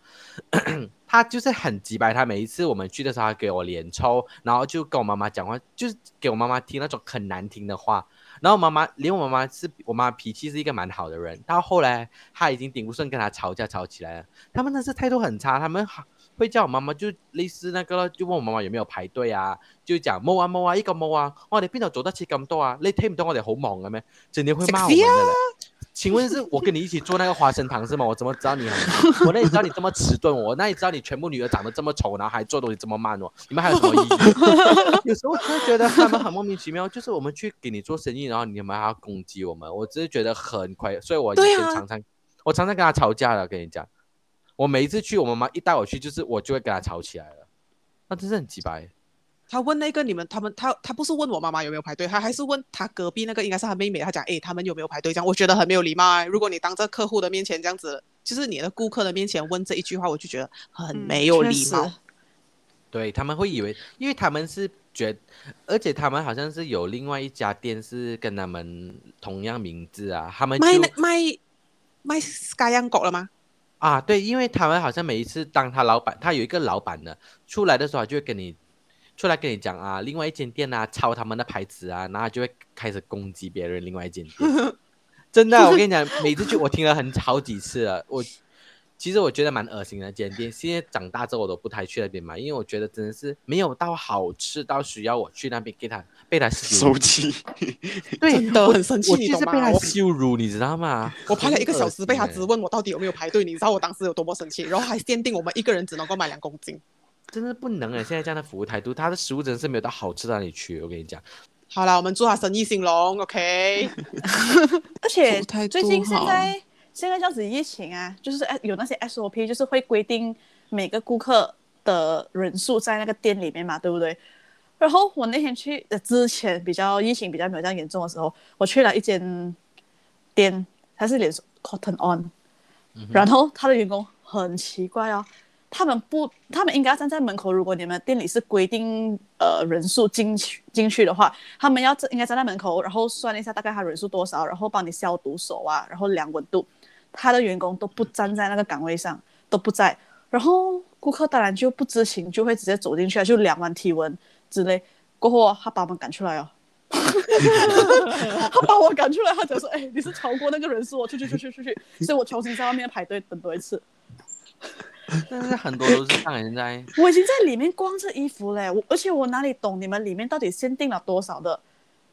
[SPEAKER 3] 他就是很急白，他每一次我们去的时候，他给我脸抽，然后就跟我妈妈讲话，就是给我妈妈听那种很难听的话。然后妈妈，连我妈妈是我妈脾气是一个蛮好的人，到后来她已经顶不顺，跟她吵架吵起来了。他们那是态度很差，他们好会叫我妈妈就类似那个咯，就问我妈妈有没有排隊啊，就講冇啊冇啊，呢個冇啊，我哋邊度做得切咁多啊？你睇唔到我哋好忙嘅咩？整天會罵我們
[SPEAKER 4] 食屎
[SPEAKER 3] 的
[SPEAKER 4] 啊
[SPEAKER 3] 嘞。請問是我跟你一起做那個花生糖是嗎？我怎麼知道你很 忙？我哪裡知道你這麼遲鈍？哦我哪裡知道你全部女兒長得這麼醜，然後還做東西這麼慢哦？你們還有什麼 意義？有時候真的覺得他們很莫名其妙，就是我們去給你做生意，然後你們還要攻擊我們，我只是覺得很亏。所以我以
[SPEAKER 4] 對
[SPEAKER 3] 前
[SPEAKER 4] 啊
[SPEAKER 3] 常常、我常常跟他吵架了，跟你講。我每一次去，我妈妈一带我去，就是我就会跟她吵起来了，那真是很鸡白。
[SPEAKER 4] 他问那个你们他们他他不是问我妈妈有没有排队，他还是问他隔壁那个应该是他妹妹，他讲哎诶，他们有没有排队？这样我觉得很没有礼貌、哎。如果你当着客户的面前这样子，就是你的顾客的面前问这一句话，我就觉得很没有礼貌。
[SPEAKER 3] 对他们会以为，因为他们是觉，而且他们好像是有另外一家店是跟他们同样名字啊，他们就
[SPEAKER 4] 卖那卖卖 Sky 样狗了吗？
[SPEAKER 3] 啊，对，因为他们好像每一次当他老板，他有一个老板的，出来的时候他就会跟你出来跟你讲啊，另外一间店啊抄他们的牌子啊，然后他就会开始攻击别人另外一间 店。真的啊、我跟你讲，每次去我听了很好几次了，我其实我觉得蛮恶心的那间店。现在长大之后我都不太去那边买，因为我觉得真的是没有到好吃到需要我去那边给他被他羞
[SPEAKER 1] 手
[SPEAKER 3] 辱。
[SPEAKER 1] 机。
[SPEAKER 3] 对
[SPEAKER 4] 我很生气，
[SPEAKER 3] 我
[SPEAKER 4] 你
[SPEAKER 3] 就
[SPEAKER 4] 懂
[SPEAKER 3] 是被
[SPEAKER 4] 吗？
[SPEAKER 3] 他
[SPEAKER 4] 我
[SPEAKER 3] 羞辱，你知道吗？
[SPEAKER 4] 我排了一个小时，被他质
[SPEAKER 3] 直
[SPEAKER 4] 问我到底有没有排队，你知道我当时有多么生气，然后还限定我们一个人只能够买两公斤。
[SPEAKER 3] 真的不能哎！现在这样的服务态度，他的食物真的是没有到好吃到哪里去。我跟你讲，
[SPEAKER 4] 好啦，我们祝他生意兴隆，OK？
[SPEAKER 2] 而且
[SPEAKER 4] 服务态度
[SPEAKER 2] 最
[SPEAKER 4] 啊
[SPEAKER 2] 近现
[SPEAKER 4] 哈
[SPEAKER 2] 在现在这样子疫情啊，就是哎有那些 SOP，就是会规定每个顾客的人数在那个店里面嘛，对不对？然后我那天去呃之前比较疫情比较没有这样严重的时候，我去了一间店，它是连锁 Cotton On，、然
[SPEAKER 4] 嗯
[SPEAKER 2] 后他的员工很奇怪哦，他们不，他们应该要站在门口。如果你们店里是规定呃人数进去进去的话，他们要站应该站在门口，然后算一下大概他人数多少，然后帮你消毒手啊，然后量温度。他的员工都不站在那个岗位上，都不在。然后顾客当然就不知情，就会直接走进去啊，就量完体温之类。过后啊他把我们赶出来哦。 他把我赶出来，他讲说：“哎、你是超过那个人数哦，出去出去出去！”所以我重新在外面排队等多一次。
[SPEAKER 3] 但是很多都是像人 在
[SPEAKER 2] 我已经在里面光着衣服嘞，我而且我哪里懂你们里面到底限定了多少的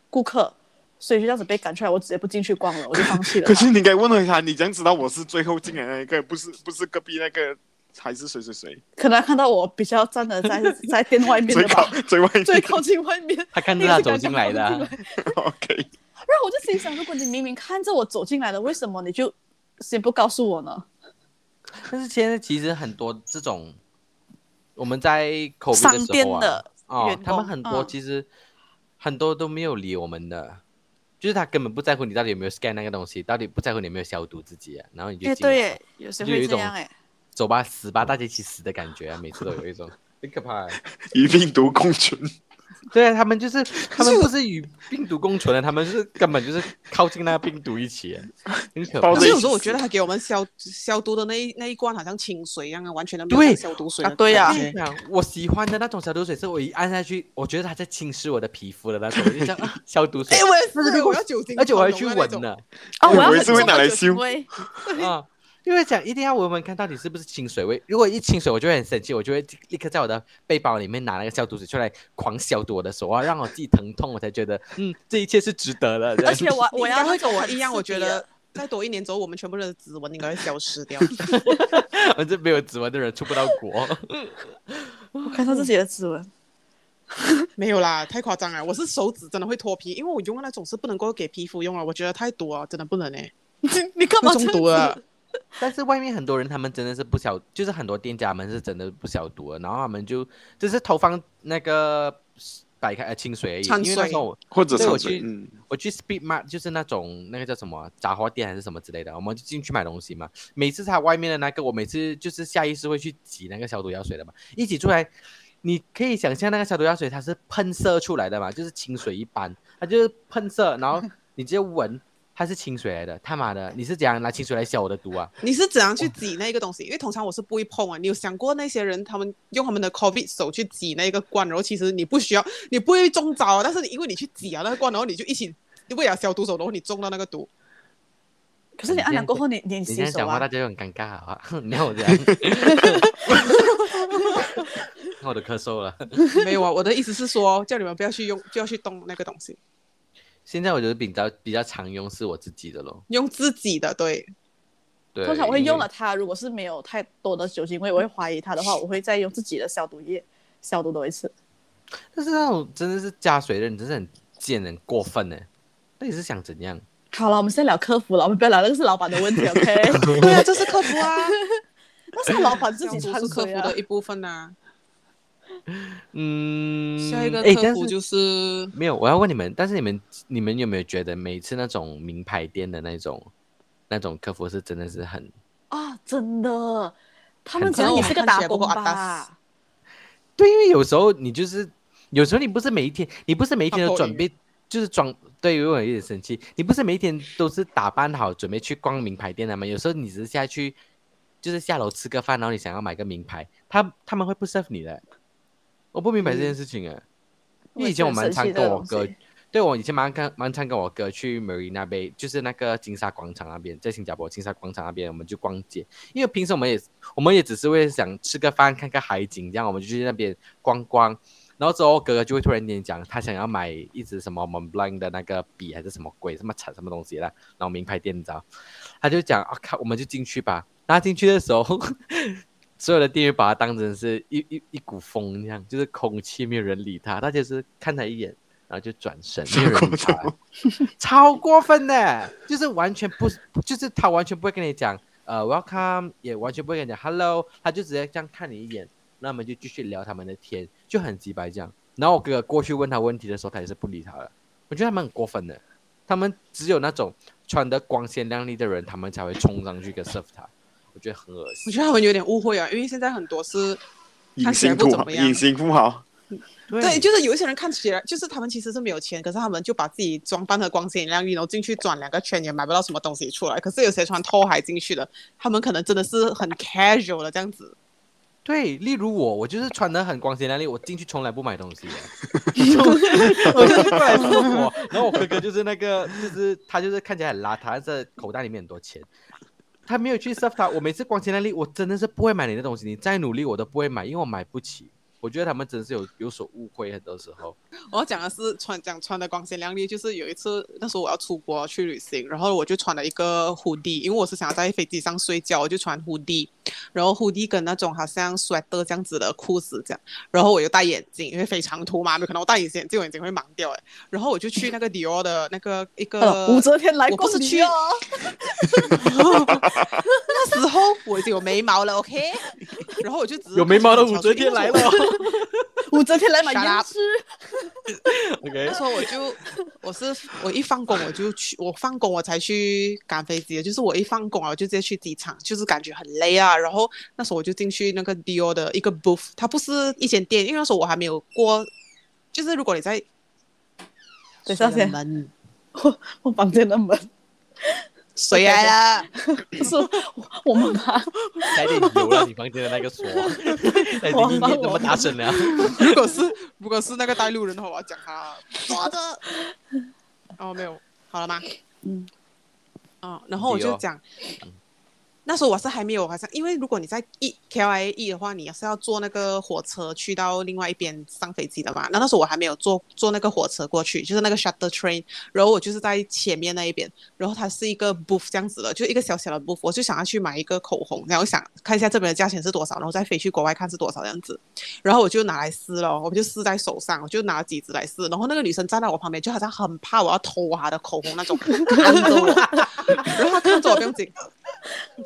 [SPEAKER 2] 顾客，所以就这样子被赶出来，我直接不进去逛了，我就放弃 了
[SPEAKER 1] 可
[SPEAKER 2] 它。
[SPEAKER 1] 是你应该问回他，你这样知道我是最后进来那一个，不是不是隔壁那个，还是谁谁谁
[SPEAKER 2] 可能他看到我比较站的在在店外面
[SPEAKER 1] 最
[SPEAKER 2] 的
[SPEAKER 1] 靠
[SPEAKER 2] 吧，
[SPEAKER 1] 最外
[SPEAKER 2] 最
[SPEAKER 1] 面
[SPEAKER 2] 靠近外面。
[SPEAKER 3] 他看着
[SPEAKER 2] 那
[SPEAKER 3] 他
[SPEAKER 2] 个
[SPEAKER 3] 走进来的啊、
[SPEAKER 1] ？OK，
[SPEAKER 2] 然后我就心想，如果你明明看着我走进来了，为什么你就先不告诉我呢？
[SPEAKER 3] 但是现在其实很多这种我们在口碑
[SPEAKER 2] 商
[SPEAKER 3] 时
[SPEAKER 2] 店
[SPEAKER 3] 候啊
[SPEAKER 2] 的，
[SPEAKER 3] 哦
[SPEAKER 2] 员，
[SPEAKER 3] 他们
[SPEAKER 2] 工
[SPEAKER 3] 很多
[SPEAKER 2] 嗯
[SPEAKER 3] 其实很多都没有理我们的，就是他根本不在乎你到底有没有 scan 那个东西，到底不在乎你有没有消毒自己啊，然后你就
[SPEAKER 2] 哎，
[SPEAKER 3] 进来
[SPEAKER 2] 对耶，有时
[SPEAKER 3] 就有一
[SPEAKER 2] 会这
[SPEAKER 3] 种
[SPEAKER 2] 样哎。
[SPEAKER 3] 走吧死吧，大家一起死的感觉啊，每次都有一种很可怕欸。
[SPEAKER 1] 与病毒共存。
[SPEAKER 3] 对啊，他们就是他们不是与病毒共存的，他们是根本就是靠近那个病毒一起欸，很可怕
[SPEAKER 1] 包着
[SPEAKER 4] 可是
[SPEAKER 1] 一
[SPEAKER 4] 有时候
[SPEAKER 1] 起
[SPEAKER 4] 我觉得
[SPEAKER 1] 死
[SPEAKER 4] 他给我们消消毒的那一那一罐好像清水一样啊，完全的
[SPEAKER 3] 对哎
[SPEAKER 4] 消毒水哎
[SPEAKER 2] 啊对
[SPEAKER 4] 呀
[SPEAKER 2] 啊、
[SPEAKER 3] 对呀，我喜欢的那种消毒水，是我一按下去，我觉得它在侵蚀我的皮肤的那种，就 像啊消毒水
[SPEAKER 4] 哎，，我也
[SPEAKER 3] 但是
[SPEAKER 4] 是，
[SPEAKER 3] 如果
[SPEAKER 4] 我要酒精，
[SPEAKER 3] 而且我还去闻
[SPEAKER 4] 呢。
[SPEAKER 3] 呢。
[SPEAKER 2] 啊，
[SPEAKER 1] 我
[SPEAKER 2] 要
[SPEAKER 1] 以为
[SPEAKER 2] 很
[SPEAKER 1] 是会
[SPEAKER 2] 重
[SPEAKER 1] 拿
[SPEAKER 2] 的
[SPEAKER 1] 来
[SPEAKER 2] 酒精
[SPEAKER 1] 修
[SPEAKER 2] 味
[SPEAKER 3] 啊， 因为讲一定要闻闻看到底是不是清水味。如果一清水，我就会很生气，我就会立刻在我的背包里面拿那个消毒水出来狂消毒我的手啊，让我自己疼痛，我才觉得嗯，这一切是值得的。这样
[SPEAKER 2] 而且我我
[SPEAKER 4] 你应
[SPEAKER 2] 要
[SPEAKER 4] 该会跟我
[SPEAKER 2] 很
[SPEAKER 4] 一样，
[SPEAKER 2] 刺
[SPEAKER 4] 我觉
[SPEAKER 2] 鼻
[SPEAKER 4] 得
[SPEAKER 2] 的
[SPEAKER 4] 再躲一年之后，我们全部的指纹应该会消 失掉。
[SPEAKER 3] 我这没有指纹的人出不到国。
[SPEAKER 2] 我看到自己的指 纹，
[SPEAKER 4] 没有啦，太夸张了。我是手指真的会脱皮，因为我用的那种是不能够给皮肤用了，啊我觉得太毒了，真的不能哎、
[SPEAKER 2] 你你干嘛
[SPEAKER 4] 会中
[SPEAKER 2] 哦这样
[SPEAKER 4] 毒啊
[SPEAKER 2] 子？
[SPEAKER 3] 但是外面很多人他们真的是不消，就是很多店家们是真的不消毒的，然后他们就只是投放那个白开呃清水而已。
[SPEAKER 4] 掺
[SPEAKER 3] 因为那
[SPEAKER 4] 水
[SPEAKER 3] 时候我
[SPEAKER 1] 或者
[SPEAKER 3] 对我
[SPEAKER 1] 上水
[SPEAKER 3] 去
[SPEAKER 1] 嗯，
[SPEAKER 3] 我去 Speed Mart 就是那种那个叫什么啊杂货店还是什么之类的，我们就进去买东西嘛。每次它外面的那个，我每次就是下意识会去挤那个消毒药水的嘛，一挤出来，你可以想象那个消毒药水它是喷射出来的嘛，就是清水一般，它就是喷射，然后你直接闻它是清水来的，他妈的，你是怎样拿清水来消我的毒啊？
[SPEAKER 4] 你是怎样去挤那个东西？因为通常我是不会碰啊。你有想过那些人他们用他们的 COVID 手去挤那个罐，然后其实你不需要，你不会中招啊，但是你因为你去挤啊那个罐，然后你就一起为了消毒手，然后你中到那个毒。
[SPEAKER 2] 可是你按了过后，你你
[SPEAKER 3] 你这
[SPEAKER 2] 洗
[SPEAKER 3] 样
[SPEAKER 2] 手
[SPEAKER 3] 讲话，
[SPEAKER 2] 啊
[SPEAKER 3] 大？家就很尴尬啊！ 你看我这样，看我都咳嗽了。
[SPEAKER 4] 没有啊，我的意思是说，叫你们不要去用，不要去动那个东西，
[SPEAKER 3] 现在我觉得比较比较常用是我自己的咯。
[SPEAKER 4] 用自己的。对，
[SPEAKER 3] 对，
[SPEAKER 2] 通常我会
[SPEAKER 3] 因为
[SPEAKER 2] 用了它，如果是没有太多的酒精味，我会怀疑它的话，我会再用自己的消毒液消毒多一次。
[SPEAKER 3] 但是那种真的是加水的人，真是很贱，很过分呢。那你是想怎样？
[SPEAKER 2] 好了，我们现在聊客服了，我们不要聊那个是老板的问题，OK？
[SPEAKER 4] 对啊，这是客服啊，
[SPEAKER 2] 那是老板自己
[SPEAKER 4] 消毒
[SPEAKER 2] 穿
[SPEAKER 4] 是客服
[SPEAKER 2] 水啊
[SPEAKER 4] 的。一部分啊。
[SPEAKER 3] 嗯，
[SPEAKER 4] 下一个
[SPEAKER 3] 诶
[SPEAKER 4] 客
[SPEAKER 3] 但
[SPEAKER 4] 服
[SPEAKER 3] 是
[SPEAKER 4] 就是
[SPEAKER 3] 没有，我要问你们，但是你们你们有没有觉得每次那种名牌店的那种那种客服是真的是很
[SPEAKER 2] 啊，真的，他们
[SPEAKER 3] 很
[SPEAKER 2] 可能也是个打工
[SPEAKER 4] 可能我们看起来不够
[SPEAKER 2] 吧？
[SPEAKER 3] 对，因为有时候你就是，有时候你不是每一天，你不是每一天
[SPEAKER 4] 放
[SPEAKER 3] 都
[SPEAKER 4] 口
[SPEAKER 3] 准
[SPEAKER 4] 语
[SPEAKER 3] 备，就是装。对，因为我有点生气，你不是每一天都是打扮好准备去逛名牌店的吗？有时候你只是下去，就是下楼吃个饭，然后你想要买个名牌，他他们会不 serve 你的，我不明白这件事情哎、因为以前我蛮常跟我哥，对我以前蛮跟蛮常跟我哥去 Marina Bay，就是那个金沙广场那边，在新加坡金沙广场那边，我们就逛街。因为平时我们也我们也只是为了想吃个饭、看个海景，这样我们就去那边逛逛。然后之后哥哥就会突然间讲，他想要买一支什么 Mont Blanc 的那个笔还是什么鬼什么产什么东西啦，然后名牌店你知道，他就讲啊看我们就进去吧。然后进去的时候， 所有的店员把他当成是一一一股风一样，就是空气没有人理他，他就是看他一眼，然后就转身，没有人理他，超过分的，就是完全不，就是他完全不会跟你讲呃 welcome，也完全不会跟你讲 hello，他就直接这样看你一眼，那我们就继续聊他们的天，就很直白这样。然后我哥哥过去问他问题的时候，他也是不理他了，我觉得他们很过分的，他们只有那种穿得光鲜亮丽的人，他们才会冲上去跟 serve 他。我觉得很恶
[SPEAKER 4] 我
[SPEAKER 3] 心
[SPEAKER 4] 觉，得他们有点误会啊，因为现在很多是
[SPEAKER 1] 隐
[SPEAKER 4] 看起来
[SPEAKER 1] 形
[SPEAKER 4] 不
[SPEAKER 1] 不
[SPEAKER 4] 怎
[SPEAKER 1] 好，
[SPEAKER 4] 么样
[SPEAKER 1] 隐形不好，
[SPEAKER 4] 对，就是有一些人看起来就是他们其实是没有钱，可是他们就把自己装扮的光鲜亮丽，然后进去转两个圈也买不到什么东西出来。可是有些穿拖鞋进去的，他们可能真的是很 casual 的这样子。
[SPEAKER 3] 对，例如我，我就是穿得很光鲜亮丽，我进去从来不买东 西的，啊我就是过来说我，啊然后我哥哥就是那个，就是他就是看起来很邋遢，但是口袋里面很多钱，他没有去 serve 他，我每次光鲜亮丽，我真的是不会买你的东西，你再努力我都不会买，因为我买不起，我觉得他们真是有有所误会，很多时候。
[SPEAKER 4] 我要讲的是穿讲穿的光鲜亮丽，就是有一次那时候我要出国去旅行，然后我就穿了一个 hoodie，因为我是想要在飞机上睡觉，我就穿 hoodie，然后 hoodie 跟那种好像 sweater 这样子的裤子这样，然后我有戴眼镜，因为飞长途嘛，有可能我戴隐形眼镜我眼睛会盲掉哎，然后我就去那个 Dior 的那个一个
[SPEAKER 2] 哦武则天来
[SPEAKER 4] 呃我不
[SPEAKER 2] 过
[SPEAKER 4] 是去
[SPEAKER 2] 去哦，
[SPEAKER 4] 那时候我已经有眉毛了，OK，然 后我就只是
[SPEAKER 3] 有眉毛的武
[SPEAKER 4] 看
[SPEAKER 3] 则
[SPEAKER 4] 着
[SPEAKER 3] 天
[SPEAKER 4] 小
[SPEAKER 3] 来
[SPEAKER 4] 丑
[SPEAKER 3] 了
[SPEAKER 2] 武则天来买
[SPEAKER 4] Shut
[SPEAKER 2] 胭
[SPEAKER 4] up
[SPEAKER 2] 脂，
[SPEAKER 3] ，OK
[SPEAKER 4] 那时候我就我是我一放工我就去，我放工我才去赶飞机的，就是我一放工啊，我就直接去机场，就是感觉很累啊。然后那时候我就进去那个 Dior 的一个 booth，它不是一间店，因为那时候我还没有过，就是如果你在
[SPEAKER 2] 等一下先
[SPEAKER 4] 门，
[SPEAKER 2] 我房间的门
[SPEAKER 4] 谁来了？
[SPEAKER 2] 是我我妈妈，
[SPEAKER 3] 来点油了，你房间的那个 锁，来点音乐那么大声了，
[SPEAKER 4] 如果是如果是那个带路人的话，我要讲他了抓着。哦，没有，好了吗？
[SPEAKER 2] 嗯，
[SPEAKER 4] 哦，然后我
[SPEAKER 3] 理
[SPEAKER 4] 就
[SPEAKER 3] 由
[SPEAKER 4] 讲，那时候我是还没有，好像因为如果你在 E K Y E 的话，你是要坐那个火车去到另外一边上飞机的嘛。那那时候我还没有坐坐那个火车过去，就是那个 shuttle train，然后我就是在前面那一边，然后它是一个 booth 这样子的，就一个小小的 booth，我就想要去买一个口红，然后想看一下这边的价钱是多少，然后再飞去国外看是多少这样子。然后我就拿来试了，我就试在手上，我就拿了几支来试。然后那个女生站在我旁边，就好像很怕我要偷她的口红那种，看着我。然后她看着我不用紧。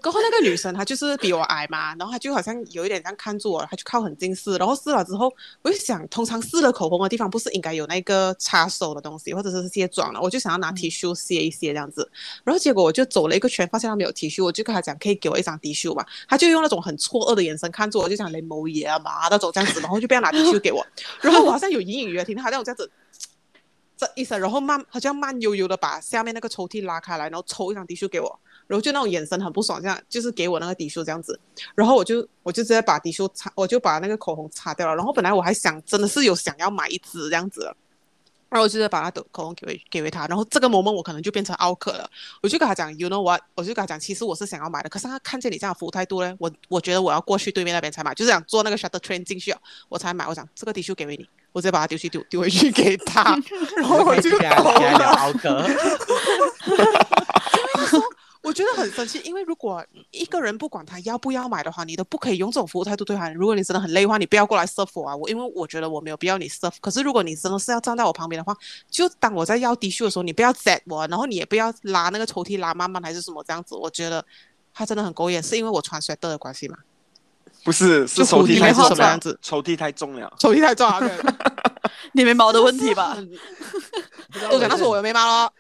[SPEAKER 4] 过后那个女生她就是比我矮嘛，然后她就好像有一点这样看住我，她就靠很近视。然后试了之后，我就想，通常试了口红的地方不是应该有那个擦手的东西，或者是卸妆了，我就想要拿 T 恤卸一卸这样子。然后结果我就走了一个圈，发现她没有 T 恤，我就跟她讲可以给我一张 T 恤嘛，她就用那种很错愕的眼神看着我，就讲雷某爷啊嘛那种这样子，然后就不要拿 T 恤给我。然后我好像有隐隐约听到她那种这样子。这一声，然后慢，好像慢悠悠的把下面那个抽屉拉开来，然后抽一张 T 恤给我，然后就那种眼神很不爽，这样就是给我那个 T 恤这样子，然后我就我就直接把 T 恤擦，我就把那个口红擦掉了，然后本来我还想真的是有想要买一支这样子的，然后我就直接把那口红给回给回他，然后这个 moment 我可能就变成奥克了，我就跟他讲，you know what，我就跟他讲，其实我是想要买的，可是他看见你这样的服务态度呢，我我觉得我要过去对面那边才买，就是想坐那个 shuttle train 进去哦，我才买，我讲这个 T 恤给回你。我直接把它丢去丢丢回去给他，然后我 就
[SPEAKER 3] 给他
[SPEAKER 4] 走
[SPEAKER 3] 给他
[SPEAKER 4] 了
[SPEAKER 3] 聊奥啊克，
[SPEAKER 4] 我觉得很生气，因为如果一个人不管他要不要买的话，你都不可以用这种服务态度对他。如果你真的很累的话，你不要过来 serve 我啊！我因为我觉得我没有必要你 serve。可是如果你真的是要站在我旁边的话，就当我在要 T 恤的时候，你不要 z 我，然后你也不要拉那个抽屉拉慢慢还是什么这样子。我觉得他真的很狗眼，是因为我穿 sweater 的关系嘛？
[SPEAKER 1] 不是是
[SPEAKER 4] 就
[SPEAKER 1] 抽
[SPEAKER 4] 蝴
[SPEAKER 1] 屉
[SPEAKER 4] 蝶
[SPEAKER 1] 太
[SPEAKER 4] 是
[SPEAKER 1] 重
[SPEAKER 4] 什么
[SPEAKER 1] 了
[SPEAKER 4] 样子，
[SPEAKER 1] 抽屉太重了。
[SPEAKER 4] 抽屉太重啊！ 对
[SPEAKER 2] 你眉毛的问题吧？
[SPEAKER 4] 很我讲那时候我有眉毛咯，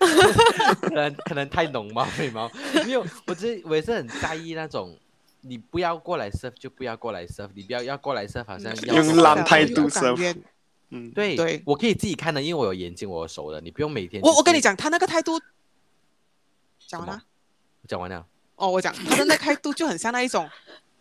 [SPEAKER 3] 可能可能太浓吧眉毛，没有，我这我也是很在意那种，你不要过来 serve 就不要过来 serve，你不要要过来 serve 好像要
[SPEAKER 1] 嗯用
[SPEAKER 3] 什么
[SPEAKER 1] 懒态度
[SPEAKER 4] 我感觉
[SPEAKER 1] 嗯，
[SPEAKER 3] 对
[SPEAKER 4] 对
[SPEAKER 3] 我可以自己看的，因为我有眼睛，我有手的，你不用每天。
[SPEAKER 4] 我我跟你，讲，他那个态度讲完
[SPEAKER 3] 什么
[SPEAKER 4] 了。
[SPEAKER 3] 讲完了，
[SPEAKER 4] 哦，我讲他的那态度就很像那一种，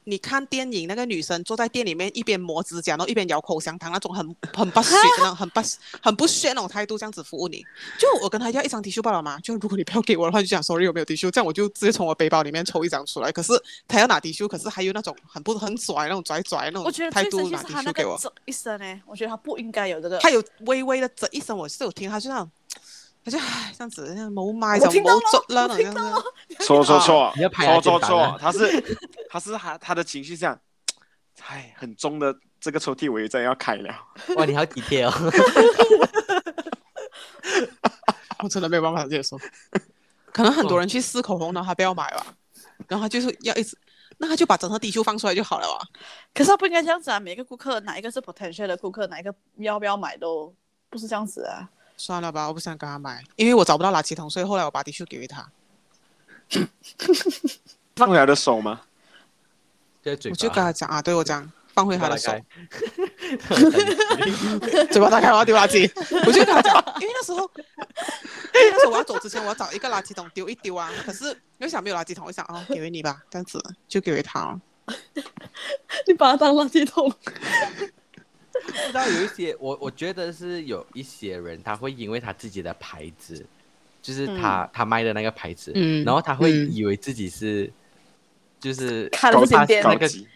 [SPEAKER 4] 你看电影那个女生坐在店里面一边磨指甲，然后一边咬口香糖那种很很不屑的那种很不很不屑那种态度，这样子服务你。就我跟他要一张 T 恤罢了嘛，就如果你不要给我的话，就讲 sorry 有没有 T 恤，这样我就直接从我背包里面抽一张出来。可是他要拿 T 恤，可是还有那种很不很拽那种拽拽那
[SPEAKER 2] 我
[SPEAKER 4] 种
[SPEAKER 2] 觉得
[SPEAKER 4] 态
[SPEAKER 2] 最生
[SPEAKER 4] 度
[SPEAKER 2] 气
[SPEAKER 4] 拿
[SPEAKER 2] 是
[SPEAKER 4] T
[SPEAKER 2] 他那
[SPEAKER 4] 恤给
[SPEAKER 2] 个
[SPEAKER 4] 我，
[SPEAKER 2] 这一声呢，我觉得他不应该有这个。
[SPEAKER 4] 他有微微的这一声，我是有听，他就那种，他就唉这样子，那样冇买，
[SPEAKER 2] 我听到
[SPEAKER 4] 冇做
[SPEAKER 2] 了，
[SPEAKER 4] 啦，
[SPEAKER 2] 我
[SPEAKER 4] 这
[SPEAKER 2] 听
[SPEAKER 4] 样
[SPEAKER 2] 到
[SPEAKER 4] 子
[SPEAKER 2] 了。。
[SPEAKER 1] 错错错
[SPEAKER 3] 你要，拍他
[SPEAKER 1] 错错
[SPEAKER 3] 肩膀啊
[SPEAKER 1] 错，他是 他是他他的情绪是这样，哎，很重的这个抽屉我也真要开了。
[SPEAKER 3] 哇，你好体贴 哦。
[SPEAKER 4] 我真的没有办法接受。 嗯可能很多人去试口红，然后他不要买吧，然后他就是要一直，那他就把整个底袖放出来就好了啊。
[SPEAKER 2] 可是他不应该这样子啊！每个顾客哪一个是 potential 的顾客，哪一个要不要买都不是这样子啊。
[SPEAKER 4] 算了吧，我不想跟他买，因为我找不到垃圾桶，所以后来我把底袖给他。
[SPEAKER 1] 放了的手吗？
[SPEAKER 3] 就在嘴
[SPEAKER 4] 我
[SPEAKER 3] 巴，
[SPEAKER 4] 就跟他讲啊，对我讲放回他的手，
[SPEAKER 3] 手。
[SPEAKER 4] 嘴巴打开我要丢垃 圾。我就跟他讲，因为那时候，因为那时候我要走之前，我要找一个垃圾桶丢一丢啊。可是又想没有垃圾桶，我想哦，给回你吧，这样子就给回他哦。
[SPEAKER 2] 你把它当垃圾桶，
[SPEAKER 3] 知道有一些，我我觉得是有一些人，他会因为他自己的牌子，就是他、他卖的那个牌子，
[SPEAKER 4] 嗯
[SPEAKER 3] 然后他会
[SPEAKER 4] 嗯
[SPEAKER 3] 以为自己是，就是
[SPEAKER 2] 看了不
[SPEAKER 1] 高
[SPEAKER 2] 行
[SPEAKER 3] 他
[SPEAKER 2] 点
[SPEAKER 3] 那
[SPEAKER 1] 高
[SPEAKER 3] 个
[SPEAKER 1] 级，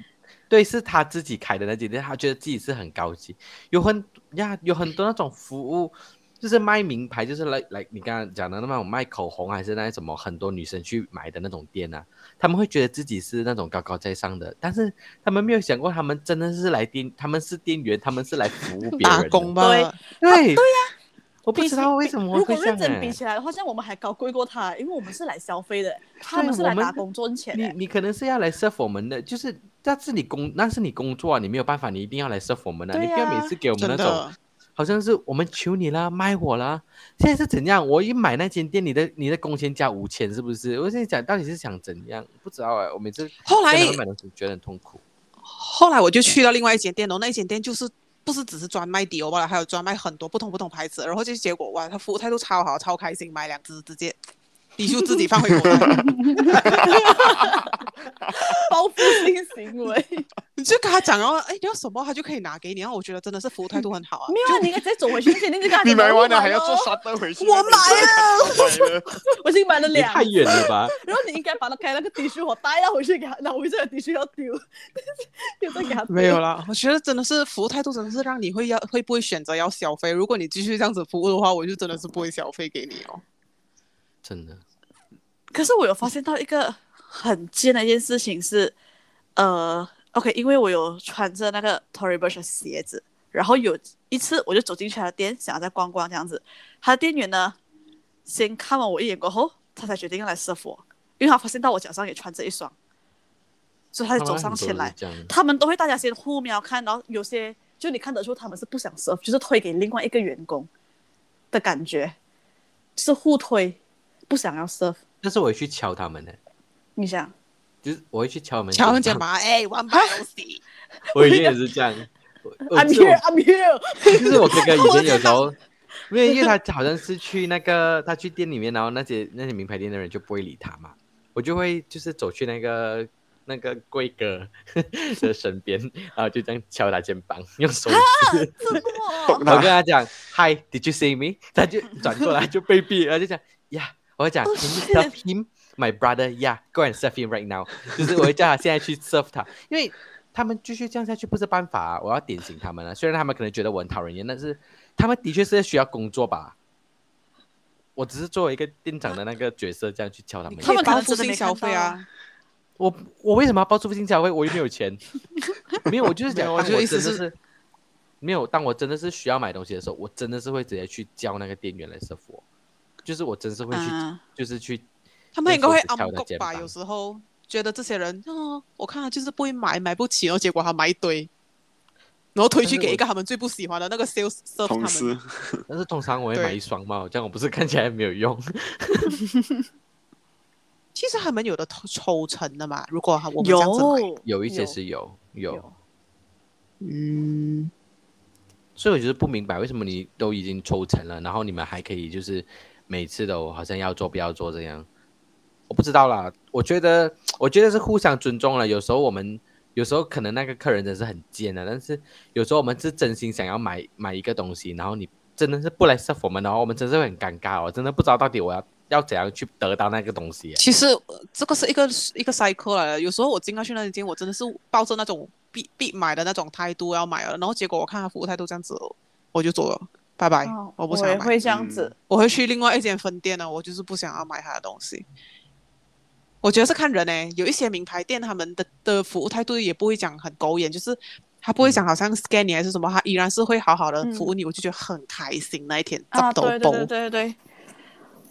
[SPEAKER 3] 对，是他自己开的那间店，他觉得自己是很高级，有很呀，有很多那种服务，就是卖名牌，就是来来你刚刚讲的那种卖口红，还是那什么很多女生去买的那种店啊，他们会觉得自己是那种高高在上的，但是他们没有想过，他们真的是来店，他们是店员，他们是来服务别人
[SPEAKER 4] 打
[SPEAKER 3] 的，
[SPEAKER 4] 工吧，
[SPEAKER 2] 对
[SPEAKER 3] 对、
[SPEAKER 2] 啊对
[SPEAKER 3] 呀、我不
[SPEAKER 2] 比起
[SPEAKER 3] 知道
[SPEAKER 2] 比
[SPEAKER 3] 为什么
[SPEAKER 2] 如
[SPEAKER 3] 会
[SPEAKER 2] 果
[SPEAKER 3] 这样
[SPEAKER 2] 认真
[SPEAKER 3] 哎
[SPEAKER 2] 比起来的话，像我们还高贵过他，欸因为我们是来消费的，他
[SPEAKER 3] 对
[SPEAKER 2] 们是
[SPEAKER 3] 我
[SPEAKER 2] 来
[SPEAKER 3] 们
[SPEAKER 2] 打工赚钱
[SPEAKER 3] 你
[SPEAKER 2] 的。
[SPEAKER 3] 你可能是要来 serve 我们的，就是那是你工那是你工作、啊，你没有办法，你一定要来 serve 我们的、
[SPEAKER 2] 对
[SPEAKER 3] 你不要每
[SPEAKER 2] 呀
[SPEAKER 3] 次给我们那种
[SPEAKER 4] 真的。
[SPEAKER 3] 好像是我们求你啦，卖我啦。现在是怎样？我一买那间店，你的你的工钱加五千是不是？我现在讲到底是想怎样？不知道哎、我每次
[SPEAKER 4] 后来
[SPEAKER 3] 跟他们买东西觉得很痛苦。
[SPEAKER 4] 后来我就去到另外一间店，然后那一间店就是不是只是专卖迪欧吧，还有专卖很多不同不同牌子的。然后就结果哇，他服务态度超好，超开心，买两只直接迪就自己放回口袋。
[SPEAKER 2] 报复性行为，
[SPEAKER 4] 你就跟他讲哦，哎，你要什么他就可以拿给你。然后我觉得真的是服务态度很好啊
[SPEAKER 2] 没。有啊，你应该直接走回去，你就跟他
[SPEAKER 1] 你
[SPEAKER 2] 讲
[SPEAKER 1] 买
[SPEAKER 2] 我
[SPEAKER 1] 完了还要
[SPEAKER 2] 咯
[SPEAKER 1] 做沙灯回去？
[SPEAKER 4] 我
[SPEAKER 1] 买了，
[SPEAKER 2] 我已经买了
[SPEAKER 3] 你
[SPEAKER 2] 两
[SPEAKER 3] 太远了吧？
[SPEAKER 2] 然后你应该把它开那个地区我带到回去给他，拿回去的地区要丢， 丢再给他丢
[SPEAKER 4] 没有。啦，我觉得真的是服务态度，真的是让你会要会不会选择要消费。如果你继续这样子服务的话，我就真的是不会消费给你哦。
[SPEAKER 3] 真的，
[SPEAKER 2] 可是我有发现到一个很贱的一件事情是，呃，OK，因为我有穿着那个 Tory Burch 的鞋子，然后有一次我就走进去他的店，想要再逛逛这样子，他的店员呢先看了我一眼过后，他才决定要来 serve 我，因为他发现到我脚上也穿着一双，所以他就走上前来，
[SPEAKER 3] 他们很多人
[SPEAKER 2] 他们都会大家先互瞄看，然后有些就你看得出他们是不想 serve，就是推给另外一个员工的感觉，就是互推，不想要 serve。
[SPEAKER 3] 这样，但是我会去敲他们呢、
[SPEAKER 2] 你想，
[SPEAKER 3] 就是我会去敲门，
[SPEAKER 4] 敲他们肩，膀，哎，玩把游戏，
[SPEAKER 3] 我以前也是这样。我 我
[SPEAKER 2] I'm
[SPEAKER 3] 呃这种
[SPEAKER 2] here, I'm here。
[SPEAKER 3] 就是我哥哥以前有时候，因为因为他好像是去那个他去店里面，然后那些那些名牌店的人就不会理他嘛，我就会就是走去那个那个贵哥的身边，然后就这样敲他肩膀，用手指，
[SPEAKER 2] 这
[SPEAKER 3] 然后跟他讲 Hi，Did you see me？他就转过来就被逼，然后就讲呀，我会讲 Can you serve him my brother? Yeah, go and serve him right now。就是我会叫他现在去 serve 他，因为他们继续这样下去不是办法、啊，我要点醒他们了、虽然他们可能觉得我很讨人厌，但是他们的确是需要工作吧。我只是作为一个店长的那个角色这样去教他们。
[SPEAKER 2] 他们可
[SPEAKER 4] 报
[SPEAKER 2] 能
[SPEAKER 4] 复
[SPEAKER 2] 真的
[SPEAKER 4] 性
[SPEAKER 2] 没
[SPEAKER 4] 消费
[SPEAKER 2] 看到
[SPEAKER 4] 啊。
[SPEAKER 3] 我我为什么要报复性消费？我又没有钱，没有，我就是
[SPEAKER 4] 没
[SPEAKER 3] 讲，
[SPEAKER 4] 有
[SPEAKER 3] 当
[SPEAKER 4] 我就
[SPEAKER 3] 我
[SPEAKER 4] 意思
[SPEAKER 3] 真的
[SPEAKER 4] 是
[SPEAKER 3] 是没有，当我真的是需要买东西的时候，我真的是会直接去叫那个店员来 serve 我，就是我真是会去，
[SPEAKER 2] 啊
[SPEAKER 3] 就是去
[SPEAKER 4] 他们应该会
[SPEAKER 3] 那时候就
[SPEAKER 4] 暗
[SPEAKER 3] 敲他
[SPEAKER 4] 谷
[SPEAKER 3] 肩
[SPEAKER 4] 吧？
[SPEAKER 3] 膀
[SPEAKER 4] 有时候觉得这些人，哦，我看他就是不会买，买不起，然后结果他买一堆，然后推去
[SPEAKER 3] 但是
[SPEAKER 4] 给
[SPEAKER 3] 我
[SPEAKER 4] 一个他们最不喜欢的那个 sales serve 他
[SPEAKER 1] 同
[SPEAKER 4] 们
[SPEAKER 1] 事。
[SPEAKER 3] 但是通常我会
[SPEAKER 4] 对
[SPEAKER 3] 买一双嘛，这样我不是看起来没有用。
[SPEAKER 4] 其实他们有的抽抽成的嘛，如果他我们这样子买，
[SPEAKER 2] 有
[SPEAKER 3] 有一些是有有
[SPEAKER 2] 有
[SPEAKER 4] 嗯，
[SPEAKER 3] 所以我就是不明白为什么你都已经抽成了，然后你们还可以就是每次都好像要做不要做这样，我不知道啦。我觉得我觉得是互相尊重了。有时候我们有时候可能那个客人真的是很贱的，但是有时候我们是真心想要买买一个东西，然后你真的是不来 serve 我们，然后我们真是会很尴尬、哦，我真的不知道到底我要要怎样去得到那个东西耶。啊
[SPEAKER 4] 其实呃这个是一个一个 cycle 来的。有时候我经常去那间，我真的是抱着那种必必买的那种态度要买了，然后结果我看他服务态度这样子，我就走了，拜拜，
[SPEAKER 2] 哦
[SPEAKER 4] 哎我不
[SPEAKER 2] 我
[SPEAKER 4] 想
[SPEAKER 2] 也
[SPEAKER 4] 买，
[SPEAKER 2] 会这样子。
[SPEAKER 4] 我会去另外一间分店呢，我就是不想要买他的东西。我觉得是看人呢、欸有一些名牌店他们的的服务态度也不会讲很狗眼，就是他不会讲好像 scan 你还是什么，他依然是会好好的服务你，我就觉得很开心那一天。
[SPEAKER 2] 嗯啊，
[SPEAKER 4] 扎豆
[SPEAKER 2] 对对
[SPEAKER 4] 包
[SPEAKER 2] 对对对。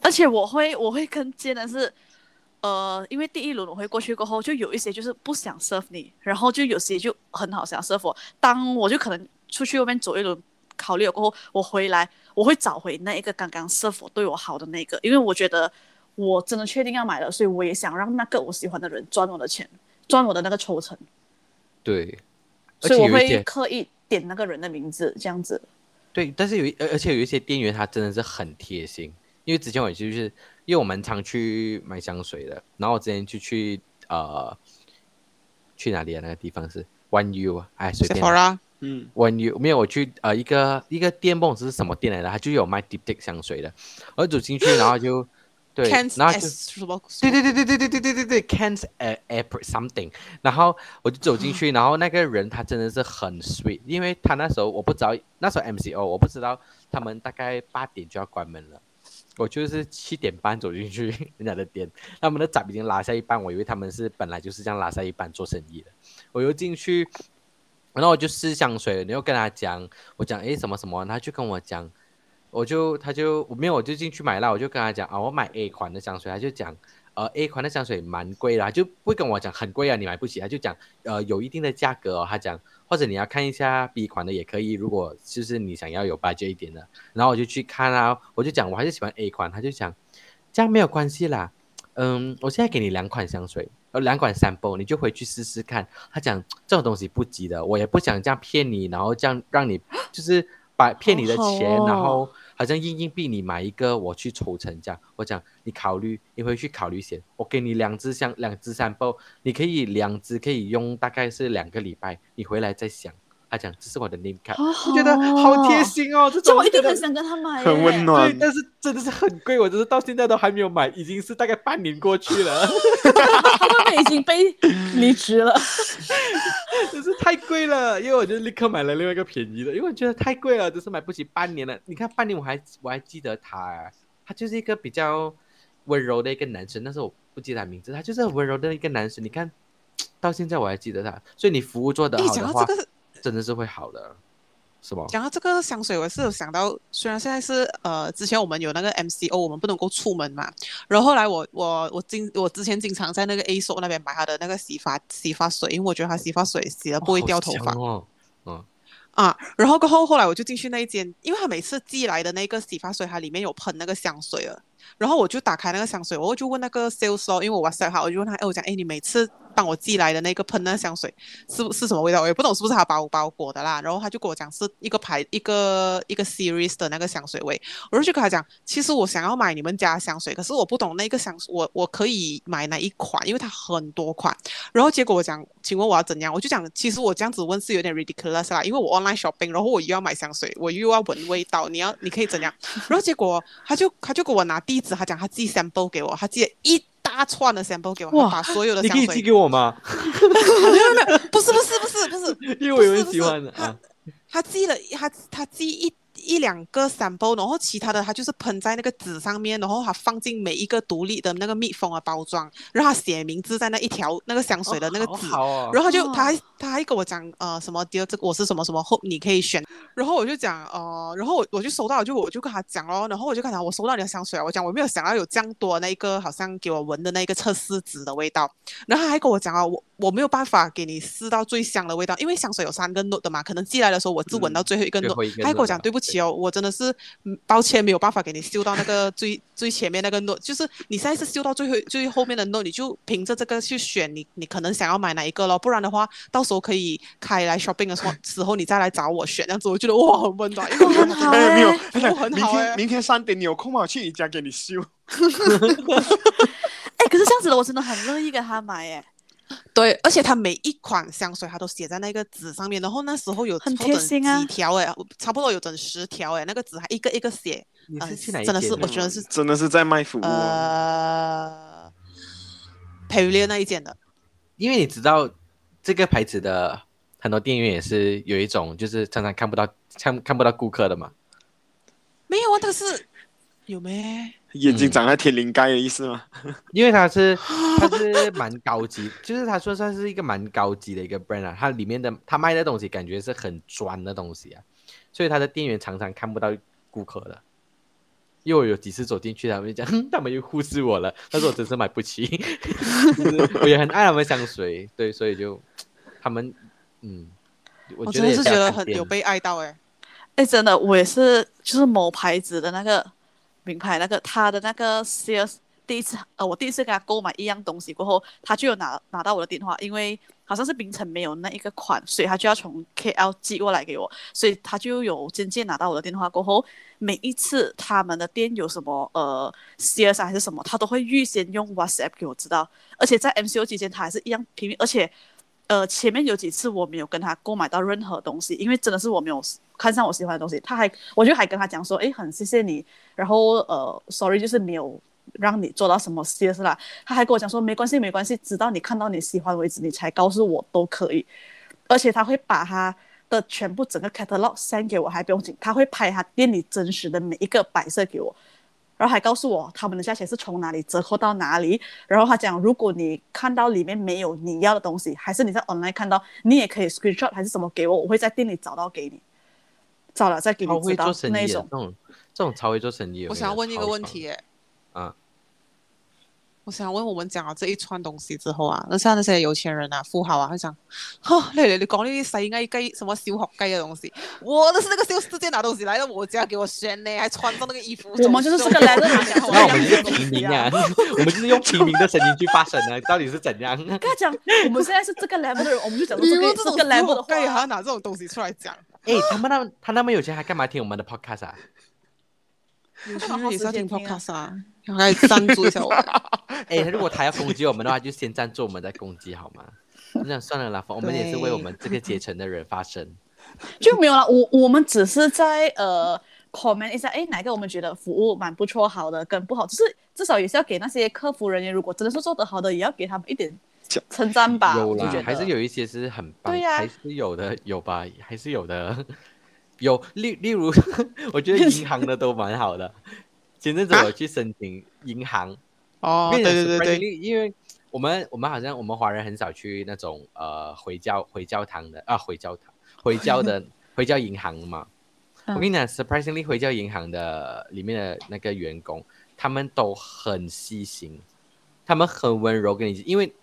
[SPEAKER 2] 而且我会我会更贱的是，呃，因为第一轮我会过去过后，就有一些就是不想 serve 你，然后就有些就很好想 serve 我。当我就可能出去外面走一轮，考虑了过后，我回来我会找回那一个刚刚 serve 我对我好的那个，因为我觉得我真的确定要买了，所以我也想让那个我喜欢的人赚我的钱，赚我的那个抽成，
[SPEAKER 3] 对，而
[SPEAKER 2] 所以
[SPEAKER 3] 且
[SPEAKER 2] 我
[SPEAKER 3] 有一
[SPEAKER 2] 会
[SPEAKER 3] 些
[SPEAKER 2] 刻意点那个人的名字这样子。
[SPEAKER 3] 对，但是有一而而且有一些店员他真的是很贴心，因为之前我就是因为我蛮常去买香水的，然后我之前就去呃去哪里啊？那个地方是 One U 啊，哎随便啦
[SPEAKER 4] Sephora，
[SPEAKER 1] 嗯，
[SPEAKER 3] One U 没有我去呃一个一个店不懂是什么店来的，它就有卖 Diptic 香水的，我就走进去然后就。对
[SPEAKER 4] Can't
[SPEAKER 3] 然后就
[SPEAKER 4] as 哎什么？
[SPEAKER 3] 对对对对对对对对对对，Can't a a p r something。然后我就走进去，然后那个人他真的是很 sweet，因为他那时候我不知道，那时候 MCO 我不知道他们大概八点就要关门了。我就是七点半走进去人家的店，他们的闸已经拉下一半，我以为他们是本来就是这样拉下一半做生意的。我又进去，然后我就试香水，然后跟他讲，我讲诶什么什么，他就跟我讲，我就他就我没有我就进去买了，我就跟他讲啊我买 A 款的香水，他就讲呃 A 款的香水蛮贵的，他就不会跟我讲很贵啊你买不起，他就讲呃有一定的价格哦，他讲或者你要看一下 B 款的也可以，如果就是你想要有 budget 一点的，然后我就去看啊，我就讲我还是喜欢 A 款，他就讲这样没有关系啦，嗯，我现在给你两款香水，呃，两款 sample，你就回去试试看。他讲这种东西不急的，我也不想这样骗你，然后这样让你就是把骗你的
[SPEAKER 2] 好
[SPEAKER 3] 钱，
[SPEAKER 2] 好哦
[SPEAKER 3] 然后好像硬硬逼你买一个，我去抽成这样。我讲你考虑，你回去考虑先，我给你两支香，两支 sample，你可以两支可以用大概是两个礼拜，你回来再想。他讲这是我的 name card，
[SPEAKER 2] 我
[SPEAKER 3] 我觉得好贴，心哦，这
[SPEAKER 2] 这
[SPEAKER 3] 种
[SPEAKER 2] 我一定
[SPEAKER 3] 觉得
[SPEAKER 2] 很想跟他买 耶，
[SPEAKER 1] 很温暖
[SPEAKER 3] 对，但是真的是很贵，我真是到现在都还没有买，已经是大概半年过去了，
[SPEAKER 2] 他会不会已经被离职 了？
[SPEAKER 3] 真是太贵了。因为我就立刻买了另外一个便宜的，因为我觉得太贵了，真是买不起半年了。你看半年我还我还记得他、啊，他就是一个比较温柔的一个男生，但是我不记得他名字，他就是很温柔的一个男生。你看到现在我还记得他，所以你服务做得
[SPEAKER 4] 哎，
[SPEAKER 3] 好的
[SPEAKER 4] 讲
[SPEAKER 3] 话
[SPEAKER 4] 到，这个，
[SPEAKER 3] 真的是会好的，是吗？
[SPEAKER 4] 讲到这个香水，我是有想到，虽然现在是呃，之前我们有那个 MCO，我们不能够出门嘛，然后后来我我我经我之前经常在那个 A store 那边买他的那个洗发洗发水，因为我觉得他洗发水洗了不会
[SPEAKER 3] 哦
[SPEAKER 4] 掉头
[SPEAKER 3] 好
[SPEAKER 4] 发。
[SPEAKER 3] 香哦
[SPEAKER 4] 啊，然后过后后来我就进去那一间，因为他每次寄来的那个洗发水，它里面有喷那个香水了。然后我就打开那个香水，我就问那个 sales 咯，因为我 WhatsApp 他，我就问他，哎，我讲，哎，你每次帮我寄来的那个喷那个香水是不是什么味道？我也不懂是不是他包包裹的啦。然后他就跟我讲是一个牌一个一个 series 的那个香水味，我就去跟他讲，其实我想要买你们家的香水，可是我不懂那个香，我我可以买哪一款，因为它很多款。然后结果我讲，请问我要怎样？我就讲，其实我这样子问是有点 ridiculous 啦，因为我 online shopping，然后我又要买香水，我又要闻味道，你要你可以怎样？然后结果他就他就给我拿地址，他讲他寄 sample 给我，他寄了一大串的 sample 给我，
[SPEAKER 2] 哇
[SPEAKER 4] 他把所有的
[SPEAKER 3] 你
[SPEAKER 4] 香
[SPEAKER 3] 可以寄
[SPEAKER 4] 水，
[SPEAKER 3] 给我吗？
[SPEAKER 4] 不是不是不是不是，
[SPEAKER 3] 因为我有人
[SPEAKER 4] 不是
[SPEAKER 3] 喜欢的
[SPEAKER 4] 不是
[SPEAKER 3] 啊。
[SPEAKER 4] 他寄了他他寄一一两个 sample，然后其他的他就是喷在那个纸上面，然后他放进每一个独立的那个密封的包装，然后他写名字在那一条那个香水的那个
[SPEAKER 3] 哦
[SPEAKER 4] 纸。
[SPEAKER 3] 好哦
[SPEAKER 4] 然后他就他
[SPEAKER 2] 哦
[SPEAKER 4] 还他还跟我讲呃什么第二这个我是什么什么后你可以选，然后我就讲呃，然后我我就收到我就我就跟他讲咯，然后我就跟他讲我收到你的香水啊，我讲我没有想到有这样多那一个好像给我闻的那一个测试纸的味道，然后他还跟我讲啊我我没有办法给你试到最香的味道，因为香水有三个 note 的嘛，可能寄来的时候我只闻到最后一个
[SPEAKER 3] 最
[SPEAKER 4] note，、
[SPEAKER 3] 后一个
[SPEAKER 4] 他还跟我
[SPEAKER 3] note
[SPEAKER 4] 讲
[SPEAKER 3] 啊
[SPEAKER 4] 对不起哦，我真的是嗯抱歉没有办法给你修到那个最最前面那个 note，就是你现在是修到最后最后面的 note，你就凭着这个去选你你可能想要买哪一个咯，不然的话到时候可以开来 shopping 的时候时候你再来找我选，这样子我觉得哇很温暖，因为我觉得
[SPEAKER 2] 很好
[SPEAKER 1] 哎，没 有
[SPEAKER 2] 哎，
[SPEAKER 1] 他讲
[SPEAKER 4] 服务很
[SPEAKER 1] 明
[SPEAKER 4] 好
[SPEAKER 1] 天
[SPEAKER 4] 哎
[SPEAKER 1] 明天三点你有空吗？我去你家给你修。
[SPEAKER 2] 哎，可是这样子的我真的很乐意给他买哎耶，
[SPEAKER 4] 对，而且它每一款香水它都写在那个纸上面，然后那时候有
[SPEAKER 2] 很
[SPEAKER 4] 超
[SPEAKER 2] 贴
[SPEAKER 4] 整
[SPEAKER 2] 心啊
[SPEAKER 4] 几条哎，差不多有整十条哎，那个纸还一个一个写，
[SPEAKER 3] 你
[SPEAKER 4] 呃
[SPEAKER 3] 是去哪一
[SPEAKER 4] 真的是
[SPEAKER 3] 间
[SPEAKER 4] 我觉得是
[SPEAKER 1] 真的是在卖服务哦。
[SPEAKER 4] 呃 p a v 那一件的。
[SPEAKER 3] 因为你知道这个牌子的很多店员也是有一种就是常常看不到看看不到顾客的嘛，
[SPEAKER 4] 没有啊，他是有没？
[SPEAKER 1] 眼睛长在天灵盖的意思吗？
[SPEAKER 3] 因为它 是它是蛮高级，就是它说算是一个蛮高级的一个 brand 啊，它里面的它卖的东西感觉是很专的东西啊，所以它的店员常常看不到顾客的。因为我有几次走进去，他们就讲， 哼他们又忽视我了。但是我真是买不起， 就是我也很爱他们香水，对，所以就他们，嗯，我
[SPEAKER 4] 我
[SPEAKER 3] 觉得
[SPEAKER 4] 真的
[SPEAKER 3] 也
[SPEAKER 4] 是
[SPEAKER 3] 不
[SPEAKER 4] 觉
[SPEAKER 3] 要
[SPEAKER 4] 得
[SPEAKER 3] 看
[SPEAKER 4] 很
[SPEAKER 3] 店
[SPEAKER 4] 有被爱到哎、
[SPEAKER 2] 哎，真的，我也是，就是某牌子的那个名牌，那个他的那个 sales，第一次，呃，我第一次给他购买一样东西过后，他就有拿拿到我的电话，因为好像是槟城没有那一个款，所以他就要从 KL 寄过来给我，所以他就有渐渐拿到我的电话过后，每一次他们的店有什么呃 sales 啊还是什么，他都会预先用 WhatsApp 给我知道，而且在 MCO 期间，他还是一样频率，而且。呃，前面有几次我没有跟他购买到任何东西，因为真的是我没有看上我喜欢的东西。他还，我就还跟他讲说，诶，很谢谢你，然后呃，sorry，就是没有让你做到什么 CS 啦。他还跟我讲说没关系没关系，直到你看到你喜欢为止，你才告诉我都可以。而且他会把他的全部整个 catalog send 给我，还不用紧，他会拍他店里真实的每一个摆设给我。然后还告诉我他们的价钱是从哪里折扣到哪里。然后他讲，如果你看到里面没有你要的东西，还是你在 online 看到，你也可以 screenshot 还是什么给我，我会在店里找到给你，找了再给
[SPEAKER 3] 超
[SPEAKER 2] 你
[SPEAKER 3] 会
[SPEAKER 2] 知道
[SPEAKER 3] 做生
[SPEAKER 2] 那
[SPEAKER 3] 意啊
[SPEAKER 2] 一
[SPEAKER 3] 的，
[SPEAKER 2] 种。
[SPEAKER 3] 这种这种超会做生意的人。
[SPEAKER 4] 我想要问一个
[SPEAKER 3] 超
[SPEAKER 4] 问
[SPEAKER 3] 爽
[SPEAKER 4] 题，耶，
[SPEAKER 3] 啊，
[SPEAKER 4] 我想问我们讲了这一串东西之后啊，那像那些有钱人啊、富豪啊，他讲，哈，你你你讲呢啲細雞雞什么小學雞嘅東西，我都是那個小世界拿東西來到我家給我選呢，還穿上那個衣服，
[SPEAKER 2] 我们就是这个 level 拿起来
[SPEAKER 3] 那我们
[SPEAKER 2] 一
[SPEAKER 3] 就
[SPEAKER 2] 样的东
[SPEAKER 3] 是 平
[SPEAKER 2] 西
[SPEAKER 3] 民
[SPEAKER 2] 啊
[SPEAKER 3] 啊， 我们就是用平民的声音去发声啊，到底是怎 样？
[SPEAKER 2] 跟他讲，我们现在是这个 level 的人，我们就讲
[SPEAKER 4] 你
[SPEAKER 2] 这
[SPEAKER 4] 们
[SPEAKER 2] 个
[SPEAKER 4] 这
[SPEAKER 2] 这
[SPEAKER 4] 种
[SPEAKER 2] 个
[SPEAKER 4] 小
[SPEAKER 2] level
[SPEAKER 4] 學
[SPEAKER 2] 的
[SPEAKER 4] 雞還
[SPEAKER 2] 话
[SPEAKER 4] 要。拿这种東西出來講，
[SPEAKER 3] 哎，他们那他那么有钱，还干嘛听我们的 podcast 啊？
[SPEAKER 4] 有
[SPEAKER 2] 些人也是要聽 podcast
[SPEAKER 4] 啊，來贊助一下我。
[SPEAKER 3] 哎，如果他要攻击我们的话，就先赞助我们再攻击好吗？ 我想算了啦，我们也是为我们这个阶层的人发声。
[SPEAKER 2] 就没有了。我我们只是在呃 comment 一下，哎，哪个我们觉得服务蛮不错，好的跟不好，就是至少也是要给那些客服人员，如果真的是做得好的，也要给他们一点
[SPEAKER 1] 这
[SPEAKER 2] 称赞吧。
[SPEAKER 3] 有
[SPEAKER 2] 我觉
[SPEAKER 3] 啦
[SPEAKER 2] 得，
[SPEAKER 3] 还是有一些是很棒，
[SPEAKER 2] 对呀
[SPEAKER 3] 还是有的，有吧，还是有的， 有例例如， 我觉得银行的都蛮好的。前阵子我去申请银行，
[SPEAKER 4] 哦，
[SPEAKER 3] 因
[SPEAKER 4] 對
[SPEAKER 3] 为
[SPEAKER 4] 對對
[SPEAKER 3] surprisingly，
[SPEAKER 4] 對，
[SPEAKER 3] 因为我们我们好像我们华人很少去那种呃回教回教堂的啊回教堂 回教的回教银行嘛。我
[SPEAKER 2] 嗯
[SPEAKER 3] 跟你讲，surprisingly 回教银行的里面的那个员工，他们都很细心，他们很温柔跟你，因为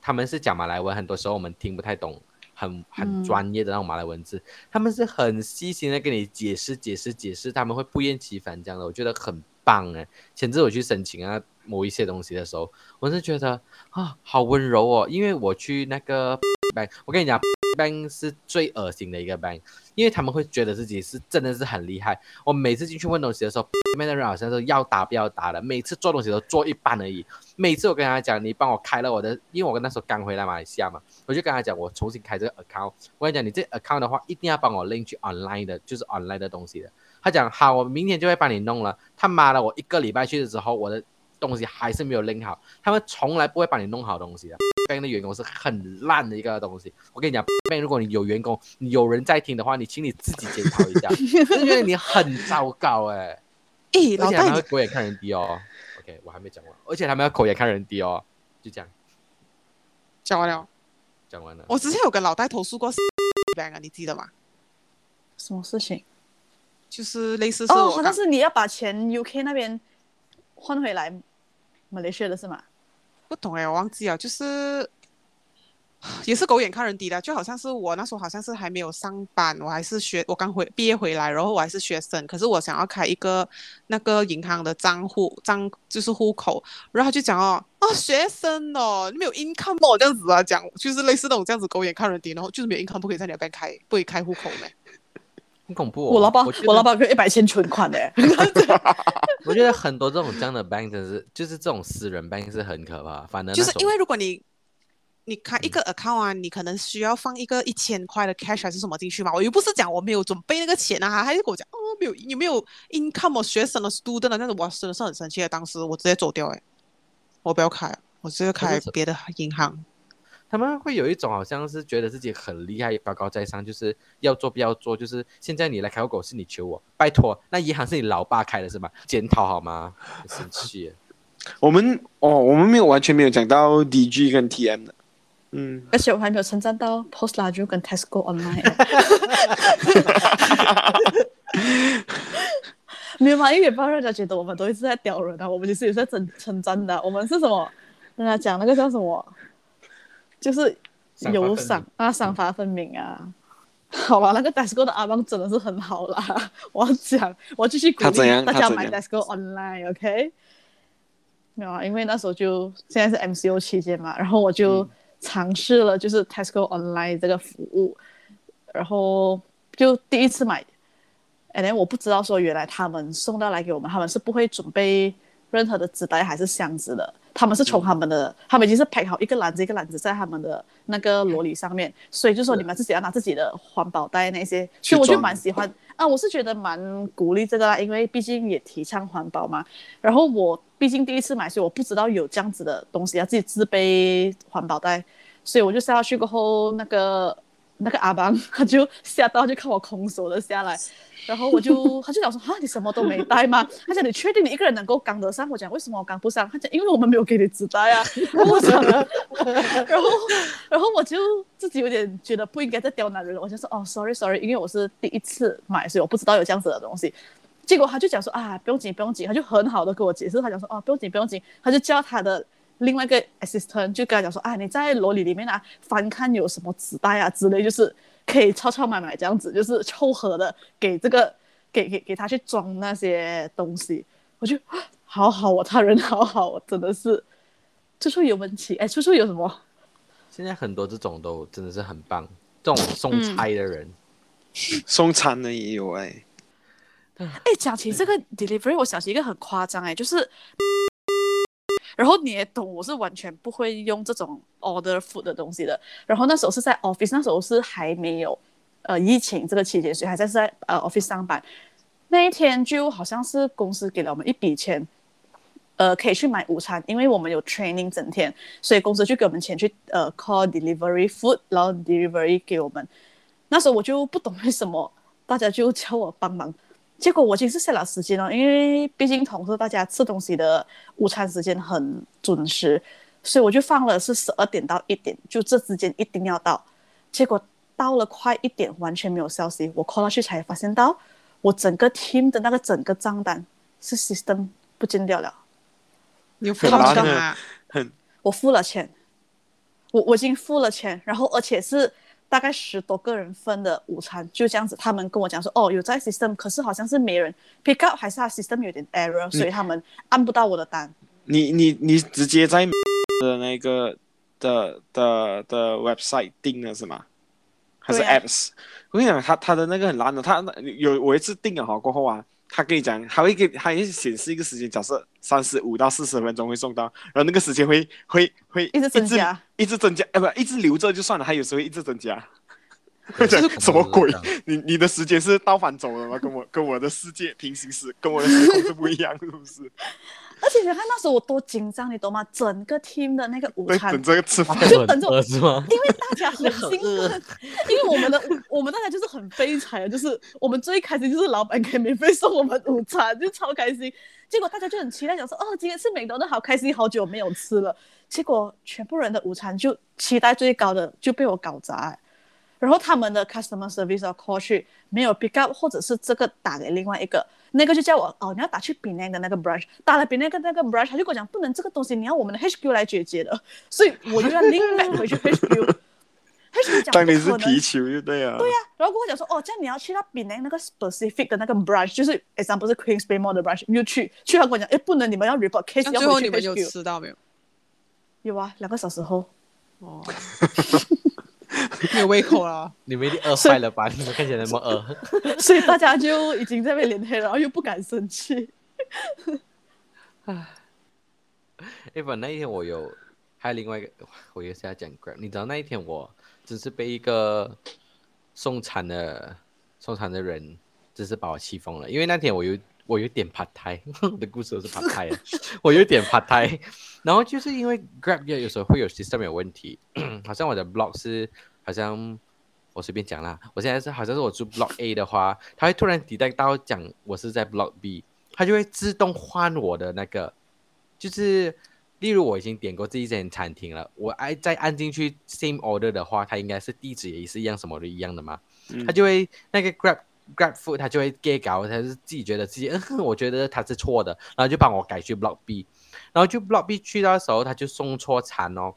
[SPEAKER 3] 他们是讲马来文，很多时候我们听不太懂。很很
[SPEAKER 2] 嗯
[SPEAKER 3] 专业的那种马来文字，他们是很细心的跟你解释解释解释，他们会不厌其烦这样的，我觉得很棒哎。前阵子我去申请啊某一些东西的时候，我是觉得啊好温柔哦，因为我去那个 bank，我跟你讲 bank 是最恶心的一个 bank，因为他们会觉得自己是真的是很厉害。我每次进去问东西的时候，里面的人好像是要打不要打的，每次做东西都做一半而已。每次我跟他讲，你帮我开了我的，因为我那时候刚回来马来西亚嘛，我就跟他讲，我重新开这个 account。我跟你讲，你这 account 的话，一定要帮我 link 去 online 的，就是 online 的东西的。他讲好，我明天就会帮你弄了。他妈的，我一个礼拜去的时候，我的东西还是没有拎好。他们从来不会帮你弄好东西的。bank 的员工是很烂的一个东西。我跟你讲，bank 如果你有员工，你有人在听的话，你请你自己检讨一下，我就觉得你很糟糕哎、
[SPEAKER 4] 咦，
[SPEAKER 3] 而
[SPEAKER 4] 老
[SPEAKER 3] 且他们
[SPEAKER 4] 戴你
[SPEAKER 3] 会狗眼看人低哦。OK，我还没讲完，而且他们要狗眼看人低哦。就这样
[SPEAKER 4] 講完了，
[SPEAKER 3] 讲完了。
[SPEAKER 4] 我之前有跟老戴投訴 過 bank 啊，你記得嗎？
[SPEAKER 2] 什么事情？
[SPEAKER 4] 就是類似是
[SPEAKER 2] 哦，
[SPEAKER 4] 我
[SPEAKER 2] 好像是你要把钱 UK 那边换回来马来西亚的是吗？
[SPEAKER 4] 不懂哎、我忘记了，就是也是狗眼看人低的，就好像是我那时候好像是还没有上班，我还是学，我刚回毕业回来，然后我还是学生，可是我想要开一个那个银行的账户账就是户口，然后他就讲哦啊学生哦，你没有 income 哦这样子啊，讲就是类似那种这样子狗眼看人低，然后就是没有 income 不可以在你那边开，不可以开户口没？
[SPEAKER 3] 很恐怖、哦。
[SPEAKER 2] 我老板
[SPEAKER 3] 我觉，得
[SPEAKER 2] 我老板有一百千存款的，
[SPEAKER 3] 我觉得很多这种这样的 bank 真的是，就是这种私人 bank 是很可怕。反正
[SPEAKER 4] 就
[SPEAKER 3] 那
[SPEAKER 4] 是
[SPEAKER 3] 种
[SPEAKER 4] 因为如果你你开一个 account 啊，你可能需要放一个一千块的 cash 还是什么进去嘛？我又不是讲我没有准备那个钱啊，他还是跟我讲哦，没有，你没有 income 哦，学生的 student 啊，那种我真的是很生气的。当时我直接走掉、欸，我不要开，我直接开
[SPEAKER 3] 可是
[SPEAKER 4] 别的银行。
[SPEAKER 3] 他们会有一种好像是觉得自己很厉害、高高在上，就是要做不要做，就是现在你来开户口是你求我，拜托，那银行是你老爸开的是吗？检讨好吗？很生气耶。
[SPEAKER 1] 我们哦，我们没有完全没有讲到 DG 跟 TM 的，嗯，
[SPEAKER 2] 而且我还没有称赞到 Post l a j o 跟 Tesco Online。没有嘛，因为也不要让人家觉得我们都一直在屌人啊，我们其实也是在称称赞的啊、我们是什么？人家讲那个叫什么？就是有
[SPEAKER 3] 赏
[SPEAKER 2] 赏啊，赏罚分明啊。 好了，那个 Tesco 的阿邦真的是很好啦，我要讲，我要继续鼓
[SPEAKER 1] 他怎样
[SPEAKER 2] 励大家
[SPEAKER 1] 他
[SPEAKER 2] 买
[SPEAKER 1] 怎样
[SPEAKER 2] Tesco Online，OK？、没有啊，因为那时候就现在是 MCO 期间嘛，然后我
[SPEAKER 1] 嗯
[SPEAKER 2] 就尝试了就是 Tesco Online 这个服务，然后就第一次买，哎，then 我不知道说原来他们送到来给我们，他们是不会准备任何的纸袋还是箱子的，他们是从他们的，他们已经是 pack 好一个篮子一个篮子在他们的那个罗里上面，所以就说你们自己要拿自己的环保袋那些，所以我
[SPEAKER 1] 去
[SPEAKER 2] 就
[SPEAKER 1] 装
[SPEAKER 2] 蛮喜欢啊，我是觉得蛮鼓励这个啦，因为毕竟也提倡环保嘛。然后我毕竟第一次买，所以我不知道有这样子的东西，要自己自备环保袋，所以我就下去过后，那个那个阿邦他就吓到，他就看我空手的下来，然后我就他就讲说哈，你什么都没带吗？他讲你确定你一个人能够扛得上？我讲为什么我扛不上？他讲因为我们没有给你纸袋啊。然后我讲了， 然后然后我就自己有点觉得不应该再刁难人了，我就说哦，sorry sorry，因为我是第一次买，所以我不知道有这样子的东西。结果他就讲说啊，不用紧不用紧，他就很好的跟我解释，他讲说哦，不用紧不用紧，他就叫他的另外一个 assistant 就跟他讲说啊，你在罗里里面啊翻看有什么纸袋啊之类，就是可以超超买买这样子，就是凑合的给这个给给给他去装那些东西。我就啊好好哦，他人好好哦，真的是处处有问题，哎，处处有什么？
[SPEAKER 3] 现在很多这种都真的是很棒，这种送差的人，
[SPEAKER 1] 送餐的也有哎、
[SPEAKER 2] 哎，讲起这个 delivery，我想起一个很夸张哎、就是，然后你也懂，我是完全不会用这种 order food 的东西的。然后那时候是在 office，那时候是还没有呃疫情这个期间，所以还在是在呃 office 上班。那一天就好像是公司给了我们一笔钱，呃，可以去买午餐，因为我们有 training 整天，所以公司就给我们钱去呃 call delivery food，然后 delivery 给我们。那时候我就不懂为什么大家就叫我帮忙，结果我已经是下了时间了，因为毕竟同事大家吃东西的午餐时间很准时，所以我就放了是十二点到一点，就这之间一定要到。结果到了快一点，完全没有消息，我 call 到去才发现到我整个 team 的那个整个账单是 system 不见掉了，
[SPEAKER 4] 你有
[SPEAKER 1] 很
[SPEAKER 4] 放
[SPEAKER 1] 难
[SPEAKER 4] 上
[SPEAKER 1] 的
[SPEAKER 4] 啊？
[SPEAKER 2] 我付了钱，我我已经付了钱，然后而且是。大概十多个人份的午餐，就这样子。他们跟我讲说，哦，有在 system，可是好像是没人 pick up，还是他 system 有点 error，所以他们按不到我的单。
[SPEAKER 1] 你你你直接在的那个的的的 website 订了是吗？还是
[SPEAKER 2] 对啊
[SPEAKER 1] apps？、我跟你讲，他他的那个很烂的，他有我一次订了好过后啊，他跟你讲，他会给他会显示一个时间，假设三十五到四十分钟会送到，然后那个时间会会会
[SPEAKER 2] 一直增加
[SPEAKER 1] 一直，一直增加，哎、不，一直留着就算了，他有时候会一直增加。
[SPEAKER 3] 对
[SPEAKER 1] 这什么 鬼？
[SPEAKER 3] 真的是
[SPEAKER 1] 你你的时间是倒反走的吗？跟我跟我的世界平行时，跟我的时空是不一样，是不是？
[SPEAKER 2] 而且你看那时候我多紧张，你懂吗？整个 team 的那个午
[SPEAKER 1] 对，
[SPEAKER 2] 餐
[SPEAKER 1] 等，这个吃饭。
[SPEAKER 3] 这样
[SPEAKER 2] 等着我
[SPEAKER 3] 很饿是吗？
[SPEAKER 2] 因为大家很兴奋，因为我们的我们大家就是很悲惨的，就是我们最开心就是老板给免费送我们午餐，就超开心。结果大家就很期待，想说哦，今天吃美德的好开心，好久没有吃了。结果全部人的午餐就期待最高的就被我搞砸、哎然后他们的 customer service 要 call 去没有 pick up，或者是这个打给另外一个，那个就叫我哦，你要打去 b e n a n 的那个 branch，打了 b e n a n 的那个 branch，他就跟我讲不能这个东西，你要我们的 HQ 来解决的，所以我就要 link back 回 去 HQ。HQ 讲
[SPEAKER 1] 当
[SPEAKER 2] 不
[SPEAKER 1] 你是
[SPEAKER 2] 可能
[SPEAKER 1] 皮球就对啊。对呀、
[SPEAKER 2] 然后跟我讲说，哦，这样你要去到比那那个 specific 的那个 branch，就是 example 是 Queens Bay Mall 的 branch，你就去，去他跟我讲，哎，不能，你们要 report case，
[SPEAKER 4] 那
[SPEAKER 2] 要
[SPEAKER 4] 最后
[SPEAKER 2] 回
[SPEAKER 4] 你
[SPEAKER 2] 去
[SPEAKER 4] 们有
[SPEAKER 2] HQ。
[SPEAKER 4] 吃到没有？
[SPEAKER 2] 有啊，两个小时后，
[SPEAKER 4] 哦，没有胃口了。
[SPEAKER 3] 你们一定饿坏了吧？你们看起来那么饿。
[SPEAKER 2] 所以大家就已经在被连黑了，然后又不敢生气。
[SPEAKER 3] 哎，不， 那一天我有，还有另外一个， 我也是要讲 Grab。你知道那一天我只是被一个送餐的送餐的人，真是把我气疯了。因为那天我有我有点 p 胎， 我的故事都是 p 胎我有点 p 胎。 然后就是因为 Grab 有有时候会有 system 有问题，好像我的 block 是好像。我随便讲啦，我现在是好像是我住 block A 的话，它会突然 detect 到讲我是在 block B，它就会自动换我的那个就是例如我已经点过这一间餐厅了，我按再按进去 same order 的话，它应该是地址也是一样，什么都一样的嘛，
[SPEAKER 1] 嗯
[SPEAKER 3] 它就会那个 grab。Grab food，它就会 gay 搞，它就是自己觉得自己， 嗯，我觉得它是错的，然后就帮我改去 Block B，然后就 Block B 去到的时候，他就送错餐哦，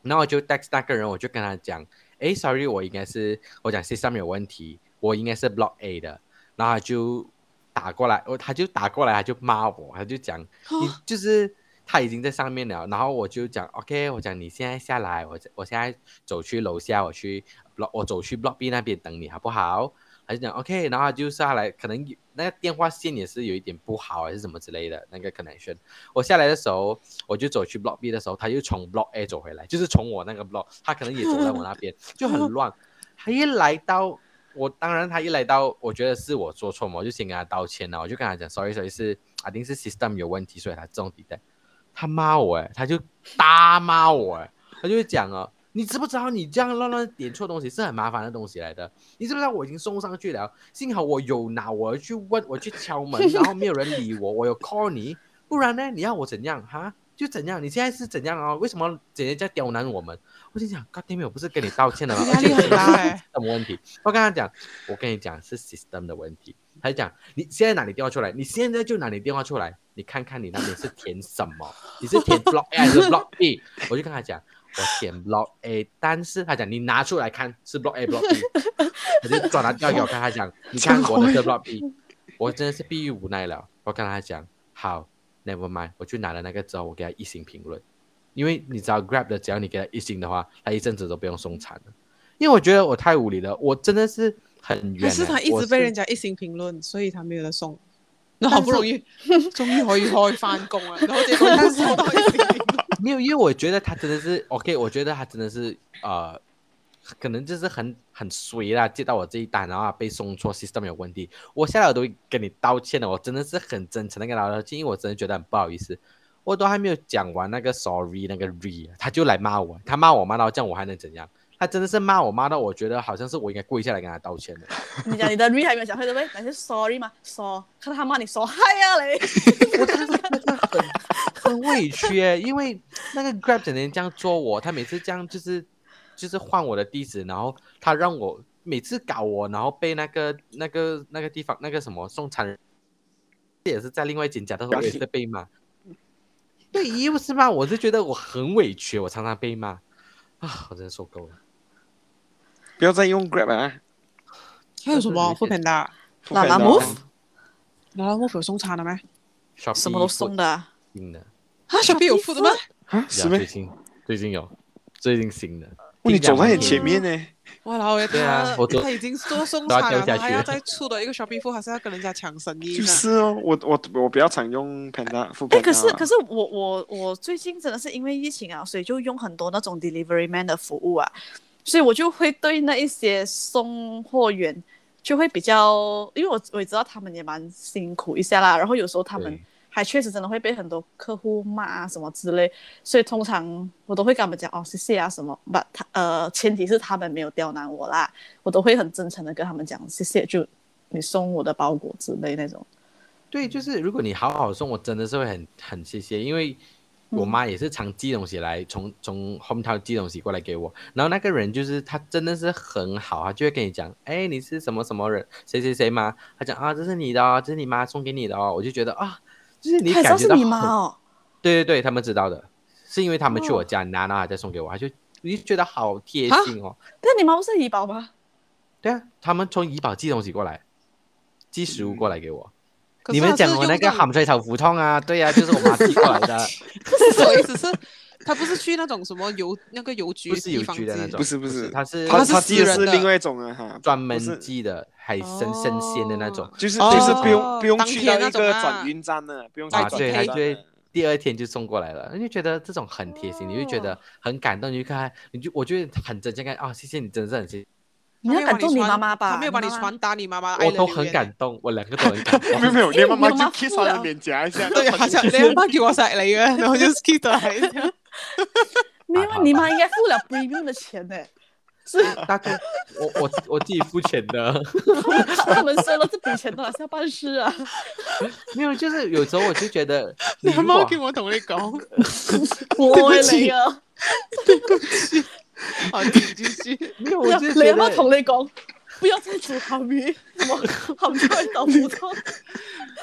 [SPEAKER 3] 然后我就 text 那个人，我就跟他讲，诶 s o r r y 我应该是我讲 system 有问题，我应该是 Block A 的，然后他就打过来，哦我他就打过来，他就骂我，他就讲你就是他已经在上面了，然后我就讲 OK，我讲你现在下来，我我现在走去楼下，我去 block 我走去 block B 那边等你好不好？他就讲 OK，然后他就下来，可能有那个电话线也是有一点不好还是什么之类的那个 connection。我下来的时候，我就走去 block B 的时候，他又从 block A 走回来，就是从我那个 block，他可能也走在我那边，就很乱。他一来到我当然他一来到，我觉得是我做错嘛，我就先跟他道歉了，我就跟他讲 sorry sorry 是啊，一定是 system 有问题，所以他自动 d e 他骂我哎，他就大骂我哎，他就会讲哦，你知不知道你这样乱乱点错东西是很麻烦的东西来的？你知不知道我已经送上去了？幸好我有拿，我去问，我去敲 门，然后没有人理我，我有 call 你，不然呢？你要我怎样哈？就怎样？你现在是怎样啊？为什么姐姐在刁难我们？我心想，God damn it，我不是跟你道歉了吗？
[SPEAKER 4] 压力很大哎、
[SPEAKER 3] 什么问题？我跟他讲，我跟你讲是 system 的问题。他就讲，你现在拿你电话出来，你现在就拿你电话出来，你看看你那边是填什 么？你是填 block A 还是 block B？我就跟他讲，我填 block A，但是他讲你拿出来看是 block A block B，我就转拿掉给我看，他讲你看我的是 block B，我真的是逼于无奈了。我跟他讲，好，never mind，我去拿了那个之后，我给他一星评论，因为你只要 Grab 的，只要你给他一星的话，他一阵子都不用送餐了。因为我觉得我太无理了，我真的是很冤、
[SPEAKER 4] 可
[SPEAKER 3] 欸。
[SPEAKER 4] 是他一
[SPEAKER 3] 我
[SPEAKER 4] 直
[SPEAKER 3] 是
[SPEAKER 4] 被人家一星评论，所以他没有得送。那好不容易，终于可以开翻工了，然后结果他收到一星评论，
[SPEAKER 3] 没有，因为我觉得他真的是 OK，我觉得他真的是呃，可能就是很很衰啦，接到我这一单，然后被送错 system 有问题，我下来我都会跟你道歉的，我真的是很真诚的跟他道歉，因为我真的觉得很不好意思，我都还没有讲完那个 sorry 那个 re，他就来骂我，他骂我骂到这样，我还能怎样？他真的是骂我骂到我觉得好像是我应该跪下来跟他道歉的。
[SPEAKER 2] 你讲你的 re 还没有讲会对不对？那是 sorry 嘛，so 看到他骂你 so 嗨啊嘞，
[SPEAKER 3] 很委屈、欸，因为那个 Grab 整天这样做我，他每次这样就是就是换我的地址，然后他让我每次搞我，然后被那个那个那个地方那个什么送餐人，这也是在另外一间家，但是我也是被骂。对，又是骂，我是觉得我很委屈，我常常被骂啊，我真的受够了。
[SPEAKER 1] 不要再用 Grab 啊！
[SPEAKER 4] 还有什么不 d a
[SPEAKER 1] 不
[SPEAKER 2] 啦
[SPEAKER 1] 可
[SPEAKER 2] 啦
[SPEAKER 1] 能
[SPEAKER 2] move
[SPEAKER 4] 然后我有送餐了没？
[SPEAKER 2] 什么都送的啊，
[SPEAKER 3] 新的，
[SPEAKER 4] 啊，小 B 有付的吗？
[SPEAKER 1] 啊，是
[SPEAKER 3] 呀
[SPEAKER 1] 咩
[SPEAKER 3] 最？近最近有最近新的，
[SPEAKER 1] 哇你走在
[SPEAKER 3] 很
[SPEAKER 1] 你前面呢，
[SPEAKER 4] 哇，然后
[SPEAKER 3] 对啊我
[SPEAKER 4] 他
[SPEAKER 3] 昨
[SPEAKER 4] 他已经做送
[SPEAKER 3] 都要
[SPEAKER 4] 餐
[SPEAKER 3] 掉
[SPEAKER 4] 了，
[SPEAKER 3] 下
[SPEAKER 4] 他还
[SPEAKER 3] 去
[SPEAKER 4] 要
[SPEAKER 3] 了
[SPEAKER 4] 再出的一个小 B 付，还是要跟人家抢生意
[SPEAKER 1] 就
[SPEAKER 4] 呢？
[SPEAKER 1] 是哦，我我我比较常用 Panda 付
[SPEAKER 2] 哎、
[SPEAKER 1] Panda 啊。
[SPEAKER 2] 可是可是我我我最近真的是因为疫情啊，所以就用很多那种 delivery man 的服务啊，所以我就会对那一些送货员就会比较，因为我我也知道他们也蛮辛苦一下啦，然后有时候他们
[SPEAKER 3] 对
[SPEAKER 2] 还确实真的会被很多客户骂啊什么之类，所以通常我都会跟他们讲哦谢谢啊什么，把他呃前提是他们没有刁难我啦，我都会很真诚的跟他们讲谢谢，就你送我的包裹之类那种，
[SPEAKER 3] 对，
[SPEAKER 2] 嗯
[SPEAKER 3] 就是如果你好好送，我真的是会很很谢谢，因为我
[SPEAKER 2] 嗯
[SPEAKER 3] 妈也是常寄东西来，从从 home town 寄东西过来给我。然后那个人就是他真的是很好，他就会跟你讲，哎，你是什么什么人，谁谁谁吗？他讲啊，这是你的、哦，这是你妈送给你的哦。我就觉得啊，就是你
[SPEAKER 2] 还知道
[SPEAKER 3] 感觉
[SPEAKER 2] 是
[SPEAKER 3] 到
[SPEAKER 2] 你妈
[SPEAKER 3] 很
[SPEAKER 2] 哦。
[SPEAKER 3] 对对对，他们知道的，是因为他们去
[SPEAKER 2] 哦
[SPEAKER 3] 我家拿，然后再送给我，他就我就觉得好贴
[SPEAKER 4] 啊
[SPEAKER 3] 心哦。
[SPEAKER 2] 但你妈不是怡宝吗？
[SPEAKER 3] 对啊，他们从怡宝寄东西过来，寄食物过来给我。
[SPEAKER 4] 可
[SPEAKER 3] 你
[SPEAKER 4] 是
[SPEAKER 3] 们
[SPEAKER 4] 他是
[SPEAKER 3] 讲我那
[SPEAKER 4] 用
[SPEAKER 3] 个
[SPEAKER 4] 种
[SPEAKER 3] 咸 水头腐汤啊，对啊，就是我妈寄过来 的。
[SPEAKER 4] 不是我意思是，他不是去那种什么邮那个邮 局
[SPEAKER 3] 不是邮
[SPEAKER 4] 地方
[SPEAKER 3] 局的
[SPEAKER 4] 寄
[SPEAKER 3] 那种，
[SPEAKER 1] 不是不是
[SPEAKER 3] 是，它是
[SPEAKER 1] 他
[SPEAKER 4] 它是
[SPEAKER 1] 他
[SPEAKER 4] 私
[SPEAKER 1] 寄的
[SPEAKER 4] 人
[SPEAKER 1] 是
[SPEAKER 4] 的
[SPEAKER 1] 另外一种啊哈，
[SPEAKER 3] 专门
[SPEAKER 1] 不是
[SPEAKER 3] 寄的海参生鲜的那种
[SPEAKER 4] 哦，
[SPEAKER 1] 就是
[SPEAKER 4] 哦
[SPEAKER 1] 就是不用不用
[SPEAKER 4] 当
[SPEAKER 1] 去
[SPEAKER 4] 天
[SPEAKER 1] 到
[SPEAKER 4] 那
[SPEAKER 1] 一
[SPEAKER 4] 种
[SPEAKER 1] 个
[SPEAKER 4] 啊
[SPEAKER 1] 转运站的，不用去
[SPEAKER 4] 啊
[SPEAKER 1] 转
[SPEAKER 4] 对
[SPEAKER 1] 运
[SPEAKER 4] 它
[SPEAKER 1] 站
[SPEAKER 3] 就会
[SPEAKER 1] 的。
[SPEAKER 3] 第二天就送过来了，你就觉得这种很贴心，你就觉
[SPEAKER 4] 哦
[SPEAKER 3] 得很感动，你就看，你就我觉得很真诚，看啊，谢谢你，真的是很谢谢，
[SPEAKER 2] 你要感动你妈妈吧？
[SPEAKER 4] 他没有把你
[SPEAKER 2] 妈妈
[SPEAKER 4] 传达你妈啊妈的爱
[SPEAKER 3] 我
[SPEAKER 4] 的
[SPEAKER 3] 都
[SPEAKER 4] 留
[SPEAKER 3] 很
[SPEAKER 4] 言
[SPEAKER 3] 感动，我两个都很感动
[SPEAKER 1] 哎 没有。没有，
[SPEAKER 2] 因
[SPEAKER 1] 你
[SPEAKER 2] 为
[SPEAKER 1] 妈
[SPEAKER 2] 我
[SPEAKER 1] 妈
[SPEAKER 2] 妈妈
[SPEAKER 1] 就 kiss
[SPEAKER 2] 付
[SPEAKER 1] 她的
[SPEAKER 2] 了
[SPEAKER 1] 脸颊一下，
[SPEAKER 4] 对，啊
[SPEAKER 1] 然后
[SPEAKER 4] 好像
[SPEAKER 1] 就
[SPEAKER 4] 你阿媽叫我上嚟嘅，然後就 skip 咗喺度。
[SPEAKER 2] 没有啊，你妈应该付了 premium 的钱呢、是
[SPEAKER 3] 大哥，我我我自己付钱的，
[SPEAKER 2] 他他们收了这笔钱，都还是要办事啊。
[SPEAKER 3] 没有，就是有时候我就觉得，
[SPEAKER 4] 你
[SPEAKER 3] 你
[SPEAKER 4] 阿
[SPEAKER 3] 如
[SPEAKER 4] 媽
[SPEAKER 3] 果
[SPEAKER 4] 叫我同你 講，
[SPEAKER 2] 我为你啊，
[SPEAKER 4] 我繼續。
[SPEAKER 3] 没有，
[SPEAKER 2] 你
[SPEAKER 3] 我
[SPEAKER 2] 阿
[SPEAKER 3] 就觉
[SPEAKER 2] 妈
[SPEAKER 3] 得
[SPEAKER 2] 同你讲，不要再煮咸鱼，什么 咸菜豆腐汤。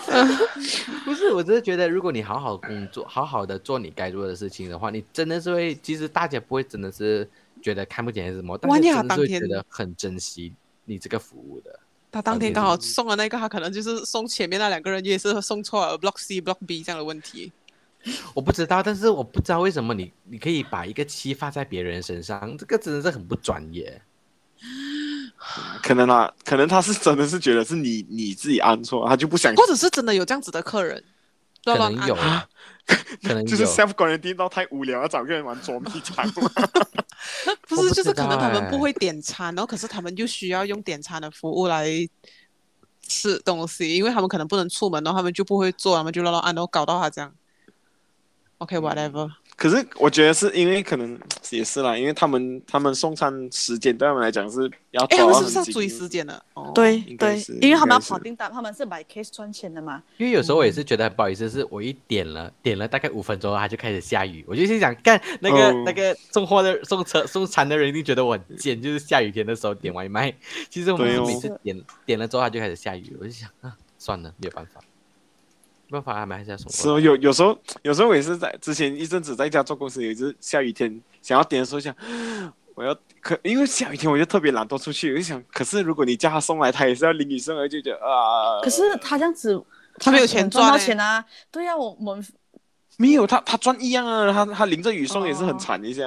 [SPEAKER 3] 不是，我只是觉得，如果你好好工作，好好的做你该做的事情的话，你真的是会，其实大家不会真的是觉得看不见还是什么，但
[SPEAKER 4] 哇
[SPEAKER 3] 是
[SPEAKER 4] 你好
[SPEAKER 3] 真的是会
[SPEAKER 4] 当
[SPEAKER 3] 觉
[SPEAKER 4] 天
[SPEAKER 3] 得很珍惜你这个服务的。
[SPEAKER 4] 他
[SPEAKER 3] 啊
[SPEAKER 4] 當天剛好送了那個，他可能就是送前面那兩個人，也是送錯了 block C、block B 這樣的問題。
[SPEAKER 3] 我不知道，但是我不知道为什么你你可以把一个气发在别人身上，这个真的是很不专业。
[SPEAKER 1] 可能啊，可能他是真的是觉得是你你自己按错，他就不想
[SPEAKER 4] 或者是真的有這樣子的客人，乱
[SPEAKER 3] 可
[SPEAKER 4] 乱
[SPEAKER 3] 能
[SPEAKER 4] 按啊
[SPEAKER 3] 有，可能
[SPEAKER 1] 就
[SPEAKER 3] 有
[SPEAKER 1] 是 self quarantine 到太无聊，要找个人玩捉迷藏嘛。
[SPEAKER 4] 不
[SPEAKER 3] 我
[SPEAKER 4] 是
[SPEAKER 3] 不
[SPEAKER 4] 就是
[SPEAKER 3] 知
[SPEAKER 4] 可能他们
[SPEAKER 3] 道
[SPEAKER 4] 不
[SPEAKER 3] 欸
[SPEAKER 4] 会点餐，然后可是他们又需要用点餐的服务来吃东西，因为他们可能不能出门，然后他们就不会做，他们就乱乱按，然后搞到他这样。OK，whatever，、
[SPEAKER 3] 嗯
[SPEAKER 1] 可是我觉得是因为可能也是啦，因为他们他们送餐时间对他们来讲是要
[SPEAKER 4] 哎、
[SPEAKER 1] 抓到
[SPEAKER 4] 他们是不是要
[SPEAKER 1] 很
[SPEAKER 4] 追
[SPEAKER 1] 紧
[SPEAKER 4] 时间的？哦，
[SPEAKER 2] 对
[SPEAKER 1] 应该
[SPEAKER 2] 对
[SPEAKER 1] 是，
[SPEAKER 2] 因为他
[SPEAKER 1] 应
[SPEAKER 2] 们
[SPEAKER 1] 该
[SPEAKER 2] 要
[SPEAKER 1] 是
[SPEAKER 2] 跑订单，他们是买 case 赚钱的嘛。
[SPEAKER 3] 因为有时候我也
[SPEAKER 4] 嗯
[SPEAKER 3] 是觉得很不好意思，是我一点了，点了大概五分钟，它就开始下雨，我就心想，干那个、
[SPEAKER 1] 哦
[SPEAKER 3] 那个送货的送车送餐的人一定觉得我很贱，就是下雨天的时候点外卖。 其实我们
[SPEAKER 1] 对
[SPEAKER 3] 是
[SPEAKER 1] 哦
[SPEAKER 3] 每次点、点了之后，它就开始下雨，我就想啊，算了，没有办法，没办法，他们还是要送
[SPEAKER 1] 是
[SPEAKER 3] 货。
[SPEAKER 1] 哦，有有时候有时候我也是在之前一阵子在家做公司，有一次下雨天想要点的时候想， 我要可因为下雨天我就特别懒惰出去，我就想，可是如果你叫他送来，他也是要淋雨送来，就觉得啊，
[SPEAKER 2] 可是他这样子，
[SPEAKER 4] 他没有钱
[SPEAKER 2] 赚
[SPEAKER 4] 赚
[SPEAKER 2] 到
[SPEAKER 4] 欸
[SPEAKER 2] 钱啊。对呀、我我们
[SPEAKER 1] 没有他他赚一样啊，他他淋着雨送也
[SPEAKER 4] 哦
[SPEAKER 1] 是很惨啊一下，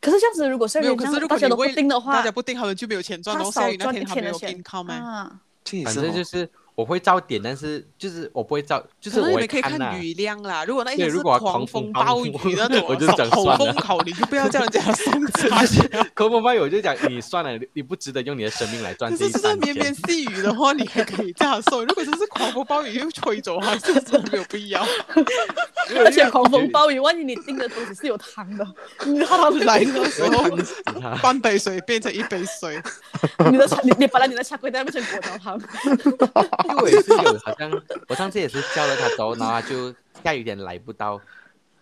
[SPEAKER 2] 可是这样子，如果下
[SPEAKER 4] 没有。
[SPEAKER 2] 雨
[SPEAKER 4] 可
[SPEAKER 2] 天
[SPEAKER 4] 是
[SPEAKER 2] 上
[SPEAKER 4] 如
[SPEAKER 2] 大
[SPEAKER 4] 果你
[SPEAKER 2] 家都不
[SPEAKER 4] 为
[SPEAKER 2] 订的话
[SPEAKER 4] 大家，不定，他们就没有钱赚，然
[SPEAKER 2] 他
[SPEAKER 4] 后
[SPEAKER 2] 少
[SPEAKER 4] 下雨那
[SPEAKER 2] 赚一
[SPEAKER 4] 天他
[SPEAKER 2] 天
[SPEAKER 4] 没
[SPEAKER 2] 的
[SPEAKER 4] 有
[SPEAKER 2] 钱
[SPEAKER 4] income 欸
[SPEAKER 2] 啊。
[SPEAKER 1] 这也
[SPEAKER 3] 反
[SPEAKER 1] 是、
[SPEAKER 3] 正就
[SPEAKER 1] 哦。
[SPEAKER 3] 是我会照点，但是就是我不会照，就是
[SPEAKER 4] 可能
[SPEAKER 3] 我会
[SPEAKER 4] 你们可以
[SPEAKER 3] 看呐、
[SPEAKER 4] 看雨量啦，如果那一
[SPEAKER 3] 对
[SPEAKER 4] 天
[SPEAKER 3] 如
[SPEAKER 4] 是
[SPEAKER 3] 果
[SPEAKER 4] 狂
[SPEAKER 3] 狂
[SPEAKER 4] 风
[SPEAKER 3] 风
[SPEAKER 4] 暴
[SPEAKER 3] 暴
[SPEAKER 4] 雨
[SPEAKER 3] 雨
[SPEAKER 4] 那种啊，
[SPEAKER 3] 我就讲
[SPEAKER 4] 口
[SPEAKER 3] 算
[SPEAKER 4] 风
[SPEAKER 3] 了
[SPEAKER 4] 口，你就不要叫人家 送
[SPEAKER 3] 就。
[SPEAKER 4] 餐
[SPEAKER 3] 是口沫我就讲，你算了，你不值得用你的生命来赚
[SPEAKER 4] 可
[SPEAKER 3] 这一
[SPEAKER 4] 是就是
[SPEAKER 3] 餐
[SPEAKER 4] 绵
[SPEAKER 3] 钱。
[SPEAKER 4] 绵细雨的话，你还可以这样送；如果只是狂风暴雨又吹走它，是不是没有必 要？
[SPEAKER 2] 而且狂风暴雨，万一你订的东西是有汤的，你怕他们
[SPEAKER 4] 来的时
[SPEAKER 3] 因为
[SPEAKER 4] 候，
[SPEAKER 3] 烫死他
[SPEAKER 4] 半杯水变成一杯 水，
[SPEAKER 2] 你的茶，你你本来你的茶龟蛋变成果条汤，
[SPEAKER 3] 因为我也是有，好像我上次也是叫了他走，然后他就下雨天来不到，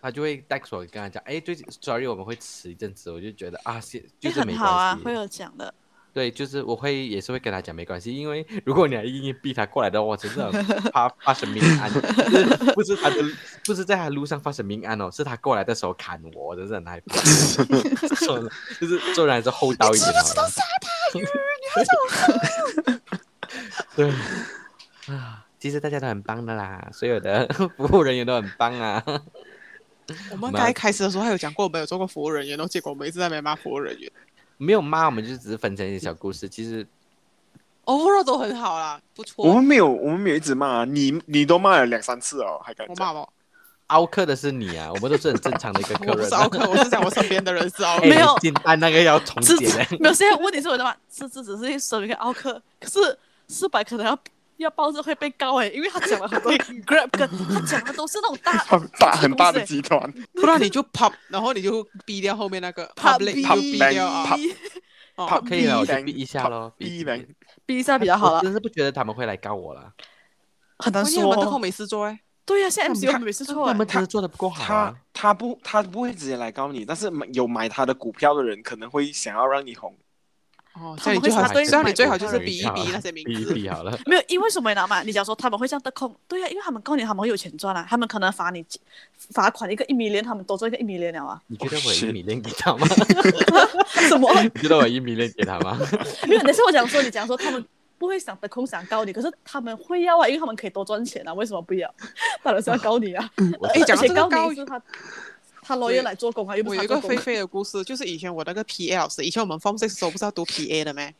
[SPEAKER 3] 他就会 text 我跟他讲，哎，最近 sorry 我们会迟一阵子，我就觉得啊，是就
[SPEAKER 2] 也
[SPEAKER 3] 是没
[SPEAKER 2] 很好啊
[SPEAKER 3] 关，
[SPEAKER 2] 会
[SPEAKER 3] 系，
[SPEAKER 2] 有讲 的。
[SPEAKER 3] 对，就是我会也是会跟他讲没关系，因为如果你还硬硬逼他过来的话，真的发发生命案，就是不是他的不是在他路上发生命案哦，是他过来的时候砍我，我真是很害 怕， 算了，就是做人还是厚道一点好了，对。啊， 其实大家都很棒的啦，所有的服务人员都很棒啊。
[SPEAKER 4] 我们
[SPEAKER 3] 我们
[SPEAKER 4] 刚才
[SPEAKER 3] 要
[SPEAKER 4] 开始的时候还有讲过，我们有做过服务人员，然后结果我们一直在那边骂服务人员。
[SPEAKER 3] 没有骂，我们就只是分享一些小故事。其实
[SPEAKER 4] overall 都很好啦，不
[SPEAKER 1] 我
[SPEAKER 4] 错。
[SPEAKER 1] 们没有，我们没有一直骂、啊、你，你都骂了两三次哦，还敢
[SPEAKER 4] 我
[SPEAKER 1] 讲？
[SPEAKER 4] 骂我，
[SPEAKER 3] 凹客的是你啊，我们都是很正常的一个
[SPEAKER 4] 我
[SPEAKER 3] 客
[SPEAKER 4] 不
[SPEAKER 3] 人
[SPEAKER 4] 是
[SPEAKER 3] 啊。
[SPEAKER 4] 奥克，我是讲我身边的人是奥克
[SPEAKER 3] 哎。
[SPEAKER 2] 没有
[SPEAKER 3] 金丹那个要重
[SPEAKER 2] 芝
[SPEAKER 3] 写
[SPEAKER 2] 芝
[SPEAKER 3] 的，
[SPEAKER 2] 没有，现在问题是我的话，芝芝只是身为一个奥克，可是四百可能要要抱着会被告哎，因为他讲了很 多 grab 跟他讲的都是那种大
[SPEAKER 1] 很大很大的集团，
[SPEAKER 4] 不然你就 pub，然后你就逼掉后面那个
[SPEAKER 2] B
[SPEAKER 4] public，就逼
[SPEAKER 1] public，
[SPEAKER 4] 掉啊。 哦
[SPEAKER 1] pub
[SPEAKER 3] 可以了，我就
[SPEAKER 1] B
[SPEAKER 3] 逼一下咯。
[SPEAKER 1] B
[SPEAKER 3] 逼
[SPEAKER 1] 呗，
[SPEAKER 2] B 一下比较好
[SPEAKER 4] 啊
[SPEAKER 3] 我
[SPEAKER 2] 了
[SPEAKER 3] 真，的是不觉得他们会来告我啦。
[SPEAKER 2] 很难
[SPEAKER 4] 关键我们都后
[SPEAKER 2] 说。
[SPEAKER 4] 没事做哎，
[SPEAKER 2] 对啊呀，现在
[SPEAKER 1] 他们
[SPEAKER 2] MCU 每次错
[SPEAKER 4] 啊
[SPEAKER 3] 他
[SPEAKER 2] 哎
[SPEAKER 3] 们，真的做的不够好
[SPEAKER 1] 他
[SPEAKER 3] 啊。
[SPEAKER 1] 他不他不会直接来告你，但是有买他的股票的人可能会想要让你红。
[SPEAKER 4] 哦，
[SPEAKER 2] 他
[SPEAKER 4] 这
[SPEAKER 2] 们
[SPEAKER 4] 样你就
[SPEAKER 2] 会
[SPEAKER 4] 好
[SPEAKER 2] 插，队
[SPEAKER 4] 这样你
[SPEAKER 2] 买
[SPEAKER 4] 最
[SPEAKER 2] 股
[SPEAKER 4] 好就
[SPEAKER 2] 票
[SPEAKER 4] 是
[SPEAKER 2] 的
[SPEAKER 4] 逼一
[SPEAKER 3] 人
[SPEAKER 4] 逼
[SPEAKER 3] 啊
[SPEAKER 4] 那些名
[SPEAKER 3] 逼一
[SPEAKER 4] 字。
[SPEAKER 3] 逼好了，。
[SPEAKER 2] 没有，因为什么你知道吗？你讲说他们会这样得空，对呀、因为他们告你，他们会有钱赚啊，他们可能罚你罚款一个一米连，他们多赚一个一米连了 啊
[SPEAKER 3] 你觉得
[SPEAKER 1] Oh
[SPEAKER 3] 我有
[SPEAKER 1] shit
[SPEAKER 3] 一米零给他吗？
[SPEAKER 2] 什么？
[SPEAKER 3] 你觉得我有一米零给他吗？
[SPEAKER 2] 没有，但是我讲说，你讲说他们不会想得空想告你，可是他们会要啊，因为他们可以多赚钱啊，为什么不要？当然是要告你啊！
[SPEAKER 3] 我
[SPEAKER 4] 哎，
[SPEAKER 2] 而
[SPEAKER 4] 讲到
[SPEAKER 2] 且
[SPEAKER 4] 这个
[SPEAKER 2] 告
[SPEAKER 4] 高
[SPEAKER 2] 你是他他 lawyer 来做工啊，又不
[SPEAKER 4] 我
[SPEAKER 2] 是他
[SPEAKER 4] 有一
[SPEAKER 2] 做
[SPEAKER 4] 个
[SPEAKER 2] 工
[SPEAKER 4] 菲。菲的故事，就是以前我那个 PA 老师，以前我们 Form Six 时候不是要读 PA 的咩？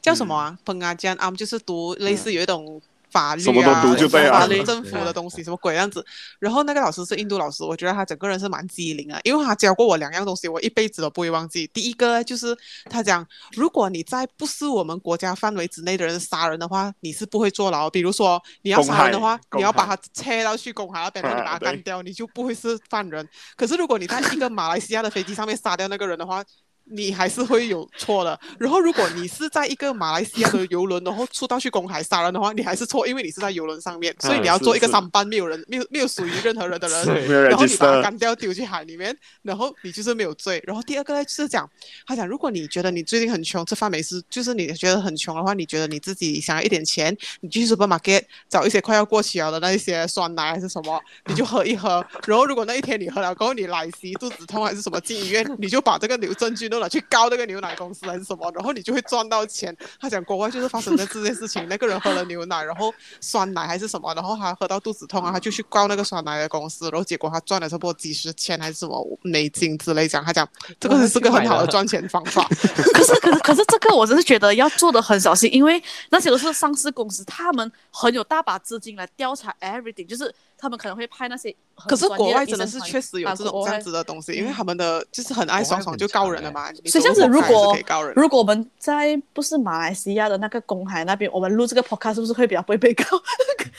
[SPEAKER 4] 叫什么啊？本阿江啊，就是读类似有一种法律
[SPEAKER 1] 嗯
[SPEAKER 4] 啊，
[SPEAKER 1] 什么都读就对啊
[SPEAKER 4] 法律
[SPEAKER 2] 对
[SPEAKER 4] 政府的东西，什么鬼样子。然后那个老师是印度老师，我觉得他整个人是蛮机灵啊，因为他教过我两样东西，我一辈子都不会忘记。第一个就是他讲，如果你在不是我们国家范围之内的人杀人的话，你是不会坐牢。比如说你要杀人的话，
[SPEAKER 1] 公海
[SPEAKER 4] 你要把他车到去公海那边，然后你把他
[SPEAKER 1] 啊对
[SPEAKER 4] 干掉，你就不会是犯人。可是如果你在一个马来西亚的飞机上面杀掉那个人的话，你还是会有错的。然后如果你是在一个马来西亚的游轮，然后出到去公海杀人的话，你还是错，因为你是在游轮上面，所以
[SPEAKER 1] 嗯
[SPEAKER 4] 你要
[SPEAKER 1] 是
[SPEAKER 4] 做一个
[SPEAKER 1] 是
[SPEAKER 4] 上班没有人没有没有属于任何人的 人。
[SPEAKER 1] 没有
[SPEAKER 4] 然后你把它
[SPEAKER 1] register，
[SPEAKER 4] 干掉丢去海里面，然后你就是没有罪。然后第二个呢，就是讲他讲，如果你觉得你最近很穷，吃饭没事，就是你觉得很穷的话，你觉得你自己想要一点钱，你去 supermarket 找一些快要过期了的那一些酸奶还是什么，你就喝一喝。然后如果那一天你喝了过后你来袭、肚子痛还是什么进医院，你就把这个留证据都拿去告那个牛奶公司还是什么，然后你就会赚到钱。他讲国外就是发生了这件事情，那个人喝了牛奶，然后酸奶还是什么，然后他喝到肚子痛啊，他就去告那个酸奶的公司，然后结果他赚了差不多几十千还是什么美金之类讲，他讲这
[SPEAKER 3] 哇
[SPEAKER 4] 个是个
[SPEAKER 3] 去
[SPEAKER 4] 很
[SPEAKER 3] 买
[SPEAKER 4] 好的
[SPEAKER 3] 了
[SPEAKER 4] 赚钱方法。
[SPEAKER 2] 可是，可是，可是，这个我真是觉得要做的很小心，因为那些都是上市公司，他们很有大把资金来调查 everything，就是他们可能会派那些很
[SPEAKER 4] 可是
[SPEAKER 2] 专
[SPEAKER 4] 国
[SPEAKER 2] 业
[SPEAKER 4] 外
[SPEAKER 2] 医
[SPEAKER 4] 真的
[SPEAKER 2] 生
[SPEAKER 4] 是
[SPEAKER 2] 团
[SPEAKER 4] 确实有
[SPEAKER 2] 啊
[SPEAKER 4] 这种
[SPEAKER 2] 国
[SPEAKER 4] 这
[SPEAKER 2] 外
[SPEAKER 4] 样子的东西，因为
[SPEAKER 2] 嗯
[SPEAKER 4] 他们的就是很欸爱
[SPEAKER 3] 国外
[SPEAKER 4] 爽爽
[SPEAKER 3] 很
[SPEAKER 4] 就告
[SPEAKER 3] 长
[SPEAKER 4] 人了嘛。你
[SPEAKER 2] 所以
[SPEAKER 4] 走
[SPEAKER 2] 这样子如
[SPEAKER 4] 路还是
[SPEAKER 2] 果
[SPEAKER 4] 可以告人的，
[SPEAKER 2] 如果我们在不是马来西亚的那个公海那边，我们录这个 podcast 是不是会比较不会被告？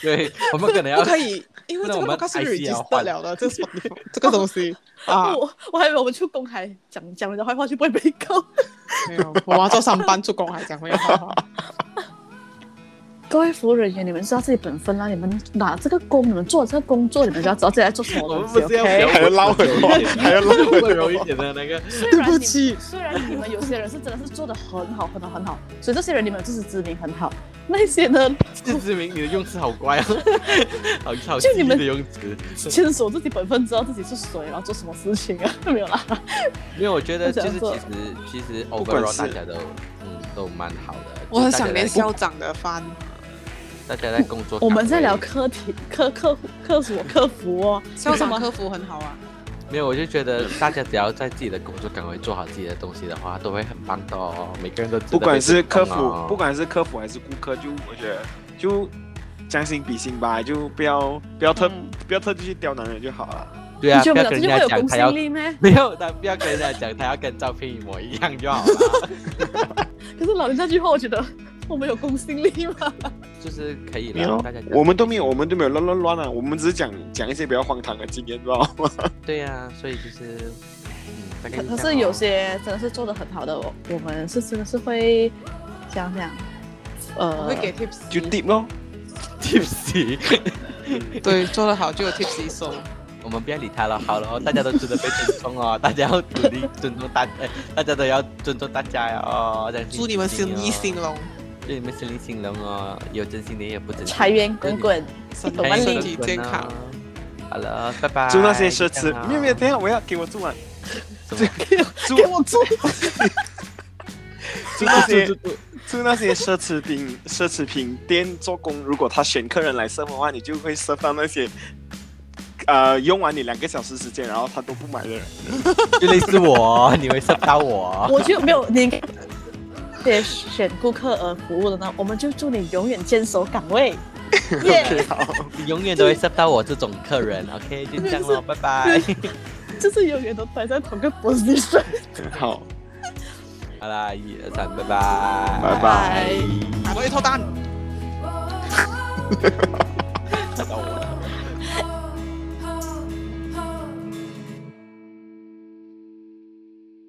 [SPEAKER 3] 对，我们可能要
[SPEAKER 4] 不可以， 因为
[SPEAKER 3] 那
[SPEAKER 4] 这
[SPEAKER 3] 我
[SPEAKER 4] 个
[SPEAKER 3] 们
[SPEAKER 4] podcast 是
[SPEAKER 3] ICL
[SPEAKER 4] register
[SPEAKER 3] 换
[SPEAKER 4] 了 的，这个 Spotify 这个东 西啊，
[SPEAKER 2] 我我还以为我们去公海讲讲人家坏话就不会被告。
[SPEAKER 4] 没有，我要做上班做工还讲会要画画。
[SPEAKER 2] 各位服务人员，你们知道自己本分啦，你们拿这个工，你们做这个工作，你们就要知道自己在做什么
[SPEAKER 3] 我
[SPEAKER 2] 东
[SPEAKER 3] 们
[SPEAKER 2] 西
[SPEAKER 3] 不是要
[SPEAKER 2] ，OK？
[SPEAKER 1] 还要捞很多，还要捞很
[SPEAKER 3] 温柔一
[SPEAKER 1] 多。
[SPEAKER 3] 点的那个，
[SPEAKER 2] 虽
[SPEAKER 4] 对
[SPEAKER 2] 然
[SPEAKER 4] 不
[SPEAKER 2] 你
[SPEAKER 4] 起
[SPEAKER 2] 虽然你们有些人是真的是做的很好，很好，很好，所以这些人你们有自知之明很好。那些呢，
[SPEAKER 3] 自知明你的用词好 乖啊，好好
[SPEAKER 2] 就你们
[SPEAKER 3] 犀利的用词。
[SPEAKER 2] 坚守自己本分，知道自己是谁，然后做什么事情啊， 没有啦。
[SPEAKER 3] 因为我觉得就是
[SPEAKER 2] 不想
[SPEAKER 3] 其
[SPEAKER 2] 做
[SPEAKER 3] 实其实
[SPEAKER 1] 管
[SPEAKER 3] overall
[SPEAKER 1] 是
[SPEAKER 3] 大家都嗯都蛮好的，
[SPEAKER 4] 我很
[SPEAKER 3] 就是
[SPEAKER 4] 想
[SPEAKER 3] 大家
[SPEAKER 4] 念
[SPEAKER 3] 在
[SPEAKER 4] 校长的饭，
[SPEAKER 3] 大家在工作岗位，
[SPEAKER 2] 我们在聊 课题、客客户、客所、客服哦，
[SPEAKER 4] 校
[SPEAKER 2] 为什
[SPEAKER 4] 长
[SPEAKER 2] 么
[SPEAKER 4] 客服很好啊。
[SPEAKER 3] 没有，我就觉得大家只要在自己的工作岗位做好自己的东西的话，都会很棒的哦。每个人都值得
[SPEAKER 1] 不管是
[SPEAKER 3] 被
[SPEAKER 1] 客
[SPEAKER 3] 尊重
[SPEAKER 1] 服
[SPEAKER 3] 哦，
[SPEAKER 1] 不管是客服还是顾客，就我觉得就将心比心吧，就不要不要特
[SPEAKER 2] 嗯
[SPEAKER 1] 不要特地去刁难人就好了。
[SPEAKER 3] 对啊，
[SPEAKER 2] 你觉
[SPEAKER 3] 不
[SPEAKER 2] 得我
[SPEAKER 3] 要跟
[SPEAKER 2] 们
[SPEAKER 3] 人
[SPEAKER 2] 俩这就
[SPEAKER 3] 家
[SPEAKER 2] 会有
[SPEAKER 3] 讲
[SPEAKER 2] 公
[SPEAKER 3] 他要
[SPEAKER 2] 信力咩？
[SPEAKER 3] 没有的，不要跟人家讲他要跟照片一模一样就好了，
[SPEAKER 2] 可是老人那句话，我觉得我们有公信力吗？
[SPEAKER 3] 就是可以
[SPEAKER 1] 没
[SPEAKER 3] 了
[SPEAKER 1] 有。
[SPEAKER 3] 大家讲，
[SPEAKER 1] 我们都没有，我们都没有乱乱乱啊，我们只是讲讲一些比较荒唐的经验，知道吗？
[SPEAKER 3] 对啊，所以就是嗯，大概
[SPEAKER 2] 可
[SPEAKER 3] 就
[SPEAKER 2] 可
[SPEAKER 3] 这样
[SPEAKER 2] 是
[SPEAKER 3] 咯
[SPEAKER 2] 有些真的是做的很好的，我我们是真的是会想想，
[SPEAKER 4] 我
[SPEAKER 2] 呃
[SPEAKER 4] 会，给 tips，
[SPEAKER 1] 就 deep 咯。
[SPEAKER 3] tipsy，
[SPEAKER 4] 对做得好就有 tips 收。
[SPEAKER 3] 我们不要理他了，好了哦，大家都值得被尊重哦，大家要努力尊重大，哎大家都要尊重大家呀哦。这样
[SPEAKER 4] 祝你们
[SPEAKER 3] 心
[SPEAKER 4] 生
[SPEAKER 3] 情哦
[SPEAKER 4] 意兴，隆，
[SPEAKER 3] 祝你们生意兴隆哦，有真心的也有不真心的。
[SPEAKER 2] 财源滚滚，
[SPEAKER 4] 身
[SPEAKER 2] 我们
[SPEAKER 4] 身
[SPEAKER 2] 领
[SPEAKER 4] 体健康。。
[SPEAKER 3] 好了，拜拜。
[SPEAKER 1] 祝那些奢侈
[SPEAKER 3] 就这样，哦
[SPEAKER 1] 没有没有，等一下我要给我祝完，
[SPEAKER 3] 什么
[SPEAKER 1] 祝
[SPEAKER 4] 给我 做，
[SPEAKER 1] 祝那些
[SPEAKER 3] 祝祝祝
[SPEAKER 1] 祝那些奢侈品奢侈品店做工，如果他选客人来 serve 的话，你就会 serve 到那些，呃，用完你两个小时时间，然后他都不买的人。
[SPEAKER 3] 就类似我，你会吓到 我。
[SPEAKER 2] 我就没有你应该对选顾客而服务的呢，我们就祝你永远坚守岗位，耶！
[SPEAKER 3] 你永远都会吓到我这种客人，OK，就这样咯，拜 拜。
[SPEAKER 2] 就是永远都待在同个 position。
[SPEAKER 1] 好，
[SPEAKER 3] 好啦，一二三，拜拜，
[SPEAKER 1] 拜
[SPEAKER 2] 拜
[SPEAKER 4] 打到一头蛋。
[SPEAKER 3] 吓到我了。